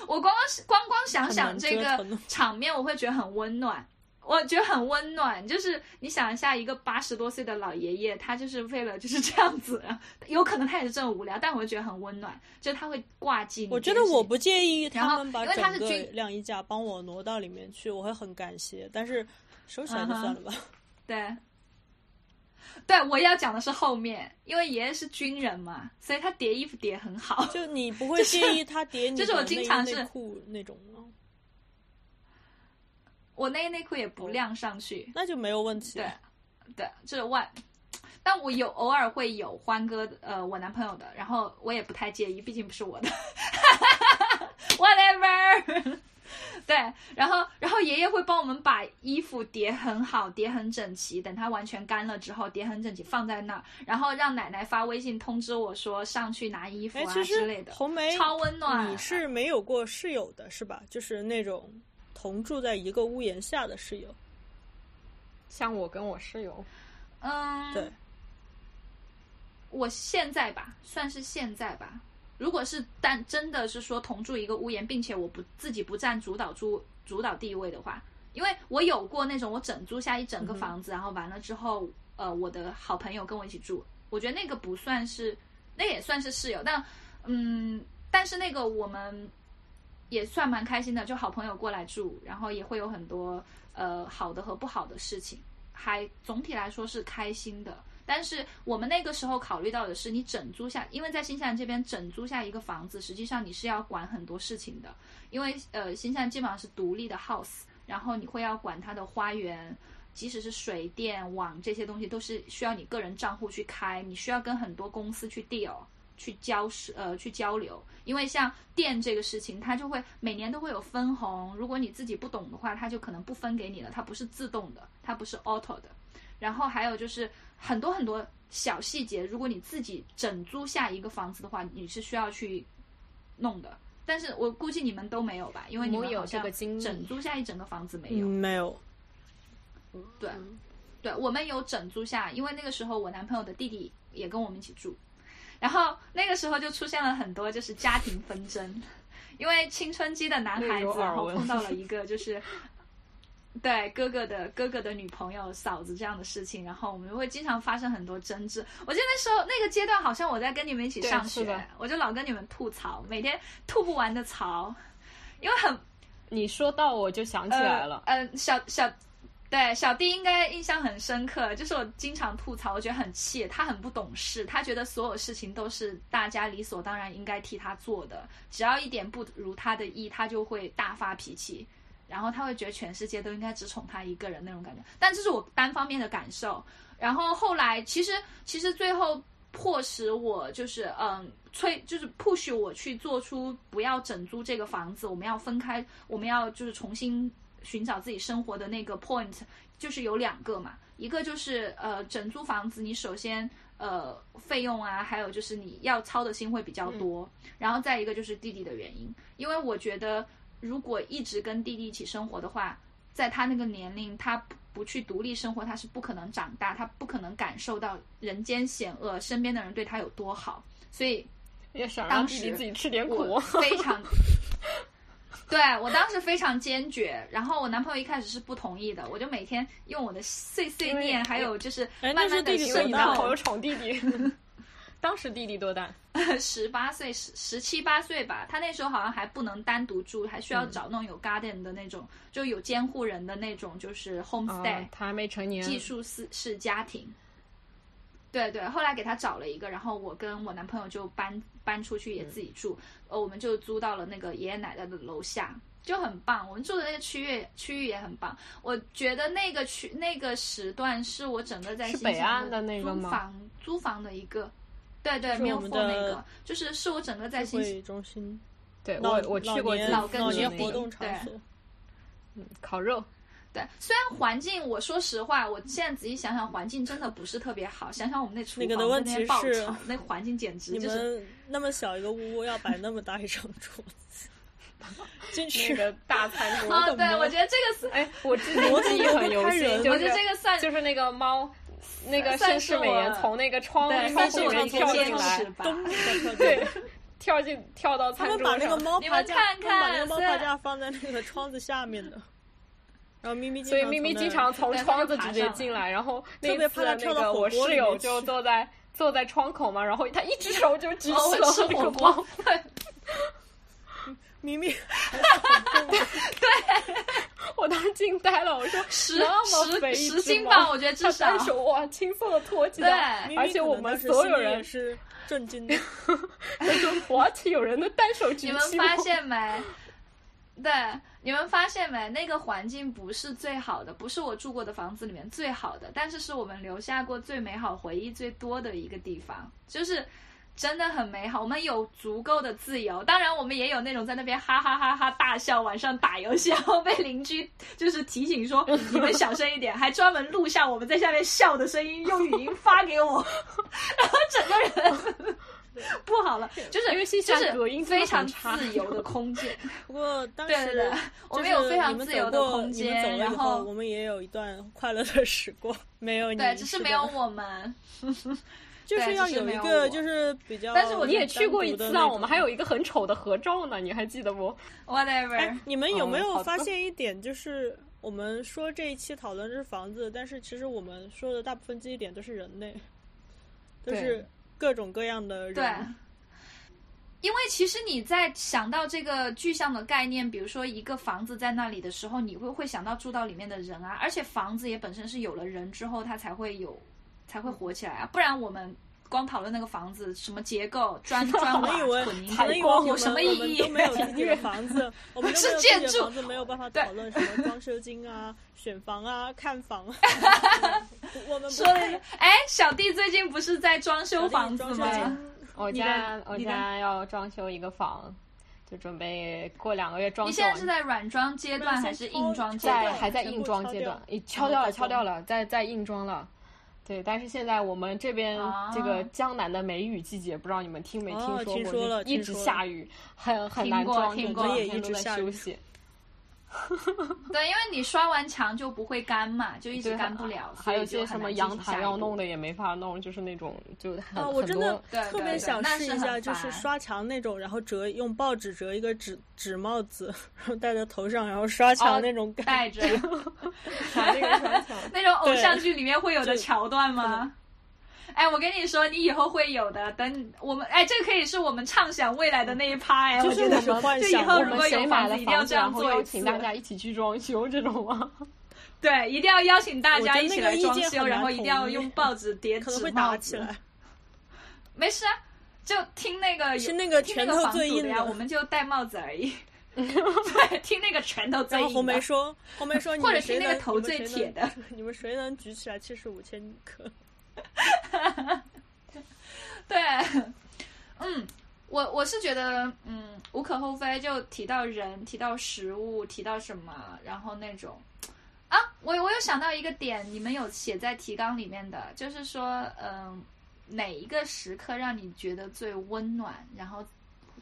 [SPEAKER 1] 我光光光光想想
[SPEAKER 3] 很难
[SPEAKER 1] 这
[SPEAKER 3] 折
[SPEAKER 1] 个
[SPEAKER 3] 腾
[SPEAKER 1] 场面，我会觉得很温暖。我觉得很温暖，就是你想一下，一个八十多岁的老爷爷，他就是为了就是这样子，有可能他也是真的无聊，但我就觉得很温暖，就是他会挂记你。
[SPEAKER 3] 我觉得我不介意他们把
[SPEAKER 1] 然后因为他是
[SPEAKER 3] 整个
[SPEAKER 1] 军
[SPEAKER 3] 晾衣架帮我挪到里面去，我会很感谢。但是收
[SPEAKER 1] 嗯
[SPEAKER 3] 起来就算了吧。
[SPEAKER 1] 对，对，我要讲的是后面，因为爷爷是军人嘛，所以他叠衣服叠很好。
[SPEAKER 3] 就你不会介意他叠你
[SPEAKER 1] 就
[SPEAKER 3] 的
[SPEAKER 1] 是我
[SPEAKER 3] 内
[SPEAKER 1] 经
[SPEAKER 3] 衣
[SPEAKER 1] 常是
[SPEAKER 3] 内裤那种吗？
[SPEAKER 1] 我内衣内裤也不晾上去，
[SPEAKER 3] 那就没有问题。
[SPEAKER 1] 对，对，就是外。但我有偶尔会有欢哥的，呃，我男朋友的，然后我也不太介意，毕竟不是我的 ，whatever。对， 然后然后爷爷会帮我们把衣服叠很好，叠很整齐，等它完全干了之后，叠很整齐放在那儿，然后让奶奶发微信通知我说上去拿衣服
[SPEAKER 3] 哎，
[SPEAKER 1] 啊
[SPEAKER 3] 其
[SPEAKER 1] 之
[SPEAKER 3] 实
[SPEAKER 1] 类的，
[SPEAKER 3] 红梅，
[SPEAKER 1] 超温暖。
[SPEAKER 3] 你是没有过室友的是吧？就是那种同住在一个屋檐下的室友。
[SPEAKER 2] 像我跟我室友，
[SPEAKER 1] 嗯，
[SPEAKER 3] 对，
[SPEAKER 1] 我现在吧，算是现在吧。如果是但真的是说同住一个屋檐，并且我不自己不占主导主主导地位的话，因为我有过那种我整租下一整个房子，然后完了之后，呃，我的好朋友跟我一起住，我觉得那个不算是，那也算是室友，但嗯，但是那个我们也算蛮开心的，就好朋友过来住，然后也会有很多呃好的和不好的事情，还总体来说是开心的。但是我们那个时候考虑到的是，你整租下，因为在新西兰这边整租下一个房子，实际上你是要管很多事情的，因为呃，新西兰基本上是独立的 house，然后你会要管它的花园，即使是水电网这些东西都是需要你个人账户去开，你需要跟很多公司去 deal。去交涉呃去交流，因为像电这个事情，它就会每年都会有分红，如果你自己不懂的话，它就可能不分给你了，它不是自动的，它不是 auto 的。然后还有就是很多很多小细节，如果你自己整租下一个房子的话，你是需要去弄的。但是我估计你们都没有吧，因为你
[SPEAKER 2] 我
[SPEAKER 1] 们
[SPEAKER 2] 有
[SPEAKER 1] 好像
[SPEAKER 2] 这个经历
[SPEAKER 1] 整租下一整个房
[SPEAKER 2] 哎
[SPEAKER 1] 子没
[SPEAKER 3] 嗯，
[SPEAKER 1] 有。
[SPEAKER 3] 没有。
[SPEAKER 1] 对，
[SPEAKER 2] 嗯
[SPEAKER 1] 对，我们有整租下，因为那个时候我男朋友的弟弟也跟我们一起住，然后那个时候就出现了很多就是家庭纷争，因为青春期的男孩
[SPEAKER 2] 略有
[SPEAKER 1] 子，
[SPEAKER 2] 耳
[SPEAKER 1] 然后
[SPEAKER 2] 闻
[SPEAKER 1] 碰到了一个就是。对哥哥的哥哥的女朋友、嫂子这样的事情，然后我们会经常发生很多争执。我记得那时候那个阶段，好像我在跟你们一起
[SPEAKER 2] 对
[SPEAKER 1] 上
[SPEAKER 2] 是的
[SPEAKER 1] 学，我就老跟你们吐槽，每天吐不完的槽，因为很
[SPEAKER 2] 你说到我就想起来了，
[SPEAKER 1] 呃，呃小小。对，小弟应该印象很深刻，就是我经常吐槽，我觉得很气，他很不懂事，他觉得所有事情都是大家理所当然应该替他做的，只要一点不如他的意，他就会大发脾气，然后他会觉得全世界都应该只宠他一个人那种感觉。但这是我单方面的感受。然后后来，其实其实最后迫使我就是嗯催就是 push 我去做出不要整租这个房子，我们要分开，我们要就是重新寻找自己生活的那个 point，就是有两个嘛，一个就是呃整租房子，你首先呃费用啊，还有就是你要操的心会比较多，然后再一个就是弟弟的原因，因为我觉得如果一直跟弟弟一起生活的话，在他那个年龄，他不不去独立生活，他是不可能长大，他不可能感受到人间险恶，身边的人对他有多好，所以
[SPEAKER 2] 也想
[SPEAKER 1] 当
[SPEAKER 2] 让弟弟
[SPEAKER 1] 时
[SPEAKER 2] 自己吃点苦
[SPEAKER 1] 我。非 常，对我当时非常坚决。然后我男朋友一开始是不同意的，我就每天用我的碎碎
[SPEAKER 2] 因为
[SPEAKER 1] 念，还有就是
[SPEAKER 3] 哎
[SPEAKER 1] 慢
[SPEAKER 3] 那是
[SPEAKER 1] 慢的
[SPEAKER 3] 弟弟
[SPEAKER 2] 因
[SPEAKER 3] 多
[SPEAKER 2] 为
[SPEAKER 1] 渗
[SPEAKER 2] 你
[SPEAKER 3] 大
[SPEAKER 2] 男
[SPEAKER 3] 了
[SPEAKER 2] 朋
[SPEAKER 1] 透
[SPEAKER 2] 友宠弟弟，当时弟弟多大？
[SPEAKER 1] 十八岁、十十七八岁吧，他那时候好像还不能单独住，还需
[SPEAKER 2] 嗯
[SPEAKER 1] 要找那种有 garden 的那种，就有监护人的那种，就是 homestay、
[SPEAKER 2] 啊，他还没成年。
[SPEAKER 1] 嗯技术是是家庭。对对，后来给他找了一个，然后我跟我男朋友就搬搬出去，也自己住，呃，我们就租到了那个爷爷奶奶的楼下，就很棒。我们住的那个区域区域也很棒，我觉得那个区那个时段是我整个在
[SPEAKER 2] 是
[SPEAKER 1] 新西
[SPEAKER 2] 北
[SPEAKER 1] 兰
[SPEAKER 2] 岸的那个
[SPEAKER 1] 租
[SPEAKER 2] 吗
[SPEAKER 1] 房租房的一个，对对，
[SPEAKER 3] 是
[SPEAKER 1] 没有
[SPEAKER 3] 我们
[SPEAKER 1] 那
[SPEAKER 3] 的
[SPEAKER 1] 个，就是是我整个在
[SPEAKER 3] 社
[SPEAKER 1] 新西
[SPEAKER 3] 会中心，
[SPEAKER 2] 对
[SPEAKER 3] 老
[SPEAKER 2] 我我去过
[SPEAKER 3] 老年
[SPEAKER 2] 自己
[SPEAKER 1] 老根
[SPEAKER 3] 老
[SPEAKER 2] 住的
[SPEAKER 3] 年
[SPEAKER 2] 那
[SPEAKER 3] 活
[SPEAKER 2] 个
[SPEAKER 3] 动场
[SPEAKER 1] 对
[SPEAKER 3] 所。
[SPEAKER 2] 烤肉，
[SPEAKER 1] 对，虽然环境，我说实话，我现在仔细想想，环境真的不是特别好。想想我们那厨房
[SPEAKER 3] 那个的问题
[SPEAKER 1] 在那边爆
[SPEAKER 3] 是
[SPEAKER 1] 炒，那环境简直
[SPEAKER 3] 你
[SPEAKER 1] 就是
[SPEAKER 3] 们那么小一个屋要摆那么大一张桌子， 进去
[SPEAKER 2] 那个大餐桌。
[SPEAKER 1] 啊，
[SPEAKER 3] 怎
[SPEAKER 1] 对
[SPEAKER 3] 么，
[SPEAKER 1] 我觉得这个是，
[SPEAKER 2] 哎，我之前
[SPEAKER 3] 我怎
[SPEAKER 2] 记忆
[SPEAKER 3] 么
[SPEAKER 2] 很
[SPEAKER 3] 都
[SPEAKER 2] 犹
[SPEAKER 3] 开人了
[SPEAKER 2] 新，就
[SPEAKER 1] 我
[SPEAKER 2] 是
[SPEAKER 1] 觉得这个算
[SPEAKER 2] 就是那个猫，那个
[SPEAKER 1] 算
[SPEAKER 2] 绅
[SPEAKER 1] 是
[SPEAKER 2] 士
[SPEAKER 1] 我
[SPEAKER 2] 美颜从那个窗
[SPEAKER 1] 对算
[SPEAKER 2] 窗户
[SPEAKER 1] 是
[SPEAKER 2] 里
[SPEAKER 1] 我
[SPEAKER 2] 面
[SPEAKER 1] 的
[SPEAKER 2] 跳
[SPEAKER 1] 坚
[SPEAKER 2] 进来
[SPEAKER 1] 持，吧。
[SPEAKER 2] 对，跳进跳到
[SPEAKER 3] 他
[SPEAKER 2] 餐
[SPEAKER 3] 们把
[SPEAKER 2] 桌
[SPEAKER 3] 那个
[SPEAKER 2] 上。
[SPEAKER 3] 猫
[SPEAKER 1] 你
[SPEAKER 3] 爬
[SPEAKER 1] 们
[SPEAKER 3] 架，
[SPEAKER 1] 看
[SPEAKER 3] 他们把那
[SPEAKER 1] 看
[SPEAKER 3] 个猫
[SPEAKER 1] 虽
[SPEAKER 3] 爬
[SPEAKER 1] 然
[SPEAKER 3] 架放在那个窗子下面的。然后咪咪，
[SPEAKER 2] 所以咪咪经常从
[SPEAKER 1] 对
[SPEAKER 2] 窗
[SPEAKER 1] 他
[SPEAKER 2] 子
[SPEAKER 1] 就
[SPEAKER 2] 直
[SPEAKER 1] 爬
[SPEAKER 2] 接
[SPEAKER 1] 上
[SPEAKER 2] 进来，然后那
[SPEAKER 3] 特别
[SPEAKER 2] 次
[SPEAKER 3] 怕他
[SPEAKER 2] 那
[SPEAKER 3] 跳到
[SPEAKER 2] 个
[SPEAKER 3] 火锅
[SPEAKER 2] 我室
[SPEAKER 3] 里
[SPEAKER 2] 友
[SPEAKER 3] 面
[SPEAKER 2] 就
[SPEAKER 3] 去
[SPEAKER 2] 坐在坐在窗口嘛，然后他一只手就举
[SPEAKER 1] 哦
[SPEAKER 2] 起
[SPEAKER 1] 我
[SPEAKER 2] 了
[SPEAKER 1] 吃
[SPEAKER 2] 那
[SPEAKER 1] 火
[SPEAKER 2] 个
[SPEAKER 1] 锅
[SPEAKER 2] 包，
[SPEAKER 3] 咪咪，
[SPEAKER 2] 我当时惊呆了，我说
[SPEAKER 1] 十
[SPEAKER 2] 那么肥
[SPEAKER 1] 十
[SPEAKER 2] 一
[SPEAKER 1] 十
[SPEAKER 2] 只
[SPEAKER 1] 斤
[SPEAKER 2] 猫
[SPEAKER 1] 吧，我觉得
[SPEAKER 2] 他
[SPEAKER 1] 至少
[SPEAKER 2] 单。手哇轻松的托起来，
[SPEAKER 1] 对
[SPEAKER 2] 而且我们所有人
[SPEAKER 3] 是震惊的。
[SPEAKER 2] 那种 what 有人的单手举
[SPEAKER 1] 你们
[SPEAKER 2] 起
[SPEAKER 1] 发
[SPEAKER 2] 我
[SPEAKER 1] 现没？对，你们发现没？那个环境不是最好的，不是我住过的房子里面最好的，但是是我们留下过最美好回忆最多的一个地方，就是真的很美好。我们有足够的自由，当然我们也有那种在那边哈哈哈哈大笑，晚上打游戏，然后被邻居就是提醒说你们小声一点，还专门录下我们在下面笑的声音，用语音发给我，然后整个人 不好了，就是
[SPEAKER 2] 因为线
[SPEAKER 1] 就
[SPEAKER 2] 下
[SPEAKER 1] 是
[SPEAKER 2] 隔音
[SPEAKER 1] 非
[SPEAKER 2] 真的
[SPEAKER 1] 常
[SPEAKER 2] 很差
[SPEAKER 1] 自由的空间。
[SPEAKER 3] 不过当
[SPEAKER 1] 对
[SPEAKER 3] 时
[SPEAKER 1] 对对
[SPEAKER 3] 就是
[SPEAKER 1] 我们有非常
[SPEAKER 3] 你们
[SPEAKER 1] 自由的
[SPEAKER 3] 走过
[SPEAKER 1] 空间
[SPEAKER 3] 你们走了以
[SPEAKER 1] 然后
[SPEAKER 3] 我们也有一段快乐的时光，没有你
[SPEAKER 1] 对，只是
[SPEAKER 3] 的
[SPEAKER 1] 没有，我们。
[SPEAKER 3] 就
[SPEAKER 1] 对
[SPEAKER 3] 是
[SPEAKER 1] 只
[SPEAKER 3] 要
[SPEAKER 1] 是
[SPEAKER 3] 有
[SPEAKER 1] 没
[SPEAKER 3] 一
[SPEAKER 1] 有
[SPEAKER 3] 个
[SPEAKER 1] 我
[SPEAKER 3] 就是比较。
[SPEAKER 1] 但是我
[SPEAKER 2] 你也去过一次啊，我们还有。一个很丑的合照呢，你还记得不？
[SPEAKER 1] Whatever，、
[SPEAKER 3] 哎，你们有没
[SPEAKER 2] 嗯好
[SPEAKER 3] 有
[SPEAKER 2] 的
[SPEAKER 3] 发现一点？就是我们说这一期讨论的是房子，但是其实我们说的大部分记忆点都是人类，都
[SPEAKER 2] 对
[SPEAKER 3] 是各种各样的
[SPEAKER 1] 对
[SPEAKER 3] 人。。
[SPEAKER 1] 因为其实你在想到这个具象的概念，比如说一个房子在那里的时候，你会会想到住到里面的人啊，而且房子也本身是有了人之后，它才会有，才会火起来啊，不然我们光讨论那个房子什么结构、砖砖
[SPEAKER 3] 可
[SPEAKER 1] 瓦
[SPEAKER 3] 能以为，
[SPEAKER 1] 混凝
[SPEAKER 3] 可
[SPEAKER 1] 土
[SPEAKER 3] 能 以为我
[SPEAKER 1] 光
[SPEAKER 3] 们
[SPEAKER 1] 有什么
[SPEAKER 3] 我
[SPEAKER 1] 意
[SPEAKER 3] 们
[SPEAKER 1] 义？
[SPEAKER 3] 都没有自己的房子，我们都没有自己
[SPEAKER 1] 是
[SPEAKER 3] 的
[SPEAKER 1] 建筑
[SPEAKER 3] 房子，没有办法讨论什么装修金啊、选房啊、看房 啊。我们不
[SPEAKER 1] 说的，哎，小弟最近不是在装修房子
[SPEAKER 3] 装修
[SPEAKER 1] 吗？
[SPEAKER 3] 金
[SPEAKER 2] 我
[SPEAKER 3] 你的
[SPEAKER 2] 家我
[SPEAKER 3] 你的
[SPEAKER 2] 家要装修一个房，就准备过两个月装修。
[SPEAKER 1] 你现在是在软装阶段还是硬装阶段
[SPEAKER 2] 在？还在
[SPEAKER 3] 全
[SPEAKER 2] 硬
[SPEAKER 3] 部
[SPEAKER 2] 装
[SPEAKER 3] 敲
[SPEAKER 2] 阶
[SPEAKER 3] 掉
[SPEAKER 2] 段，已敲
[SPEAKER 3] 后
[SPEAKER 2] 掉
[SPEAKER 3] 再
[SPEAKER 2] 了，敲
[SPEAKER 3] 装
[SPEAKER 2] 掉了，在在硬装了。对，但是现在我们这边这个
[SPEAKER 1] 啊
[SPEAKER 2] 江南的梅雨季节，不知道你们听没
[SPEAKER 3] 哦
[SPEAKER 2] 说过，
[SPEAKER 3] 听
[SPEAKER 2] 就
[SPEAKER 3] 说了
[SPEAKER 2] 一
[SPEAKER 3] 听
[SPEAKER 2] 直
[SPEAKER 3] 说
[SPEAKER 2] 下雨，很很
[SPEAKER 1] 听
[SPEAKER 2] 难
[SPEAKER 1] 过
[SPEAKER 2] 装，
[SPEAKER 1] 听
[SPEAKER 2] 就
[SPEAKER 1] 过
[SPEAKER 2] 这
[SPEAKER 1] 我
[SPEAKER 2] 两
[SPEAKER 3] 也
[SPEAKER 2] 天
[SPEAKER 3] 一
[SPEAKER 2] 都
[SPEAKER 3] 直
[SPEAKER 2] 在
[SPEAKER 3] 下
[SPEAKER 2] 休
[SPEAKER 3] 雨
[SPEAKER 2] 息。
[SPEAKER 1] 对，因为你刷完墙就不会干嘛，就一直
[SPEAKER 2] 对，
[SPEAKER 1] 干不了，
[SPEAKER 2] 还有一
[SPEAKER 1] 所以
[SPEAKER 2] 些
[SPEAKER 1] 就
[SPEAKER 2] 什
[SPEAKER 1] 很
[SPEAKER 2] 么
[SPEAKER 1] 难
[SPEAKER 2] 阳
[SPEAKER 1] 进行
[SPEAKER 2] 台
[SPEAKER 1] 下
[SPEAKER 2] 要
[SPEAKER 1] 一
[SPEAKER 2] 弄
[SPEAKER 1] 步
[SPEAKER 2] 的也没法弄，就是那种就很
[SPEAKER 3] 啊，我
[SPEAKER 2] 很
[SPEAKER 3] 真的
[SPEAKER 2] 多
[SPEAKER 1] 对
[SPEAKER 3] 特别
[SPEAKER 1] 对
[SPEAKER 3] 想
[SPEAKER 1] 那
[SPEAKER 3] 试
[SPEAKER 1] 是
[SPEAKER 3] 一下，
[SPEAKER 1] 很
[SPEAKER 3] 就是
[SPEAKER 1] 烦
[SPEAKER 3] 刷墙那种，然后折用报纸折一个纸纸帽子，然后戴在头上，然后刷墙
[SPEAKER 2] 哦
[SPEAKER 3] 那种感
[SPEAKER 1] 带着
[SPEAKER 2] 把那个刷 墙。
[SPEAKER 1] 那种偶
[SPEAKER 3] 对
[SPEAKER 1] 像剧里面会有的
[SPEAKER 3] 就
[SPEAKER 1] 桥段吗？哎，我跟你说，你以后会有的。等你我们，哎，这可以是我们畅想未来的那一趴哎，
[SPEAKER 3] 就
[SPEAKER 1] 我
[SPEAKER 3] 是
[SPEAKER 1] 觉得
[SPEAKER 3] 我们幻
[SPEAKER 1] 就
[SPEAKER 3] 想
[SPEAKER 1] 以后
[SPEAKER 2] 我
[SPEAKER 3] 我
[SPEAKER 1] 如
[SPEAKER 2] 们
[SPEAKER 1] 果
[SPEAKER 2] 谁
[SPEAKER 1] 有
[SPEAKER 2] 买
[SPEAKER 1] 房
[SPEAKER 2] 了
[SPEAKER 1] 子，一定要
[SPEAKER 2] 房子，
[SPEAKER 1] 这
[SPEAKER 2] 然
[SPEAKER 1] 样
[SPEAKER 2] 后
[SPEAKER 1] 做
[SPEAKER 2] 邀
[SPEAKER 1] 一
[SPEAKER 2] 请
[SPEAKER 1] 次。
[SPEAKER 2] 大家一起去装修这种吗？
[SPEAKER 1] 对，一定要邀请大
[SPEAKER 3] 我
[SPEAKER 1] 家
[SPEAKER 3] 觉得
[SPEAKER 1] 一起
[SPEAKER 3] 那个
[SPEAKER 1] 来
[SPEAKER 3] 意
[SPEAKER 1] 装
[SPEAKER 3] 见
[SPEAKER 1] 修，
[SPEAKER 3] 很
[SPEAKER 1] 然
[SPEAKER 3] 难
[SPEAKER 1] 后一定
[SPEAKER 3] 统
[SPEAKER 1] 要
[SPEAKER 3] 一
[SPEAKER 1] 用报纸 叠
[SPEAKER 3] 觉可能
[SPEAKER 1] 纸
[SPEAKER 3] 会
[SPEAKER 1] 帽
[SPEAKER 3] 打起
[SPEAKER 1] 子。
[SPEAKER 3] 来。
[SPEAKER 1] 没事啊，就听那个
[SPEAKER 3] 是那个
[SPEAKER 1] 听
[SPEAKER 3] 拳
[SPEAKER 1] 那
[SPEAKER 3] 头
[SPEAKER 1] 个房
[SPEAKER 3] 最
[SPEAKER 1] 主
[SPEAKER 3] 硬
[SPEAKER 1] 呀，
[SPEAKER 3] 的
[SPEAKER 1] 我们就戴帽子而 已。对，听那个拳头最硬
[SPEAKER 3] 然
[SPEAKER 1] 的。
[SPEAKER 3] 后红梅说：“红梅说，你
[SPEAKER 1] 或
[SPEAKER 3] 们
[SPEAKER 1] 者
[SPEAKER 3] 谁
[SPEAKER 1] 听那个
[SPEAKER 3] 能
[SPEAKER 1] 头最铁的，
[SPEAKER 3] 你们谁能你们谁能举起来七十五千克？
[SPEAKER 1] 对，嗯，我我是觉得，嗯，无可厚非，就提到人，提到食物，提到什么，然后那种。啊，我我有想到一个点，你们有写在提纲里面的，就是说，嗯，哪一个时刻让你觉得最温暖，然后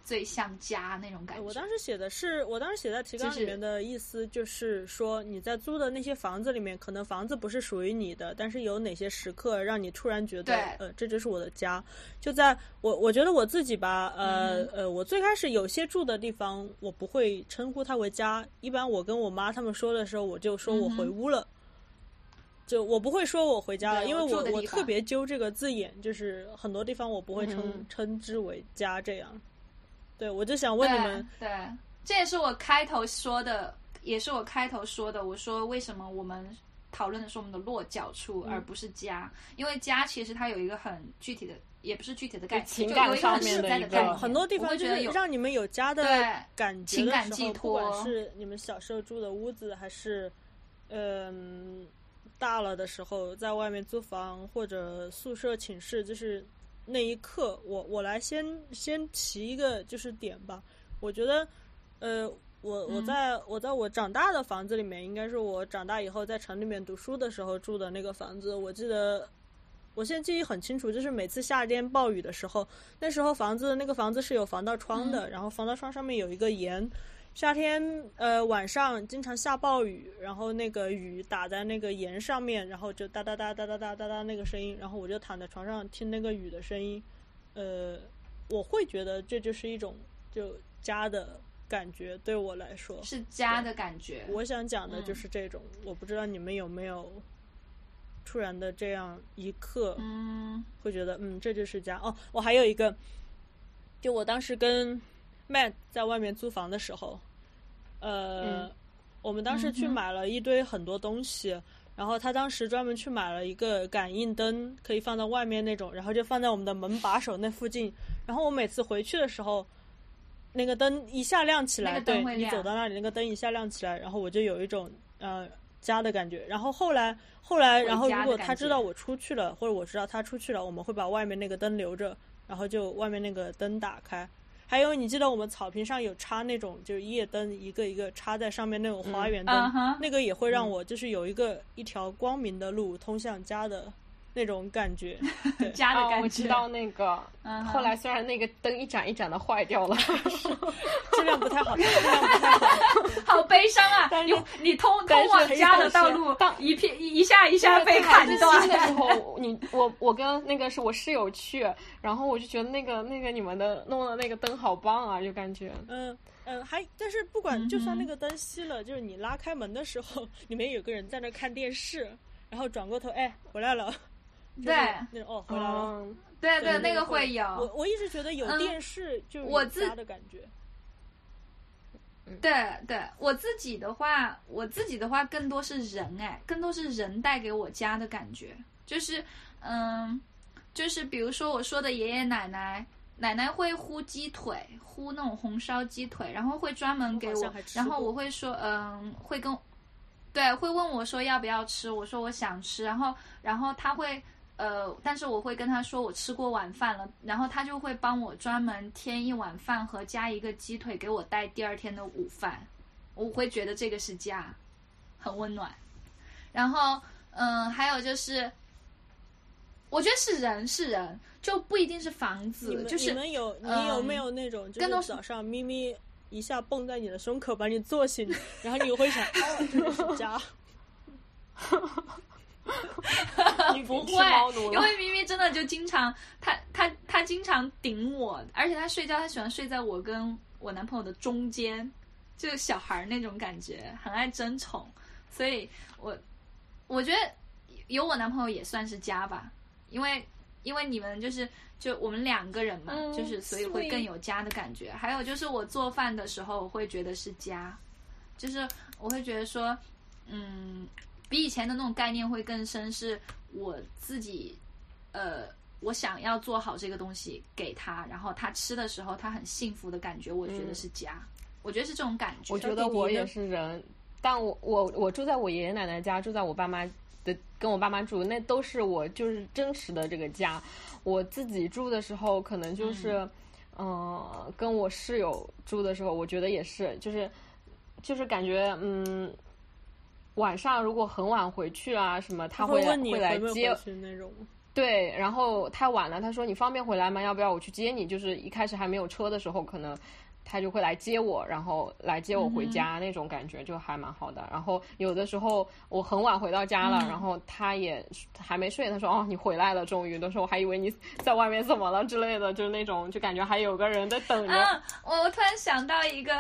[SPEAKER 1] 最像家那种感
[SPEAKER 3] 哎
[SPEAKER 1] 觉？
[SPEAKER 3] 我当时写的是，我当时写在提
[SPEAKER 1] 就
[SPEAKER 3] 纲里
[SPEAKER 1] 是
[SPEAKER 3] 面的意思就是说，你在租的那些房子里面，可能房子不是属于你的，但是有哪些时刻让你突然觉得
[SPEAKER 1] 对，
[SPEAKER 3] 呃，这就是我的家。就在我，我觉得我自己吧，呃、
[SPEAKER 1] 嗯
[SPEAKER 3] 呃，我最开始有些住的地方，我不会称呼它为家，一般我跟我妈他们说的时候，我就说我回
[SPEAKER 1] 嗯哼
[SPEAKER 3] 屋了。就我不会说我回家了，
[SPEAKER 1] 对
[SPEAKER 3] 因为
[SPEAKER 1] 我住
[SPEAKER 3] 我
[SPEAKER 1] 的
[SPEAKER 3] 我
[SPEAKER 1] 地
[SPEAKER 3] 特
[SPEAKER 1] 方
[SPEAKER 3] 别揪这个字眼，就是很多地方我不会称、
[SPEAKER 2] 嗯
[SPEAKER 3] 称之为家这样。对，我就想问
[SPEAKER 1] 对
[SPEAKER 3] 你们，
[SPEAKER 1] 对，这也是我开头说的，也是我开头说的。我说为什么我们讨论的是我们的落脚处，
[SPEAKER 2] 嗯
[SPEAKER 1] 而不是家？因为家其实它有一个很具体的，也不是具体的概念，
[SPEAKER 2] 情
[SPEAKER 1] 就
[SPEAKER 2] 感
[SPEAKER 1] 有一个
[SPEAKER 2] 上
[SPEAKER 1] 很
[SPEAKER 2] 面
[SPEAKER 1] 实
[SPEAKER 2] 的
[SPEAKER 1] 在
[SPEAKER 2] 一
[SPEAKER 1] 的
[SPEAKER 2] 个
[SPEAKER 1] 概念。
[SPEAKER 3] 很多地
[SPEAKER 1] 我
[SPEAKER 3] 方
[SPEAKER 1] 会
[SPEAKER 3] 就
[SPEAKER 1] 觉得
[SPEAKER 3] 是
[SPEAKER 1] 有
[SPEAKER 3] 让你们有家的
[SPEAKER 1] 对
[SPEAKER 3] 感觉
[SPEAKER 1] 情
[SPEAKER 3] 的
[SPEAKER 1] 感
[SPEAKER 3] 时
[SPEAKER 1] 寄
[SPEAKER 3] 候，不管
[SPEAKER 1] 托
[SPEAKER 3] 是你们小时候住的屋子，还是嗯大了的时候在外面租房或者宿舍寝室，就是那一刻，我我来先先提一个就是点吧，我觉得呃。我我
[SPEAKER 1] 嗯
[SPEAKER 3] 在我在我长大的房子里面，应该是我长大以后在城里面读书的时候住的那个房子。我记得我现在记忆很清楚，就是每次夏天暴雨的时候，那时候房子那个房子是有防盗窗
[SPEAKER 1] 嗯
[SPEAKER 3] 的，然后防盗窗上面有一个檐。夏天呃晚上经常下暴雨，然后那个雨打在那个檐上面，然后就哒哒哒哒哒哒哒哒那个声音，然后我就躺在床上听那个雨的声音，呃，我会觉得这就是一种就家的感觉，对我来说。
[SPEAKER 1] 是嗯家的感觉。
[SPEAKER 3] 我想讲的就是这种，我不知道你们有没有突然的这样一刻，
[SPEAKER 1] 嗯
[SPEAKER 3] 会觉得嗯，这就是家哦。我还有一个，就我当时跟 Matt 在外面租房的时候，呃，
[SPEAKER 2] 嗯
[SPEAKER 3] 我们当时
[SPEAKER 1] 嗯
[SPEAKER 3] 去
[SPEAKER 1] 哼
[SPEAKER 3] 买了一堆很多东西，然后他当时专门去买了一个感应灯，可以放到外面那种，然后就放在我们的门把手那附近。然后我每次回去的时候，那个灯一下亮起来，
[SPEAKER 1] 那个灯
[SPEAKER 3] 对
[SPEAKER 1] 会
[SPEAKER 3] 你
[SPEAKER 1] 亮
[SPEAKER 3] 走到那里，那个灯一下亮起来，然后我就有一种呃家的感觉。然后后来后来，然后
[SPEAKER 1] 家
[SPEAKER 3] 如
[SPEAKER 1] 的
[SPEAKER 3] 果
[SPEAKER 1] 感
[SPEAKER 3] 他知
[SPEAKER 1] 觉
[SPEAKER 3] 道我出去了，或者我知道他出去了，我们会把外面那个灯留着，然后就外面那个灯打开。还有，你记得我们草坪上有插那种就是夜灯，一个一个插在上面那种花园灯，
[SPEAKER 1] 嗯哼
[SPEAKER 3] 那个也会让我就是有一个一条光明的路通向家的那种感觉。对，
[SPEAKER 1] 家的
[SPEAKER 2] 哦，
[SPEAKER 1] 感觉。
[SPEAKER 2] 我知道那个。
[SPEAKER 1] 嗯哼
[SPEAKER 2] 后来虽然那个灯一盏一盏的坏掉 了，
[SPEAKER 3] 质量不太好，质量不太好。
[SPEAKER 1] 好悲伤啊！
[SPEAKER 2] 但
[SPEAKER 1] 你
[SPEAKER 2] 是
[SPEAKER 1] 你通
[SPEAKER 2] 但
[SPEAKER 1] 通
[SPEAKER 2] 是
[SPEAKER 1] 往家的道路
[SPEAKER 2] 当
[SPEAKER 1] 一片一一下一下被
[SPEAKER 2] 还
[SPEAKER 1] 砍
[SPEAKER 2] 是
[SPEAKER 1] 断
[SPEAKER 2] 新。的时候，你我我跟那个是我室友去，然后我就觉得那个那个你们的弄的那个灯好棒啊，就感觉
[SPEAKER 3] 嗯嗯，还但是不管，就算那
[SPEAKER 1] 嗯哼
[SPEAKER 3] 个灯熄了，就是你拉开门的时候，里面有个人在那看电视，然后转过头，哎，回来了。就是
[SPEAKER 1] 对
[SPEAKER 3] 那种哦，回来了。
[SPEAKER 2] 嗯
[SPEAKER 1] 对
[SPEAKER 3] 对
[SPEAKER 1] 对，那个会
[SPEAKER 3] 我
[SPEAKER 1] 有。
[SPEAKER 3] 我一直觉得有
[SPEAKER 1] 嗯
[SPEAKER 3] 电视就是
[SPEAKER 1] 我
[SPEAKER 3] 有
[SPEAKER 1] 自
[SPEAKER 3] 家的感觉。
[SPEAKER 1] 对对，我自己的话，我自己的话更多是人哎，更多是人带给我家的感觉，就是嗯，就是比如说我说的爷爷奶奶。奶奶会烀鸡腿，烀那种红烧鸡腿，然后会专门
[SPEAKER 3] 我
[SPEAKER 1] 给
[SPEAKER 3] 好
[SPEAKER 1] 我，
[SPEAKER 3] 像还吃
[SPEAKER 1] 然后
[SPEAKER 3] 过
[SPEAKER 1] 我会说，嗯，会跟对，会问我说要不要吃，我说我想吃，然后然后他会呃，但是我会跟他说我吃过晚饭了，然后他就会帮我专门添一碗饭和加一个鸡腿给我带第二天的午饭，我会觉得这个是家，很温暖。然后嗯，还有就是，我觉得是人是人，就不一定是房
[SPEAKER 3] 你
[SPEAKER 1] 子，
[SPEAKER 3] 们
[SPEAKER 1] 就
[SPEAKER 3] 你
[SPEAKER 1] 是
[SPEAKER 3] 们有你
[SPEAKER 1] 嗯
[SPEAKER 3] 有没有那种，就
[SPEAKER 1] 跟到
[SPEAKER 3] 是早上咪咪一下蹦在你的胸口把你坐 醒，然后你会想，哦，这就是家。
[SPEAKER 2] 你
[SPEAKER 1] 不
[SPEAKER 2] 吃猫
[SPEAKER 1] 会，
[SPEAKER 2] 奴
[SPEAKER 1] 因
[SPEAKER 2] 了。
[SPEAKER 1] 为咪咪真的就经常，他他他经常顶我，而且他睡觉，他喜欢睡在我跟我男朋友的中间，就是小孩儿那种感觉，很爱争宠，所以我我觉得有我男朋友也算是家吧，因为因为你们就是就我们两个人嘛，
[SPEAKER 2] 嗯
[SPEAKER 1] 就是所以会
[SPEAKER 2] sweet
[SPEAKER 1] 更有家的感觉。还有就是我做饭的时候，我会觉得是家，就是我会觉得说，嗯，比以前的那种概念会更深，是我自己，呃，我想要做好这个东西给他，然后他吃的时候他很幸福的感觉，我觉得是家，我觉得是这种感觉。
[SPEAKER 2] 嗯我觉得我也是人，但我我我住在我爷爷奶奶家，住在我爸妈的跟我爸妈住，那都是我就是真实的这个家。我自己住的时候，可能就是，嗯、跟我室友住的时候，我觉得也是，就是就是感觉嗯。晚上如果很晚回去啊，什么他
[SPEAKER 3] 会
[SPEAKER 2] 来
[SPEAKER 3] 问你
[SPEAKER 2] 会来
[SPEAKER 3] 回没有
[SPEAKER 2] 接
[SPEAKER 3] 回去那种。
[SPEAKER 2] 对，然后太晚了，他说你方便回来吗？要不要我去接你？就是一开始还没有车的时候，可能他就会来接我，然后来接我
[SPEAKER 5] 嗯
[SPEAKER 2] 回家、那种感觉就还蛮好的。然后有的时候我很晚回到家了，
[SPEAKER 1] 嗯
[SPEAKER 2] 然后他也还没睡，他说哦你回来了，终于的时候我还以为你在外面怎么了之类的，就是那种就感觉还有个人在等着。
[SPEAKER 1] 啊，我我突然想到一个，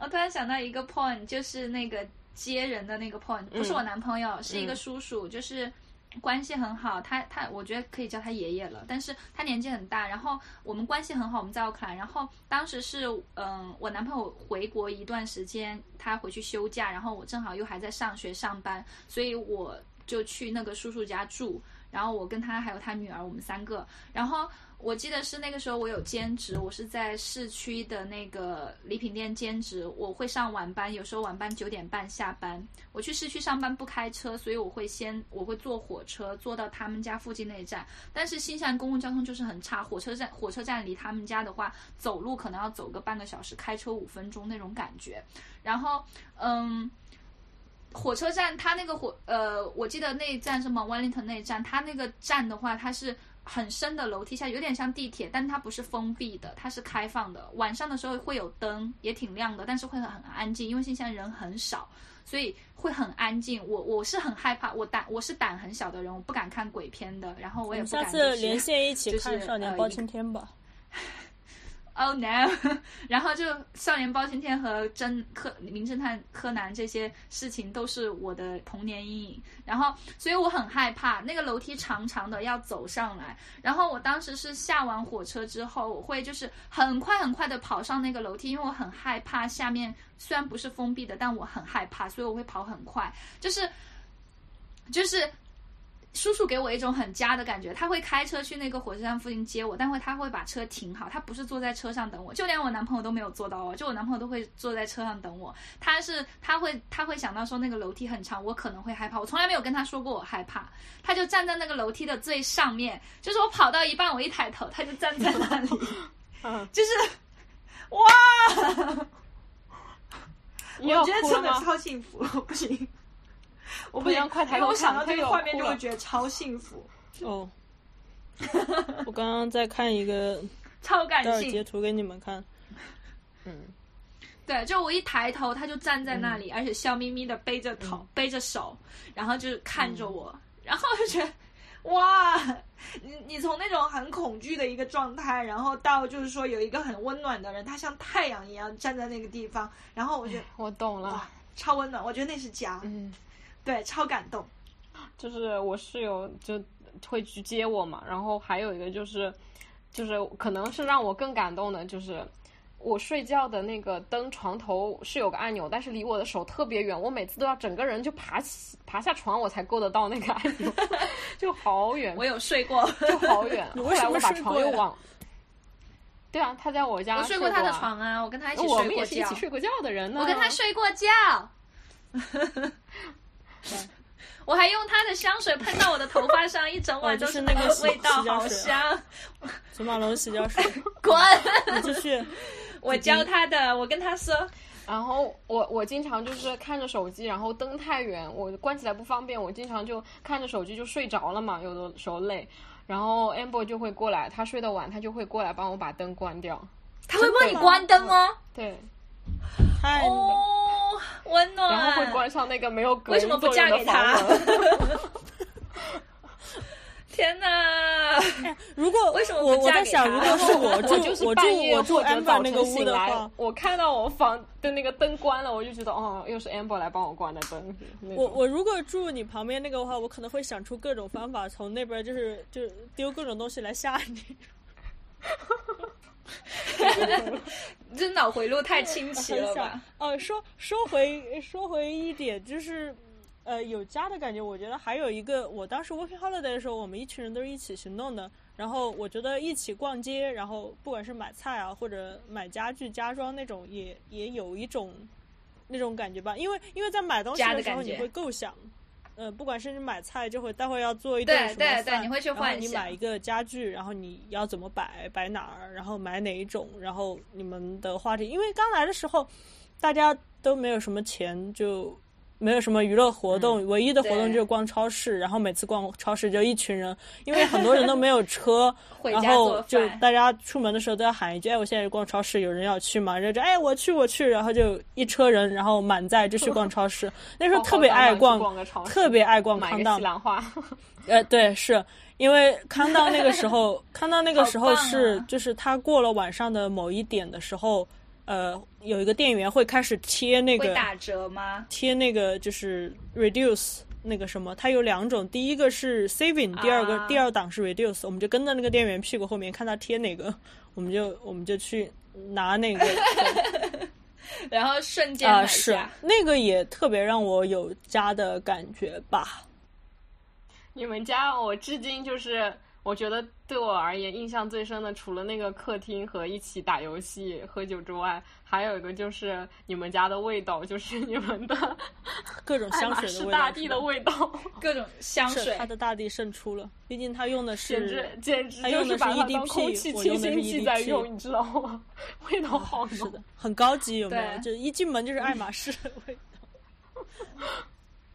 [SPEAKER 1] 我突然想到一个 point，就是那个接人的那个 point，不是
[SPEAKER 2] 嗯
[SPEAKER 1] 我男朋友，是一个叔叔，就是。关系很好，他他我觉得可以叫他爷爷了，但是他年纪很大，然后我们关系很好，我们在奥克兰，然后当时是嗯、我男朋友回国一段时间，他回去休假，然后我正好又还在上学上班，所以我就去那个叔叔家住，然后我跟他还有他女儿，我们三个。然后我记得是那个时候我有兼职，我是在市区的那个礼品店兼职，我会上晚班，有时候晚班九点半下班。我去市区上班不开车，所以我会先我会坐火车坐到他们家附近那一站，但是新西兰公共交通就是很差，火车站火车站离他们家的话，走路可能要走个半个小时，开车五分钟那种感觉。然后嗯。火车站，它那个火呃，我记得那一站是 m o n Wellington 那一站，它那个站的话，它是很深的楼梯下，有点像地铁，但它不是封闭的，它是开放的。晚上的时候会有灯，也挺亮的，但是会很安静，因为新西兰人很少，所以会很安静。我我是很害怕，我胆我是胆很小的人，我不敢看鬼片的，然后我
[SPEAKER 3] 我
[SPEAKER 1] 也
[SPEAKER 3] 们
[SPEAKER 1] 不
[SPEAKER 3] 下
[SPEAKER 1] 敢、就是。
[SPEAKER 3] 次连线一起
[SPEAKER 1] 就是
[SPEAKER 3] 看《少年
[SPEAKER 1] 呃
[SPEAKER 3] 包
[SPEAKER 1] 一个
[SPEAKER 3] 青天》吧。
[SPEAKER 1] Oh no！然 后就《少年包青天》和《侦柯名侦探柯南》这些事情都是我的童年阴影，然后所以我很害怕那个楼梯长长的要走上来，然后我当时是下完火车之后，我会就是很快很快的跑上那个楼梯，因为我很害怕下面虽然不是封闭的，但我很害怕，所以我会跑很快，就是就是。叔叔给我一种很家的感觉，他会开车去那个火车站附近接我，但会他会把车停好，他不是坐在车上等我，就连我男朋友都没有做到哦，就我男朋友都会坐在车上等我，他是他会他会想到说那个楼梯很长，我可能会害怕，我从来没有跟他说过我害怕，他就站在那个楼梯的最上面，就是我跑到一半我一抬头，他就站在那里，就是哇，
[SPEAKER 2] 你 有
[SPEAKER 5] 我觉得
[SPEAKER 2] 哭
[SPEAKER 5] 真
[SPEAKER 2] 了
[SPEAKER 5] 的
[SPEAKER 2] 吗？
[SPEAKER 5] 超幸福，我不行，我
[SPEAKER 2] 不
[SPEAKER 5] 不行
[SPEAKER 2] 行，快抬
[SPEAKER 5] 因为
[SPEAKER 2] 头
[SPEAKER 5] 我想到
[SPEAKER 2] 看他
[SPEAKER 5] 这个
[SPEAKER 2] 有
[SPEAKER 5] 画面
[SPEAKER 2] 哭
[SPEAKER 5] 就会
[SPEAKER 2] 了
[SPEAKER 5] 觉得超幸福。
[SPEAKER 3] 哦， 我刚刚在看一 个，
[SPEAKER 1] 超感
[SPEAKER 3] 待会儿
[SPEAKER 1] 性，
[SPEAKER 3] 截图给你们 看。
[SPEAKER 2] 嗯，
[SPEAKER 1] 对，就我一抬头，他就站在那里，而且笑眯眯的背着头、
[SPEAKER 2] 嗯
[SPEAKER 1] 背着手，然后就是看着我，然后就觉得。
[SPEAKER 5] 哇，你你从那种很恐惧的一个状态，然后到就是说有一个很温暖的人，他像太阳一样站在那个地方，然后我觉得
[SPEAKER 2] 我懂了。
[SPEAKER 5] 超温暖，我觉得那是家，
[SPEAKER 2] 嗯，
[SPEAKER 5] 对，超感动。
[SPEAKER 2] 就是我室友就会去接我嘛，然后还有一个就是，就是可能是让我更感动的，就是我睡觉的那个灯床头是有个按钮，但是离我的手特别远，我每次都要整个人就爬起爬下床我才够得到那个按钮， 就好远，
[SPEAKER 1] 我有睡过，
[SPEAKER 2] 就好 远。
[SPEAKER 3] 你
[SPEAKER 2] 后
[SPEAKER 3] 为
[SPEAKER 2] 来
[SPEAKER 3] 什
[SPEAKER 2] 我
[SPEAKER 3] 么
[SPEAKER 2] 把
[SPEAKER 3] 睡
[SPEAKER 2] 床
[SPEAKER 3] 过
[SPEAKER 2] 又
[SPEAKER 3] 呀
[SPEAKER 2] 往，对啊，他在我家
[SPEAKER 1] 我睡
[SPEAKER 2] 睡
[SPEAKER 1] 过他的
[SPEAKER 2] 啊，
[SPEAKER 1] 床啊，我跟他一起
[SPEAKER 2] 我
[SPEAKER 1] 睡
[SPEAKER 2] 们
[SPEAKER 1] 过
[SPEAKER 2] 也是一
[SPEAKER 1] 觉
[SPEAKER 2] 起，睡过觉的人呢。
[SPEAKER 1] 我跟
[SPEAKER 3] 嗯
[SPEAKER 1] 他睡过 觉，我还用他的香水喷到我的头发上，一整晚
[SPEAKER 3] 哦就
[SPEAKER 1] 都
[SPEAKER 3] 是
[SPEAKER 1] 那
[SPEAKER 3] 那个
[SPEAKER 1] 个
[SPEAKER 3] 洗
[SPEAKER 1] 味道，
[SPEAKER 3] 洗脚
[SPEAKER 1] 好
[SPEAKER 3] 水啊哦
[SPEAKER 1] 香，
[SPEAKER 3] 祖马龙洗脚水，
[SPEAKER 1] 滚！
[SPEAKER 3] 你继 续。
[SPEAKER 1] 我教他的，我跟他说，
[SPEAKER 2] 然后我我经常就是看着手机，然后灯太远，我关起来不方便，我经常就看着手机就睡着了嘛，有的时候累。然后 Amber 就会过来，他睡得晚，他就会过来帮我把灯关掉。
[SPEAKER 1] 他会帮你关灯哦，
[SPEAKER 3] 啊
[SPEAKER 2] 对，
[SPEAKER 3] 太
[SPEAKER 1] 哦，温暖，
[SPEAKER 2] 然后会关上那个没有隔
[SPEAKER 1] 为
[SPEAKER 2] 音
[SPEAKER 1] 什
[SPEAKER 2] 作
[SPEAKER 1] 么
[SPEAKER 2] 用
[SPEAKER 1] 不嫁给
[SPEAKER 2] 的
[SPEAKER 1] 他
[SPEAKER 2] 房门。
[SPEAKER 1] 天哪！
[SPEAKER 3] 如果
[SPEAKER 1] 为什么不
[SPEAKER 3] 我我
[SPEAKER 1] 嫁
[SPEAKER 3] 在
[SPEAKER 1] 给
[SPEAKER 3] 想，
[SPEAKER 1] 他
[SPEAKER 3] 如果是我住
[SPEAKER 2] 就是
[SPEAKER 3] 我住
[SPEAKER 2] 半夜
[SPEAKER 3] 我住
[SPEAKER 2] 或者
[SPEAKER 3] amber
[SPEAKER 2] 早
[SPEAKER 3] 那
[SPEAKER 2] 晨
[SPEAKER 3] 个屋
[SPEAKER 2] 醒
[SPEAKER 3] 的
[SPEAKER 2] 来
[SPEAKER 3] 话，，
[SPEAKER 2] 我看到我房的那个灯关了，我就觉得哦，又是 Amber 来帮我关的灯。那
[SPEAKER 3] 我
[SPEAKER 2] 种
[SPEAKER 3] 我如果住你旁边那个的话，我可能会想出各种方法，从那边就是就是丢各种东西来吓你。
[SPEAKER 1] 这脑回路太清奇了
[SPEAKER 3] 很
[SPEAKER 1] 吧
[SPEAKER 3] 想？呃，说说回说回一点，就是呃有家的感觉。我觉得还有一个，我当时 working holiday 的时候，我们一群人都是一起行动的。然后我觉得一起逛街，然后不管是买菜啊，或者买家具、家装那种，也也有一种那种感觉吧。因为因为在买东西
[SPEAKER 1] 家的
[SPEAKER 3] 时候，
[SPEAKER 1] 感觉
[SPEAKER 3] 你会构想。呃，不管是你买菜，就会待会儿要做一顿
[SPEAKER 1] 对
[SPEAKER 3] 什么
[SPEAKER 1] 对对
[SPEAKER 3] 饭
[SPEAKER 1] 你会去
[SPEAKER 3] 然后
[SPEAKER 1] 幻
[SPEAKER 3] 你
[SPEAKER 1] 想
[SPEAKER 3] 买一个家具，然后你要怎么摆，摆哪儿，然后买哪一种，然后你们的话题，因为刚来的时候，大家都没有什么钱，就没有什么娱乐活动，唯一的活动
[SPEAKER 1] 嗯对，
[SPEAKER 3] 就是逛超市，然后每次逛超市就一群人，因为很多人都没有车
[SPEAKER 1] 回
[SPEAKER 3] 然
[SPEAKER 1] 家做
[SPEAKER 3] 后
[SPEAKER 1] 饭
[SPEAKER 3] 就大家出门的时候都要喊一句：“哎，我现在逛超市，有人要去吗？”然后就哎我去我去，然后就一车人，然后满载就去逛超 市。那时候特别爱
[SPEAKER 2] 好好荡荡去逛个超市
[SPEAKER 3] 特别爱逛
[SPEAKER 2] 买
[SPEAKER 3] 康
[SPEAKER 2] 个
[SPEAKER 3] 道
[SPEAKER 2] 西，兰花，
[SPEAKER 3] 呃，对，是因为康道那个时 候，康道那个时候
[SPEAKER 1] 好棒啊
[SPEAKER 3] 是、就是他过了晚上的某一点的时候，呃，有一个店员会开始贴那
[SPEAKER 1] 会
[SPEAKER 3] 个
[SPEAKER 1] 打折吗？
[SPEAKER 3] 贴那个就是 reduce 那个什么，它有两种，第一个是 saving，第二个、
[SPEAKER 1] 啊
[SPEAKER 3] 第二档是 reduce，我们就跟着那个店员屁股后面看他贴哪个，我们就我们就去拿那 个
[SPEAKER 1] 然后瞬间
[SPEAKER 3] 啊、
[SPEAKER 1] 买
[SPEAKER 3] 是
[SPEAKER 1] 下，
[SPEAKER 3] 那个也特别让我有家的感觉吧。
[SPEAKER 2] 你们家，我至今就是我觉得对我而言印象最深的，除了那个客厅和一起打游戏、喝酒之外，还有一个就是你们家的味道，就是你 们的
[SPEAKER 3] 各种香
[SPEAKER 2] 爱马
[SPEAKER 3] 水
[SPEAKER 2] 仕
[SPEAKER 3] 的味道，
[SPEAKER 2] 大地的味道，
[SPEAKER 1] 各种香
[SPEAKER 3] 是
[SPEAKER 1] 水
[SPEAKER 3] 它，的大地胜出了，毕竟它用的
[SPEAKER 2] 简
[SPEAKER 3] 是
[SPEAKER 2] 直简直
[SPEAKER 3] 他
[SPEAKER 2] 就
[SPEAKER 3] 用的是
[SPEAKER 2] 把它当
[SPEAKER 3] EDP
[SPEAKER 2] 空气
[SPEAKER 3] 我
[SPEAKER 2] 清
[SPEAKER 3] 用的是
[SPEAKER 2] 新剂在
[SPEAKER 3] EDP
[SPEAKER 2] 用，你知道吗？ 味道好
[SPEAKER 3] 是
[SPEAKER 2] 浓
[SPEAKER 3] 的，，很高级，有没有？
[SPEAKER 1] 对
[SPEAKER 3] 就一进门就是爱马仕的味道。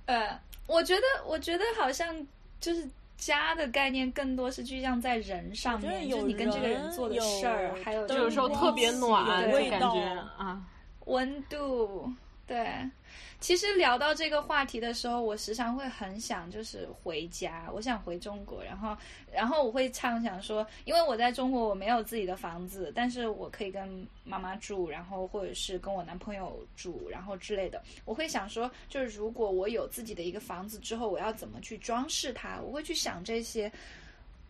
[SPEAKER 1] 呃，我觉得，我觉得好像就是家的概念更多是具象在人上
[SPEAKER 3] 我觉得
[SPEAKER 1] 面，
[SPEAKER 3] 有
[SPEAKER 1] 就是你跟这个人做的事儿，
[SPEAKER 3] 人
[SPEAKER 1] 还有
[SPEAKER 3] 有
[SPEAKER 2] 就有时候特别暖，
[SPEAKER 3] 有味
[SPEAKER 2] 就感
[SPEAKER 3] 道
[SPEAKER 2] 觉啊。
[SPEAKER 1] 温度，对，其实聊到这个话题的时候，我时常会很想就是回家，我想回中国，然后然后我会畅想说，因为我在中国我没有自己的房子，但是我可以跟妈妈住，然后或者是跟我男朋友住，然后之类的。我会想说，就是如果我有自己的一个房子之后，我要怎么去装饰它？我会去想这些，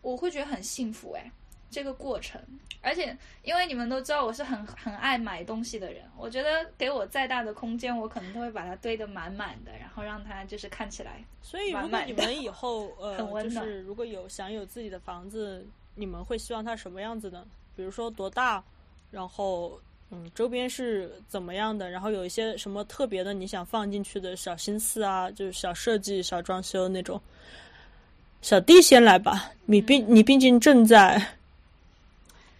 [SPEAKER 1] 我会觉得很幸福哎。这个过程，而且因为你们都知道我是很很爱买东西的人，我觉得给我再大的空间，我可能都会把它堆得满满的，然后让它就是看起来
[SPEAKER 3] 所以，如
[SPEAKER 1] 满
[SPEAKER 3] 果
[SPEAKER 1] 满
[SPEAKER 3] 你
[SPEAKER 1] 的
[SPEAKER 3] 们以 后
[SPEAKER 1] 很
[SPEAKER 3] 呃，
[SPEAKER 1] 温
[SPEAKER 3] 就
[SPEAKER 1] 暖
[SPEAKER 3] 是如果有想有自己的房子，你们会希望它什么样子呢？比如说多大，然后嗯，周边是怎么样的？然后有一些什么特别的你想放进去的小心思啊，就是小设计、小装修那种。小弟先来吧，你
[SPEAKER 2] 嗯
[SPEAKER 3] 毕你毕竟正在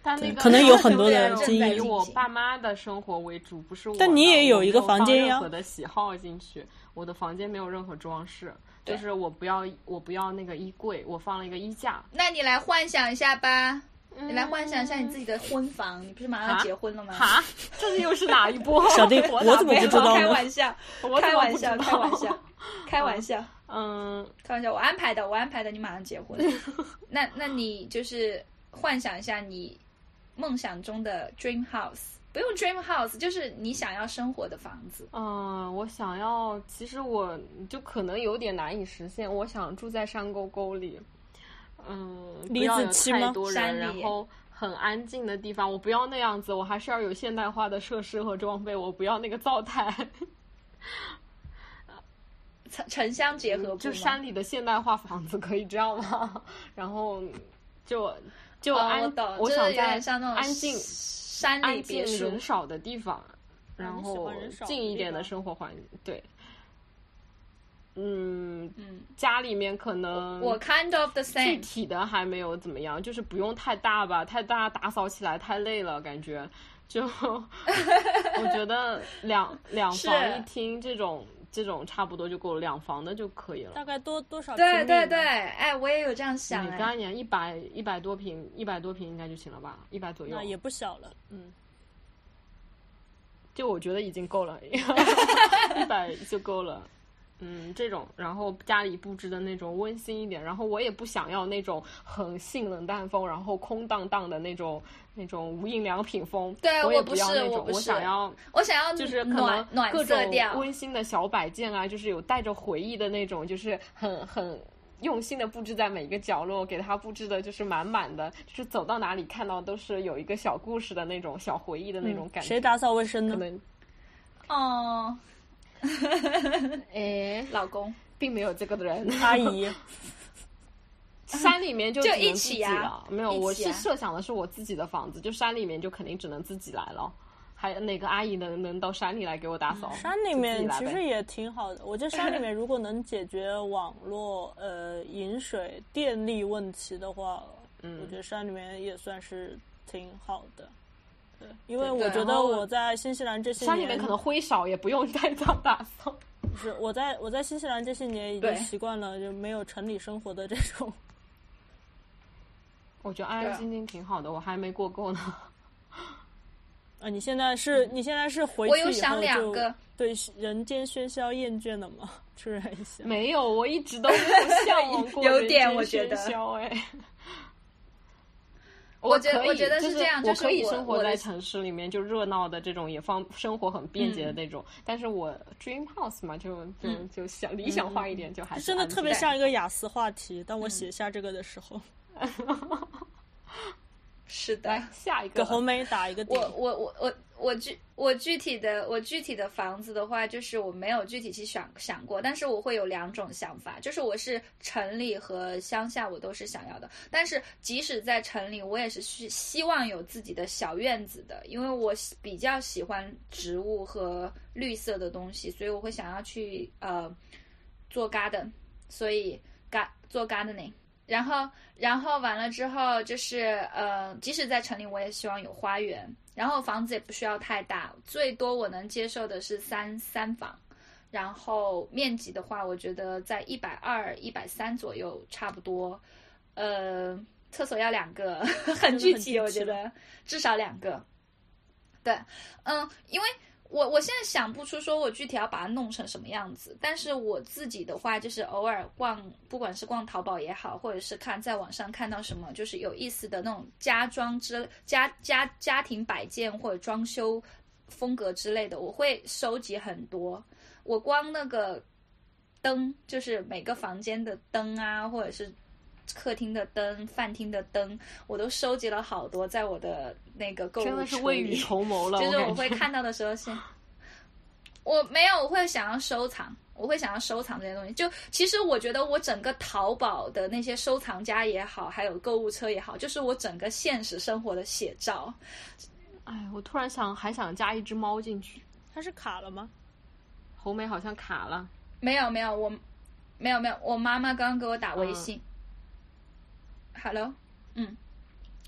[SPEAKER 2] 但那
[SPEAKER 3] 对
[SPEAKER 2] 个
[SPEAKER 3] 可能有很多
[SPEAKER 1] 的
[SPEAKER 2] 正
[SPEAKER 1] 经
[SPEAKER 2] 在
[SPEAKER 1] 验
[SPEAKER 2] 以我爸妈的生活为主，不是我的。
[SPEAKER 3] 但你也有一个
[SPEAKER 2] 我没
[SPEAKER 3] 房间
[SPEAKER 2] 放
[SPEAKER 3] 呀
[SPEAKER 2] 任何的喜好进去，我的房间没有任何装饰，
[SPEAKER 1] 对
[SPEAKER 2] 就是我不要我不要那个衣柜，我放了一个衣架。
[SPEAKER 1] 那你来幻想一下吧，你来幻想一下你自
[SPEAKER 2] 己。
[SPEAKER 1] 己的婚房，你不是马上要
[SPEAKER 2] 啊
[SPEAKER 1] 结婚了吗？
[SPEAKER 2] 哈，这又是哪一波？
[SPEAKER 3] 小弟
[SPEAKER 2] 我
[SPEAKER 3] 我
[SPEAKER 2] 咋
[SPEAKER 3] 怎么
[SPEAKER 2] 没
[SPEAKER 3] 不
[SPEAKER 2] 有
[SPEAKER 3] 知道
[SPEAKER 1] 开
[SPEAKER 3] 呢
[SPEAKER 1] 玩笑，
[SPEAKER 2] 我怎
[SPEAKER 1] 开
[SPEAKER 2] 么
[SPEAKER 1] 玩
[SPEAKER 2] 不知
[SPEAKER 1] 笑，
[SPEAKER 2] 道啊
[SPEAKER 1] 开玩笑，开玩笑，
[SPEAKER 2] 嗯，
[SPEAKER 1] 开玩笑，我安排的，我安排的，你马上结婚。 那那你就是幻想一下你梦想中的 dream house，不用 dream house，就是你想要生活的房子。
[SPEAKER 2] 嗯，我想要，其实我就可能有点难以实现。我想住在山沟沟里，嗯，不
[SPEAKER 3] 李
[SPEAKER 2] 要
[SPEAKER 3] 子
[SPEAKER 2] 有
[SPEAKER 3] 柒
[SPEAKER 2] 太
[SPEAKER 3] 吗
[SPEAKER 2] 多
[SPEAKER 1] 山
[SPEAKER 2] 人，然
[SPEAKER 1] 里
[SPEAKER 2] 后很安静的地方，我不要那样子，我还是要有现代化的设施和装备，我不要那个灶台，
[SPEAKER 1] 城城乡结合部
[SPEAKER 2] 嗯就
[SPEAKER 1] 吗
[SPEAKER 2] 山里的现代化房子可以这样吗？然后就就
[SPEAKER 1] 哦
[SPEAKER 2] 安，
[SPEAKER 1] 我懂，就是
[SPEAKER 2] 想
[SPEAKER 1] 有
[SPEAKER 2] 在
[SPEAKER 1] 点像那种
[SPEAKER 2] 安静
[SPEAKER 1] 山
[SPEAKER 2] 安
[SPEAKER 1] 里
[SPEAKER 2] 静
[SPEAKER 1] 别墅哦
[SPEAKER 2] 人。少的地方，然
[SPEAKER 3] 你喜
[SPEAKER 2] 后
[SPEAKER 3] 欢人少的
[SPEAKER 2] 近
[SPEAKER 3] 地
[SPEAKER 2] 一点的
[SPEAKER 3] 方
[SPEAKER 2] 生活环境，对，嗯，
[SPEAKER 1] 嗯，
[SPEAKER 2] 家里面可能
[SPEAKER 1] 我 kind of the
[SPEAKER 2] 具
[SPEAKER 1] same。
[SPEAKER 2] 体的还没有怎么样，就是不用太大吧，太大打扫起来太累了，感觉就 我觉得两两
[SPEAKER 1] 是
[SPEAKER 2] 房一厅这种这种差不多就够了，两房的就可以
[SPEAKER 3] 大
[SPEAKER 2] 了。
[SPEAKER 3] 概多多少平
[SPEAKER 1] 对
[SPEAKER 3] 米
[SPEAKER 1] 对
[SPEAKER 3] 呢
[SPEAKER 1] 对，哎，我也有这样想
[SPEAKER 2] 你
[SPEAKER 1] 哎
[SPEAKER 2] 干。年一百一百多平，一百多平应该就行了吧，一百左右
[SPEAKER 3] 那，也不小了，嗯，
[SPEAKER 2] 就我觉得已经够了， 一百就够了。嗯，这种，然后家里布置的那种温馨一点，然后我也不想要那种很性冷淡风，然后空荡荡的那种那种无印良品风。
[SPEAKER 1] 对
[SPEAKER 2] 我也
[SPEAKER 1] 我不
[SPEAKER 2] 要
[SPEAKER 1] 是
[SPEAKER 2] 那
[SPEAKER 1] 我
[SPEAKER 2] 种，
[SPEAKER 1] 不
[SPEAKER 2] 我
[SPEAKER 1] 是
[SPEAKER 2] 想要
[SPEAKER 1] 我想要
[SPEAKER 2] 就是可
[SPEAKER 1] 暖
[SPEAKER 2] 能
[SPEAKER 1] 暖
[SPEAKER 2] 各
[SPEAKER 1] 色
[SPEAKER 2] 种
[SPEAKER 1] 调，
[SPEAKER 2] 温馨的小摆件啊，就是有带着回忆的那种，就是很很。用心的布置在每一个角落，给它布置的就是满满的，就是走到哪里看到都是有一个小故事的那种小回忆的那种感觉。
[SPEAKER 3] 嗯谁打扫卫生
[SPEAKER 2] 可
[SPEAKER 3] 呢？
[SPEAKER 2] 能
[SPEAKER 1] 哦，
[SPEAKER 2] 哎，
[SPEAKER 1] 老公，
[SPEAKER 2] 并没有这个的人。
[SPEAKER 3] 阿 姨，
[SPEAKER 2] 哦山里面就
[SPEAKER 1] 就
[SPEAKER 2] 只能
[SPEAKER 1] 一
[SPEAKER 2] 自
[SPEAKER 1] 起
[SPEAKER 2] 己
[SPEAKER 1] 啊
[SPEAKER 2] 了，没有，
[SPEAKER 1] 一
[SPEAKER 2] 我
[SPEAKER 1] 起
[SPEAKER 2] 是
[SPEAKER 1] 啊
[SPEAKER 2] 设想的是我自己的房子，就山里面就肯定只能自己来了。还有哪个阿姨能能到山里来给我打扫？
[SPEAKER 3] 嗯山里
[SPEAKER 2] 就自己
[SPEAKER 3] 面
[SPEAKER 2] 来
[SPEAKER 3] 其
[SPEAKER 2] 呗
[SPEAKER 3] 实也挺好的，我觉得山里面如果能解决网络、呃饮水、电力问题的话，
[SPEAKER 2] 嗯
[SPEAKER 3] 我觉得山里面也算是挺好的。对，因为我
[SPEAKER 2] 对
[SPEAKER 3] 觉
[SPEAKER 2] 然
[SPEAKER 3] 得
[SPEAKER 2] 后
[SPEAKER 3] 我在新西兰这些
[SPEAKER 2] 山里
[SPEAKER 3] 年
[SPEAKER 2] 面，可能灰少，也不用太早打扫。
[SPEAKER 3] 不是我在我在新西兰这些年已经
[SPEAKER 1] 对
[SPEAKER 3] 习惯了就没有城里生活的这种。
[SPEAKER 2] 我觉得安
[SPEAKER 1] 对
[SPEAKER 2] 安
[SPEAKER 1] 啊
[SPEAKER 2] 静静挺好的，我还没过够呢。
[SPEAKER 3] 啊，你现在是你现在是回
[SPEAKER 1] 嗯我
[SPEAKER 3] 去
[SPEAKER 1] 有
[SPEAKER 3] 以
[SPEAKER 1] 想
[SPEAKER 3] 后
[SPEAKER 1] 两
[SPEAKER 3] 就
[SPEAKER 1] 个
[SPEAKER 3] 对人间喧嚣厌倦了吗？ 突然一下，
[SPEAKER 1] 嗯
[SPEAKER 2] 没有，我一直都没有向往过
[SPEAKER 1] 有
[SPEAKER 2] 人
[SPEAKER 1] 点
[SPEAKER 2] 间
[SPEAKER 1] 我觉
[SPEAKER 2] 喧
[SPEAKER 1] 得
[SPEAKER 2] 嚣哎。
[SPEAKER 1] 我觉得
[SPEAKER 2] 可以
[SPEAKER 1] 我觉得
[SPEAKER 2] 就是
[SPEAKER 1] 这样就
[SPEAKER 2] 我
[SPEAKER 1] 是
[SPEAKER 2] 可以
[SPEAKER 1] 我
[SPEAKER 2] 生
[SPEAKER 1] 我
[SPEAKER 2] 活
[SPEAKER 1] 的
[SPEAKER 2] 在城市里面，就热闹的这种，也方生活很便捷的那种。但是我 dream house 嘛，就就
[SPEAKER 1] 嗯
[SPEAKER 2] 就想理想化一点，就还是
[SPEAKER 3] 真的
[SPEAKER 2] 安
[SPEAKER 3] 特
[SPEAKER 2] 静
[SPEAKER 3] 别
[SPEAKER 1] 对
[SPEAKER 3] 像一个雅思话题。当我
[SPEAKER 1] 嗯
[SPEAKER 3] 写下这个的时候，
[SPEAKER 1] 是的，
[SPEAKER 2] 来下一
[SPEAKER 3] 给
[SPEAKER 2] 个
[SPEAKER 3] 红梅打一个底
[SPEAKER 1] 我。我我我我具我具体的我具体的房子的话，就是我没有具体去想想过，但是我会有两种想法，就是我是城里和乡下我都是想要的，但是即使在城里，我也是希希望有自己的小院子的，因为我喜比较喜欢植物和绿色的东西，所以我会想要去呃做 garden，所以 gar 做 gardening。然后，然后完了之后就是，呃，即使在城里，我也希望有花园。然后房子也不需要太大，最多我能接受的是三三房。然后面积的话，我觉得在一百二、一百三左右差不多。呃，厕所要两个， 很具
[SPEAKER 3] 具体
[SPEAKER 1] 体，我觉
[SPEAKER 3] 了
[SPEAKER 1] 得至少两个。对，嗯，因为我我现在想不出说我具体要把它弄成什么样子，但是我自己的话就是偶尔逛，不管是逛淘宝也好，或者是看在网上看到什么就是有意思的那种家装之家家家庭摆件或者装修风格之类的，我会收集很多。我光那个灯，就是每个房间的灯啊，或者是客厅的灯、饭厅的灯，我都收集了好多，在我的那个购物
[SPEAKER 2] 真的是
[SPEAKER 1] 车
[SPEAKER 2] 未
[SPEAKER 1] 里
[SPEAKER 2] 雨绸缪了。
[SPEAKER 1] 就是
[SPEAKER 2] 感
[SPEAKER 1] 我会
[SPEAKER 2] 觉
[SPEAKER 1] 看到的时候先， 我没有，我会想要收藏，我会想要收藏这些东西。就其实我觉得我整个淘宝的那些收藏家也好，还有购物车也好，就是我整个现实生活的写照。
[SPEAKER 2] 哎，我突然想还想加一只猫进去。
[SPEAKER 3] 它是卡了吗？
[SPEAKER 2] 红梅好像卡了，
[SPEAKER 1] 没有没有，我没有没有，我妈妈刚刚给我打微信。Hello，嗯，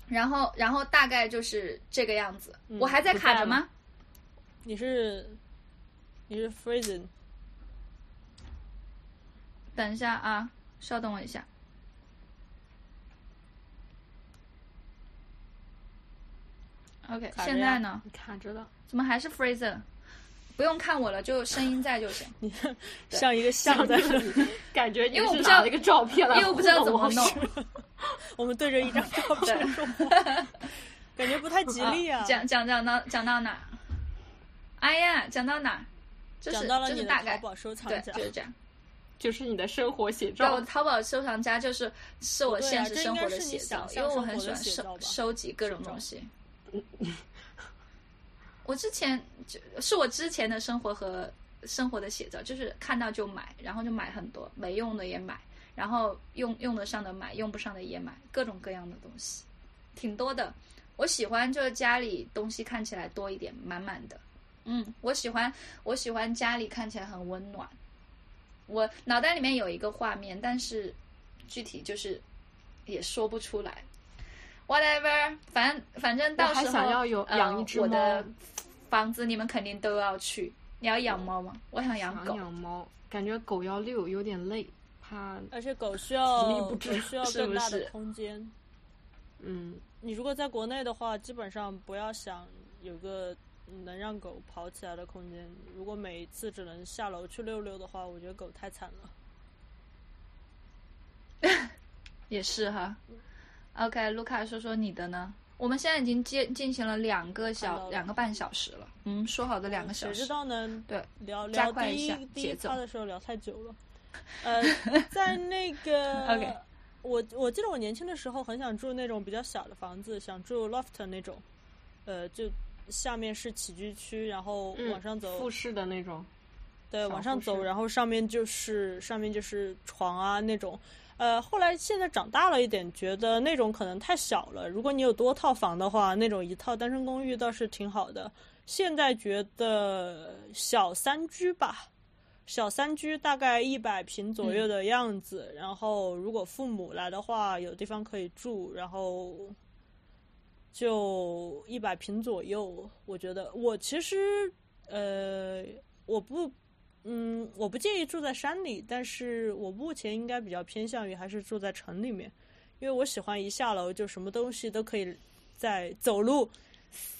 [SPEAKER 1] 然后然后大概就是这个样子。我嗯还在
[SPEAKER 2] 不
[SPEAKER 1] 卡
[SPEAKER 2] 在
[SPEAKER 1] 着
[SPEAKER 2] 了
[SPEAKER 1] 吗？
[SPEAKER 3] 你是你是 freezing，
[SPEAKER 1] 等一下啊，稍等我一下。OK，
[SPEAKER 3] 卡着
[SPEAKER 1] 现
[SPEAKER 3] 呀
[SPEAKER 1] 在呢？
[SPEAKER 2] 你卡着了。
[SPEAKER 1] 怎么还是 Fraser？不用看我了，就声音在就 行，
[SPEAKER 3] 像一个像在那里，
[SPEAKER 2] 感觉你
[SPEAKER 1] 因为我
[SPEAKER 2] 是
[SPEAKER 1] 不知道
[SPEAKER 2] 拿了一个照片来
[SPEAKER 1] 因为我不知道
[SPEAKER 2] 糊
[SPEAKER 1] 怎
[SPEAKER 2] 弄
[SPEAKER 1] 么
[SPEAKER 2] 我
[SPEAKER 1] 弄。啊
[SPEAKER 3] 我们对着一张照片说话， 感觉不太吉利啊。
[SPEAKER 1] 讲讲讲到讲到哪儿？哎呀，讲到哪儿？就是
[SPEAKER 3] 讲到了
[SPEAKER 1] 就
[SPEAKER 3] 你
[SPEAKER 1] 是
[SPEAKER 3] 的
[SPEAKER 1] 大
[SPEAKER 3] 淘
[SPEAKER 1] 概
[SPEAKER 3] 宝收藏
[SPEAKER 1] 对，
[SPEAKER 3] 家
[SPEAKER 1] 就，是这样。
[SPEAKER 2] 就是你的生活写
[SPEAKER 1] 对，我
[SPEAKER 2] 照
[SPEAKER 1] 的。淘宝收藏家就是是我
[SPEAKER 3] 对啊
[SPEAKER 1] 现实
[SPEAKER 3] 这应
[SPEAKER 1] 生
[SPEAKER 3] 该
[SPEAKER 1] 活的
[SPEAKER 3] 是你
[SPEAKER 1] 写
[SPEAKER 3] 想
[SPEAKER 1] 照，因
[SPEAKER 3] 象
[SPEAKER 1] 为我
[SPEAKER 3] 生
[SPEAKER 1] 很
[SPEAKER 3] 活
[SPEAKER 1] 喜
[SPEAKER 3] 的
[SPEAKER 1] 欢
[SPEAKER 3] 写照
[SPEAKER 1] 收
[SPEAKER 3] 吧
[SPEAKER 1] 收集各种
[SPEAKER 3] 照
[SPEAKER 1] 东 西。我之前就是我之前的生活和生活的写照，就是看到就买，然后就买很多，没用的也买，然后用用得上的买，用不上的也买，各种各样的东西，挺多的。我喜欢就是家里东西看起来多一点，满满的。嗯，我喜欢我喜欢家里看起来很温暖。我脑袋里面有一个画面，但是具体就是也说不出来。Whatever，反正反正到时候
[SPEAKER 2] 我还想要有
[SPEAKER 1] 呃
[SPEAKER 2] 养一只
[SPEAKER 1] 我的
[SPEAKER 2] 猫
[SPEAKER 1] 房子，你们肯定都要去。你要养猫吗？我想养
[SPEAKER 2] 想
[SPEAKER 1] 狗。
[SPEAKER 2] 养猫，感觉狗要遛有点累，怕
[SPEAKER 3] 而且狗 需要
[SPEAKER 2] 体力不
[SPEAKER 3] 狗
[SPEAKER 2] 支
[SPEAKER 3] 需要
[SPEAKER 1] 是
[SPEAKER 3] 更
[SPEAKER 1] 不
[SPEAKER 3] 大的
[SPEAKER 1] 是
[SPEAKER 3] 空间。
[SPEAKER 2] 嗯，
[SPEAKER 3] 你如果在国内的话，基本上不要想有个能让狗跑起来的空间。如果每一次只能下楼去溜溜的话，我觉得狗太惨了。
[SPEAKER 1] 也是哈。OK，卢卡说说你的呢？我们现在已经进进行了两个
[SPEAKER 3] 看到
[SPEAKER 1] 小
[SPEAKER 3] 了
[SPEAKER 1] 两个半小时了，嗯，说好的两个小
[SPEAKER 3] 谁知
[SPEAKER 1] 时。
[SPEAKER 3] 道呢？
[SPEAKER 1] 对，
[SPEAKER 3] 聊
[SPEAKER 1] 加
[SPEAKER 3] 聊
[SPEAKER 1] 快
[SPEAKER 3] 第
[SPEAKER 1] 一
[SPEAKER 3] 一
[SPEAKER 1] 下
[SPEAKER 3] 第一
[SPEAKER 1] 节奏
[SPEAKER 3] 趴的时候聊太 久了。呃，在那个
[SPEAKER 1] OK
[SPEAKER 3] 我我记得我年轻的时候很想住那种比较小的房子，想住 loft 那种，呃，就下面是起居区，然后
[SPEAKER 2] 嗯
[SPEAKER 3] 往上走，
[SPEAKER 2] 复式的那种。
[SPEAKER 3] 对，
[SPEAKER 2] 小
[SPEAKER 3] 往上
[SPEAKER 2] 复
[SPEAKER 3] 走，
[SPEAKER 2] 式
[SPEAKER 3] 然后上面就是上面就是床啊那种。呃，后来现在长大了一点，觉得那种可能太小了。如果你有多套房的话，那种一套单身公寓倒是挺好的。现在觉得小三居吧，小三居大概一百平左右的样子。然后如果父母来的话，有地方可以住，然后就一百平左右。我觉得我其实呃，我不嗯，我不介意住在山里，但是我目前应该比较偏向于还是住在城里面，因为我喜欢一下楼就什么东西都可以在走路，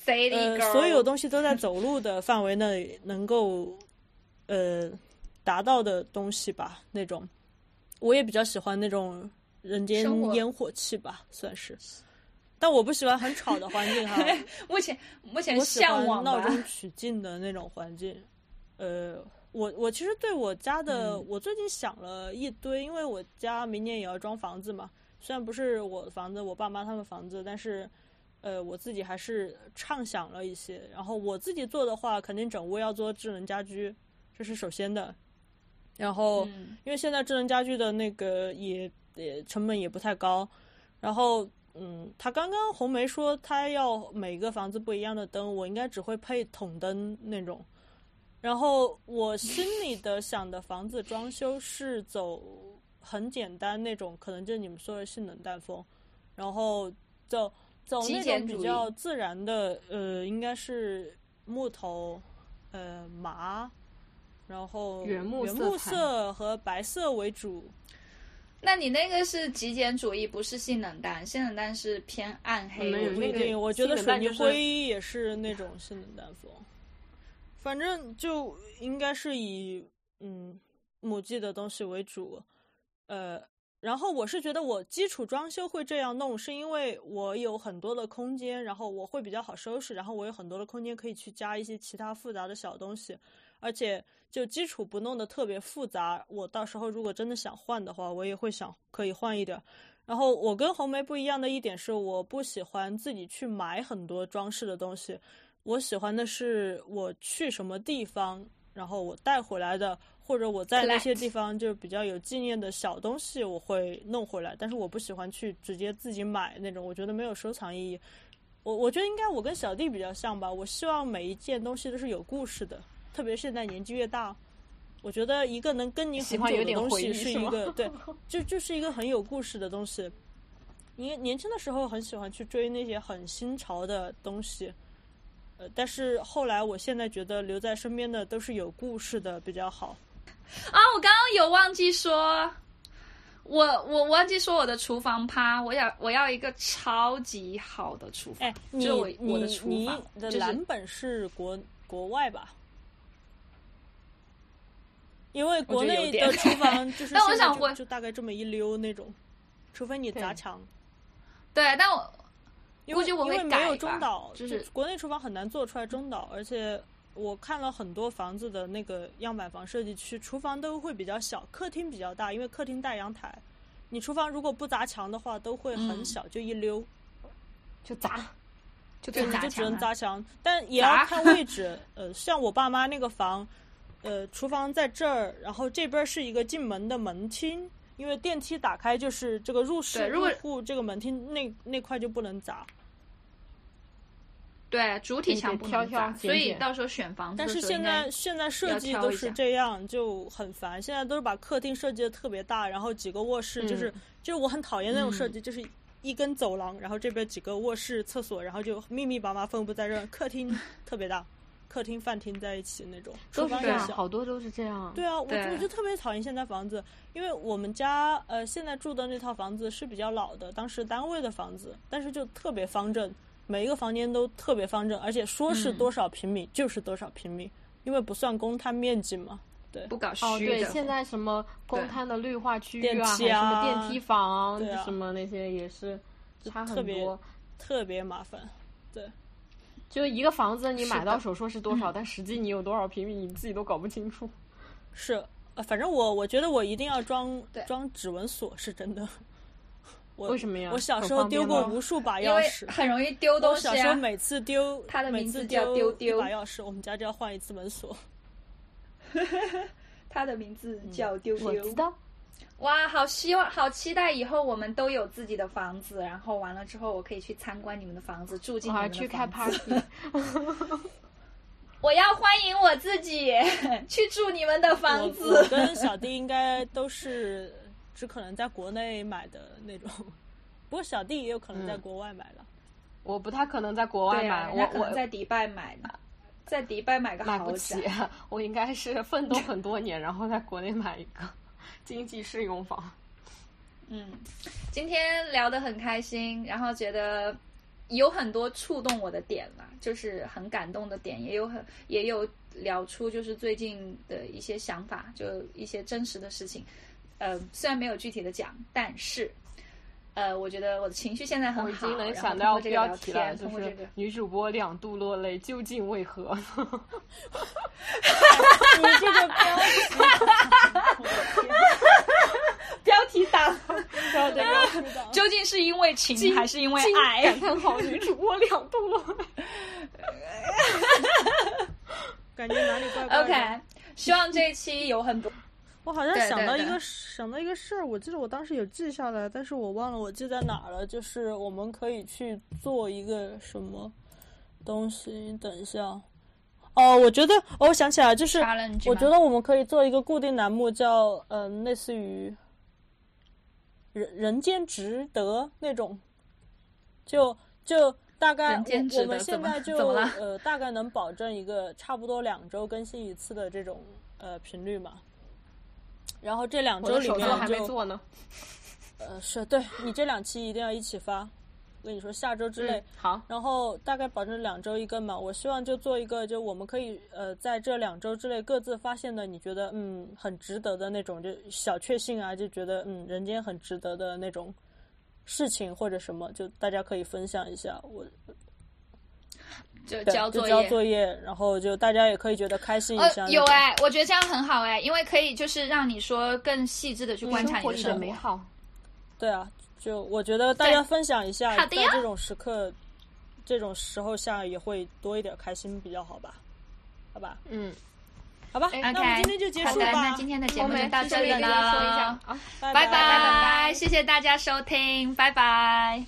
[SPEAKER 1] City
[SPEAKER 3] 呃
[SPEAKER 1] girl，，
[SPEAKER 3] 所有东西都在走路的范围内能够呃达到的东西吧，那种我也比较喜欢那种人间
[SPEAKER 1] 生活
[SPEAKER 3] 烟火气吧，算是。但我不喜欢很吵的环境哈，
[SPEAKER 1] 目前目前
[SPEAKER 3] 我喜
[SPEAKER 1] 向
[SPEAKER 3] 欢
[SPEAKER 1] 往
[SPEAKER 3] 闹
[SPEAKER 1] 吧。
[SPEAKER 3] 中取静的那种环境。呃，我我其实对我家的，
[SPEAKER 1] 嗯
[SPEAKER 3] 我最近想了一堆，因为我家明年也要装房子嘛。虽然不是我的房子，我爸妈他们房子，但是，呃，我自己还是畅想了一些。然后我自己做的话，肯定整屋要做智能家居，这是首先的。然后，
[SPEAKER 1] 嗯
[SPEAKER 3] 因为现在智能家居的那个也也成本也不太高，然后嗯，他刚刚红梅说他要每个房子不一样的灯，我应该只会配筒灯那种。然后我心里的想的房子装修是走很简单那种，可能就是你们说的性冷淡风，然后走走
[SPEAKER 1] 极
[SPEAKER 3] 那
[SPEAKER 1] 简
[SPEAKER 3] 种比
[SPEAKER 1] 主义
[SPEAKER 3] 较自然的，呃，应该是木头，呃，麻，然后
[SPEAKER 2] 原木
[SPEAKER 3] 原
[SPEAKER 2] 色
[SPEAKER 3] 木
[SPEAKER 2] 彩
[SPEAKER 3] 色和白色为主，
[SPEAKER 1] 那你那个是极简主义，不是性冷淡，性冷淡是偏暗黑。
[SPEAKER 3] 嗯
[SPEAKER 2] 没有
[SPEAKER 1] 我觉
[SPEAKER 3] 不一
[SPEAKER 1] 得
[SPEAKER 2] 那个
[SPEAKER 3] 定，我觉得水
[SPEAKER 2] 性冷淡
[SPEAKER 3] 泥
[SPEAKER 2] 就是
[SPEAKER 3] 灰也是那种性冷淡风。反正就应该是以嗯母系的东西为主，呃，然后我是觉得我基础装修会这样弄，是因为我有很多的空间，然后我会比较好收拾，然后我有很多的空间可以去加一些其他复杂的小东西，而且就基础不弄得特别复杂，我到时候如果真的想换的话，我也会想可以换一点儿。然后我跟红梅不一样的一点是，我不喜欢自己去买很多装饰的东西，我喜欢的是我去什么地方，然后我带回来的，或者我在那些地方就是比较有纪念的小东西，我会弄回来。但是我不喜欢去直接自己买那种，我觉得没有收藏意义。我我觉得应该我跟小弟比较像吧，我希望每一件东西都是有故事的，特别是现在年纪越大，我觉得一个能跟你
[SPEAKER 2] 喜
[SPEAKER 3] 很
[SPEAKER 2] 欢
[SPEAKER 3] 久
[SPEAKER 2] 有
[SPEAKER 3] 的
[SPEAKER 2] 点
[SPEAKER 3] 东
[SPEAKER 2] 回
[SPEAKER 3] 西
[SPEAKER 2] 忆
[SPEAKER 3] 是
[SPEAKER 2] 是
[SPEAKER 3] 一
[SPEAKER 2] 吗
[SPEAKER 3] 个对，就就是一个很有故事的东西。你年轻的时候很喜欢去追那些很新潮的东西，呃，但是后来我现在觉得留在身边的都是有故事的比较好。
[SPEAKER 1] 啊，我刚刚有忘记说，我我忘记说我的厨房趴，我要我要一个超级好的厨房，
[SPEAKER 3] 哎，你
[SPEAKER 1] 就我
[SPEAKER 3] 你
[SPEAKER 1] 我的厨
[SPEAKER 3] 你
[SPEAKER 1] 房
[SPEAKER 3] 的
[SPEAKER 1] 就是
[SPEAKER 3] 蓝本是国国外吧？因为国
[SPEAKER 6] 我觉得有
[SPEAKER 3] 内
[SPEAKER 6] 点
[SPEAKER 3] 的厨 房就是
[SPEAKER 1] 但我
[SPEAKER 3] 现在
[SPEAKER 1] 想
[SPEAKER 3] 就
[SPEAKER 1] 问
[SPEAKER 3] 就大概这么一溜那种，除非你砸墙，
[SPEAKER 1] 对，但我
[SPEAKER 3] 因
[SPEAKER 1] 估
[SPEAKER 3] 为
[SPEAKER 1] 计我
[SPEAKER 3] 因
[SPEAKER 1] 会
[SPEAKER 3] 为没
[SPEAKER 1] 改
[SPEAKER 3] 有
[SPEAKER 1] 吧
[SPEAKER 3] 中岛，
[SPEAKER 1] 就
[SPEAKER 3] 就是国内厨房很难做出来中岛，而且我看了很多房子的那个样板房设计区，厨房都会比较小，客厅比较大，因为客厅带阳台。你厨房如果不砸墙的话，都会很
[SPEAKER 1] 嗯
[SPEAKER 3] 小，就一溜。
[SPEAKER 2] 就砸，就
[SPEAKER 1] 对
[SPEAKER 2] 对
[SPEAKER 1] 就
[SPEAKER 3] 你
[SPEAKER 1] 砸
[SPEAKER 3] 就只能
[SPEAKER 1] 墙啊
[SPEAKER 3] 砸墙，但也 要
[SPEAKER 1] 砸
[SPEAKER 3] 看位置。呃，像我爸妈那个房，呃，厨房在这儿，然后这边儿是一个进门的门厅，因为电梯打开就是这个入室
[SPEAKER 1] 对如
[SPEAKER 3] 入
[SPEAKER 1] 果
[SPEAKER 3] 户这个门厅那那块就不能砸。
[SPEAKER 1] 对主体
[SPEAKER 2] 你
[SPEAKER 1] 墙
[SPEAKER 2] 得
[SPEAKER 1] 不
[SPEAKER 2] 挑
[SPEAKER 1] 能
[SPEAKER 2] 挑
[SPEAKER 1] 砸，
[SPEAKER 2] 剪
[SPEAKER 1] 所以
[SPEAKER 2] 剪
[SPEAKER 1] 到时候选房子
[SPEAKER 3] 但
[SPEAKER 1] 的时
[SPEAKER 3] 是
[SPEAKER 1] 候
[SPEAKER 3] 现
[SPEAKER 1] 应
[SPEAKER 3] 在
[SPEAKER 1] 该
[SPEAKER 3] 现在设
[SPEAKER 1] 要
[SPEAKER 3] 计
[SPEAKER 1] 挑
[SPEAKER 3] 都
[SPEAKER 1] 一
[SPEAKER 3] 是
[SPEAKER 1] 下
[SPEAKER 3] 这样，就很烦。现在都是把客厅设计的特别大，然后几个卧室，就是、
[SPEAKER 1] 嗯
[SPEAKER 3] 就是我很讨厌那种设计，就是一根走廊，然后这边几个卧室、厕所，然后就密密麻麻分布在这儿，客厅特别大，客厅、饭厅在一起那种，厨
[SPEAKER 2] 都是
[SPEAKER 3] 房
[SPEAKER 2] 这
[SPEAKER 3] 也
[SPEAKER 2] 样，
[SPEAKER 3] 小。
[SPEAKER 2] 好多都是这样。
[SPEAKER 3] 对啊，我就
[SPEAKER 1] 对
[SPEAKER 3] 我就特别讨厌现在房子，因为我们家呃现在住的那套房子是比较老的，当时单位的房子，但是就特别方正，每一个房间都特别方正，而且说是
[SPEAKER 1] 嗯
[SPEAKER 3] 多少平米、就是多少平米，因为不算公摊面积嘛。对，
[SPEAKER 1] 不搞
[SPEAKER 2] 哦，
[SPEAKER 1] 虚
[SPEAKER 2] 对，
[SPEAKER 1] 的。
[SPEAKER 2] 现在什么公摊的绿化区域
[SPEAKER 3] 电
[SPEAKER 2] 啊，还
[SPEAKER 3] 梯
[SPEAKER 2] 有什么
[SPEAKER 3] 啊
[SPEAKER 2] 电梯房
[SPEAKER 3] 对啊
[SPEAKER 2] 什么那些也是差
[SPEAKER 3] 特
[SPEAKER 2] 很
[SPEAKER 3] 别
[SPEAKER 2] 多。
[SPEAKER 3] 特别麻烦。
[SPEAKER 2] 就一个房子，你
[SPEAKER 1] 是
[SPEAKER 2] 买
[SPEAKER 1] 的
[SPEAKER 2] 到手说是
[SPEAKER 1] 嗯
[SPEAKER 2] 多少，但实际你有多少平米，你自己都搞不清楚。
[SPEAKER 3] 是，呃，反正我我觉得我一定要装
[SPEAKER 1] 对
[SPEAKER 3] 装指纹锁是真的。我
[SPEAKER 2] 为什么呀
[SPEAKER 3] 我小
[SPEAKER 2] 很
[SPEAKER 3] 时候
[SPEAKER 2] 方便
[SPEAKER 3] 丢过
[SPEAKER 2] 吗
[SPEAKER 3] 无数把
[SPEAKER 1] 因
[SPEAKER 3] 钥
[SPEAKER 1] 为
[SPEAKER 3] 匙，
[SPEAKER 1] 很容易丢东
[SPEAKER 3] 我
[SPEAKER 1] 西
[SPEAKER 3] 小时候
[SPEAKER 1] 啊，
[SPEAKER 3] 每次丢，
[SPEAKER 1] 它的
[SPEAKER 3] 每
[SPEAKER 1] 名
[SPEAKER 3] 次
[SPEAKER 1] 字叫丢丢
[SPEAKER 3] 一把钥匙，我们家就要换一次门锁。
[SPEAKER 1] 它的名字叫丢
[SPEAKER 2] 嗯我知道，
[SPEAKER 1] 哇，好希望，好期待以后我们都有自己的房子，然后完了之后我可以去参观你们的房子，住进
[SPEAKER 2] 我
[SPEAKER 1] 你
[SPEAKER 2] 还
[SPEAKER 1] 们
[SPEAKER 2] 去
[SPEAKER 1] 的
[SPEAKER 2] 开
[SPEAKER 1] 房子。
[SPEAKER 2] party，
[SPEAKER 1] 我要欢迎我自己去住你们的
[SPEAKER 3] 我
[SPEAKER 1] 房
[SPEAKER 3] 我
[SPEAKER 1] 子。
[SPEAKER 3] 跟小弟应该都是只可能在国内买的那种，不过小弟也有可能在
[SPEAKER 2] 嗯
[SPEAKER 3] 国外买了。
[SPEAKER 2] 我不太可能在国外
[SPEAKER 1] 对啊
[SPEAKER 2] 买，，
[SPEAKER 1] 人家
[SPEAKER 2] 我
[SPEAKER 1] 可能
[SPEAKER 2] 我
[SPEAKER 1] 在迪拜买的，在迪拜买个
[SPEAKER 2] 买不
[SPEAKER 1] 豪
[SPEAKER 2] 起
[SPEAKER 1] 宅。，
[SPEAKER 2] 我应该是奋斗很多年，然后在国内买一个 经济适用房。
[SPEAKER 1] 嗯，今天聊得很开心，然后觉得有很多触动我的点啦，就是很感动的点，也有很也有聊出就是最近的一些想法，就一些真实的事情。呃，虽然没有具体的讲，但是。呃，我觉得我的情绪现在
[SPEAKER 2] 我
[SPEAKER 1] 很
[SPEAKER 2] 已
[SPEAKER 1] 好，
[SPEAKER 2] 经能
[SPEAKER 1] 然后
[SPEAKER 2] 想
[SPEAKER 1] 通
[SPEAKER 2] 到
[SPEAKER 1] 过这个
[SPEAKER 2] 标
[SPEAKER 1] 聊
[SPEAKER 2] 题了，
[SPEAKER 1] 天，
[SPEAKER 2] 就
[SPEAKER 1] 通过这
[SPEAKER 2] 是
[SPEAKER 1] 个，
[SPEAKER 2] 女主播两度落泪，究竟为何？
[SPEAKER 3] 你这个标题，
[SPEAKER 1] 标题党
[SPEAKER 3] 标的标题党
[SPEAKER 1] 究竟是因为情还是因为
[SPEAKER 2] 惊
[SPEAKER 1] 爱？
[SPEAKER 2] 感叹号，女主播两度落 泪。
[SPEAKER 3] 感觉哪里怪怪 的。
[SPEAKER 1] OK，希望这一期有很多
[SPEAKER 3] 我好像
[SPEAKER 1] 对
[SPEAKER 3] 想
[SPEAKER 1] 对
[SPEAKER 3] 到一
[SPEAKER 1] 对
[SPEAKER 3] 个想到一个事儿，我记得我当时有记下来，但是我忘了我记在哪儿了。就是我们可以去做一个什么东西，等一下。哦，我觉得，哦，我想起来，就是
[SPEAKER 1] challenge
[SPEAKER 3] 我
[SPEAKER 1] 吗
[SPEAKER 3] 觉得我们可以做一个固定栏目叫，呃，类似于人人间值得那种，就就大概
[SPEAKER 1] 人间
[SPEAKER 3] 我
[SPEAKER 1] 值
[SPEAKER 3] 我
[SPEAKER 1] 得
[SPEAKER 3] 们现
[SPEAKER 1] 怎么
[SPEAKER 3] 在就
[SPEAKER 1] 怎么了
[SPEAKER 3] 呃大概能保证一个差不多两周更新一次的这种呃频率嘛。然后这两
[SPEAKER 2] 我
[SPEAKER 3] 周
[SPEAKER 2] 的
[SPEAKER 3] 里
[SPEAKER 2] 手作
[SPEAKER 3] 面
[SPEAKER 2] 还没
[SPEAKER 3] 就
[SPEAKER 2] 做呢，
[SPEAKER 3] 呃是对你这两期一定要一起发，跟你说下周之内，
[SPEAKER 2] 好，
[SPEAKER 3] 然后大概保证两周一根吧。我希望就做一个，就我们可以呃在这两周之内各自发现的，你觉得嗯很值得的那种，就小确幸啊，就觉得嗯人间很值得的那种事情或者什么，就大家可以分享一下。我
[SPEAKER 1] 就
[SPEAKER 3] 对
[SPEAKER 1] 交
[SPEAKER 3] 就
[SPEAKER 1] 作
[SPEAKER 3] 交
[SPEAKER 1] 业。
[SPEAKER 3] 作业，然后就大家也可以觉得开心一下。
[SPEAKER 1] 呃，有
[SPEAKER 3] 哎，
[SPEAKER 1] 哎、我觉得这样很好哎、因为可以就是让你说更细致的去观察
[SPEAKER 2] 生
[SPEAKER 1] 你
[SPEAKER 2] 活
[SPEAKER 1] 的
[SPEAKER 2] 里的
[SPEAKER 1] 生
[SPEAKER 2] 美
[SPEAKER 1] 活。
[SPEAKER 2] 好。
[SPEAKER 3] 对啊，就我觉得大家分享一下，
[SPEAKER 1] 好
[SPEAKER 3] 在
[SPEAKER 1] 的呀
[SPEAKER 3] 这种时刻、这种时候下也会多一点开心比较好吧？好吧，
[SPEAKER 2] 嗯，
[SPEAKER 3] 好吧，那我们
[SPEAKER 1] 哎 OK，
[SPEAKER 3] 今天就结
[SPEAKER 1] 好
[SPEAKER 3] 束
[SPEAKER 1] 的，那
[SPEAKER 3] 吧，
[SPEAKER 1] 今天的节
[SPEAKER 2] 我
[SPEAKER 1] 目就
[SPEAKER 2] 们
[SPEAKER 1] 到
[SPEAKER 2] 提
[SPEAKER 1] 这
[SPEAKER 2] 前
[SPEAKER 1] 里
[SPEAKER 2] 跟大家说一下
[SPEAKER 1] 了
[SPEAKER 2] 啊。
[SPEAKER 3] 拜
[SPEAKER 1] 拜
[SPEAKER 3] 拜
[SPEAKER 1] 谢谢大家收听，拜拜。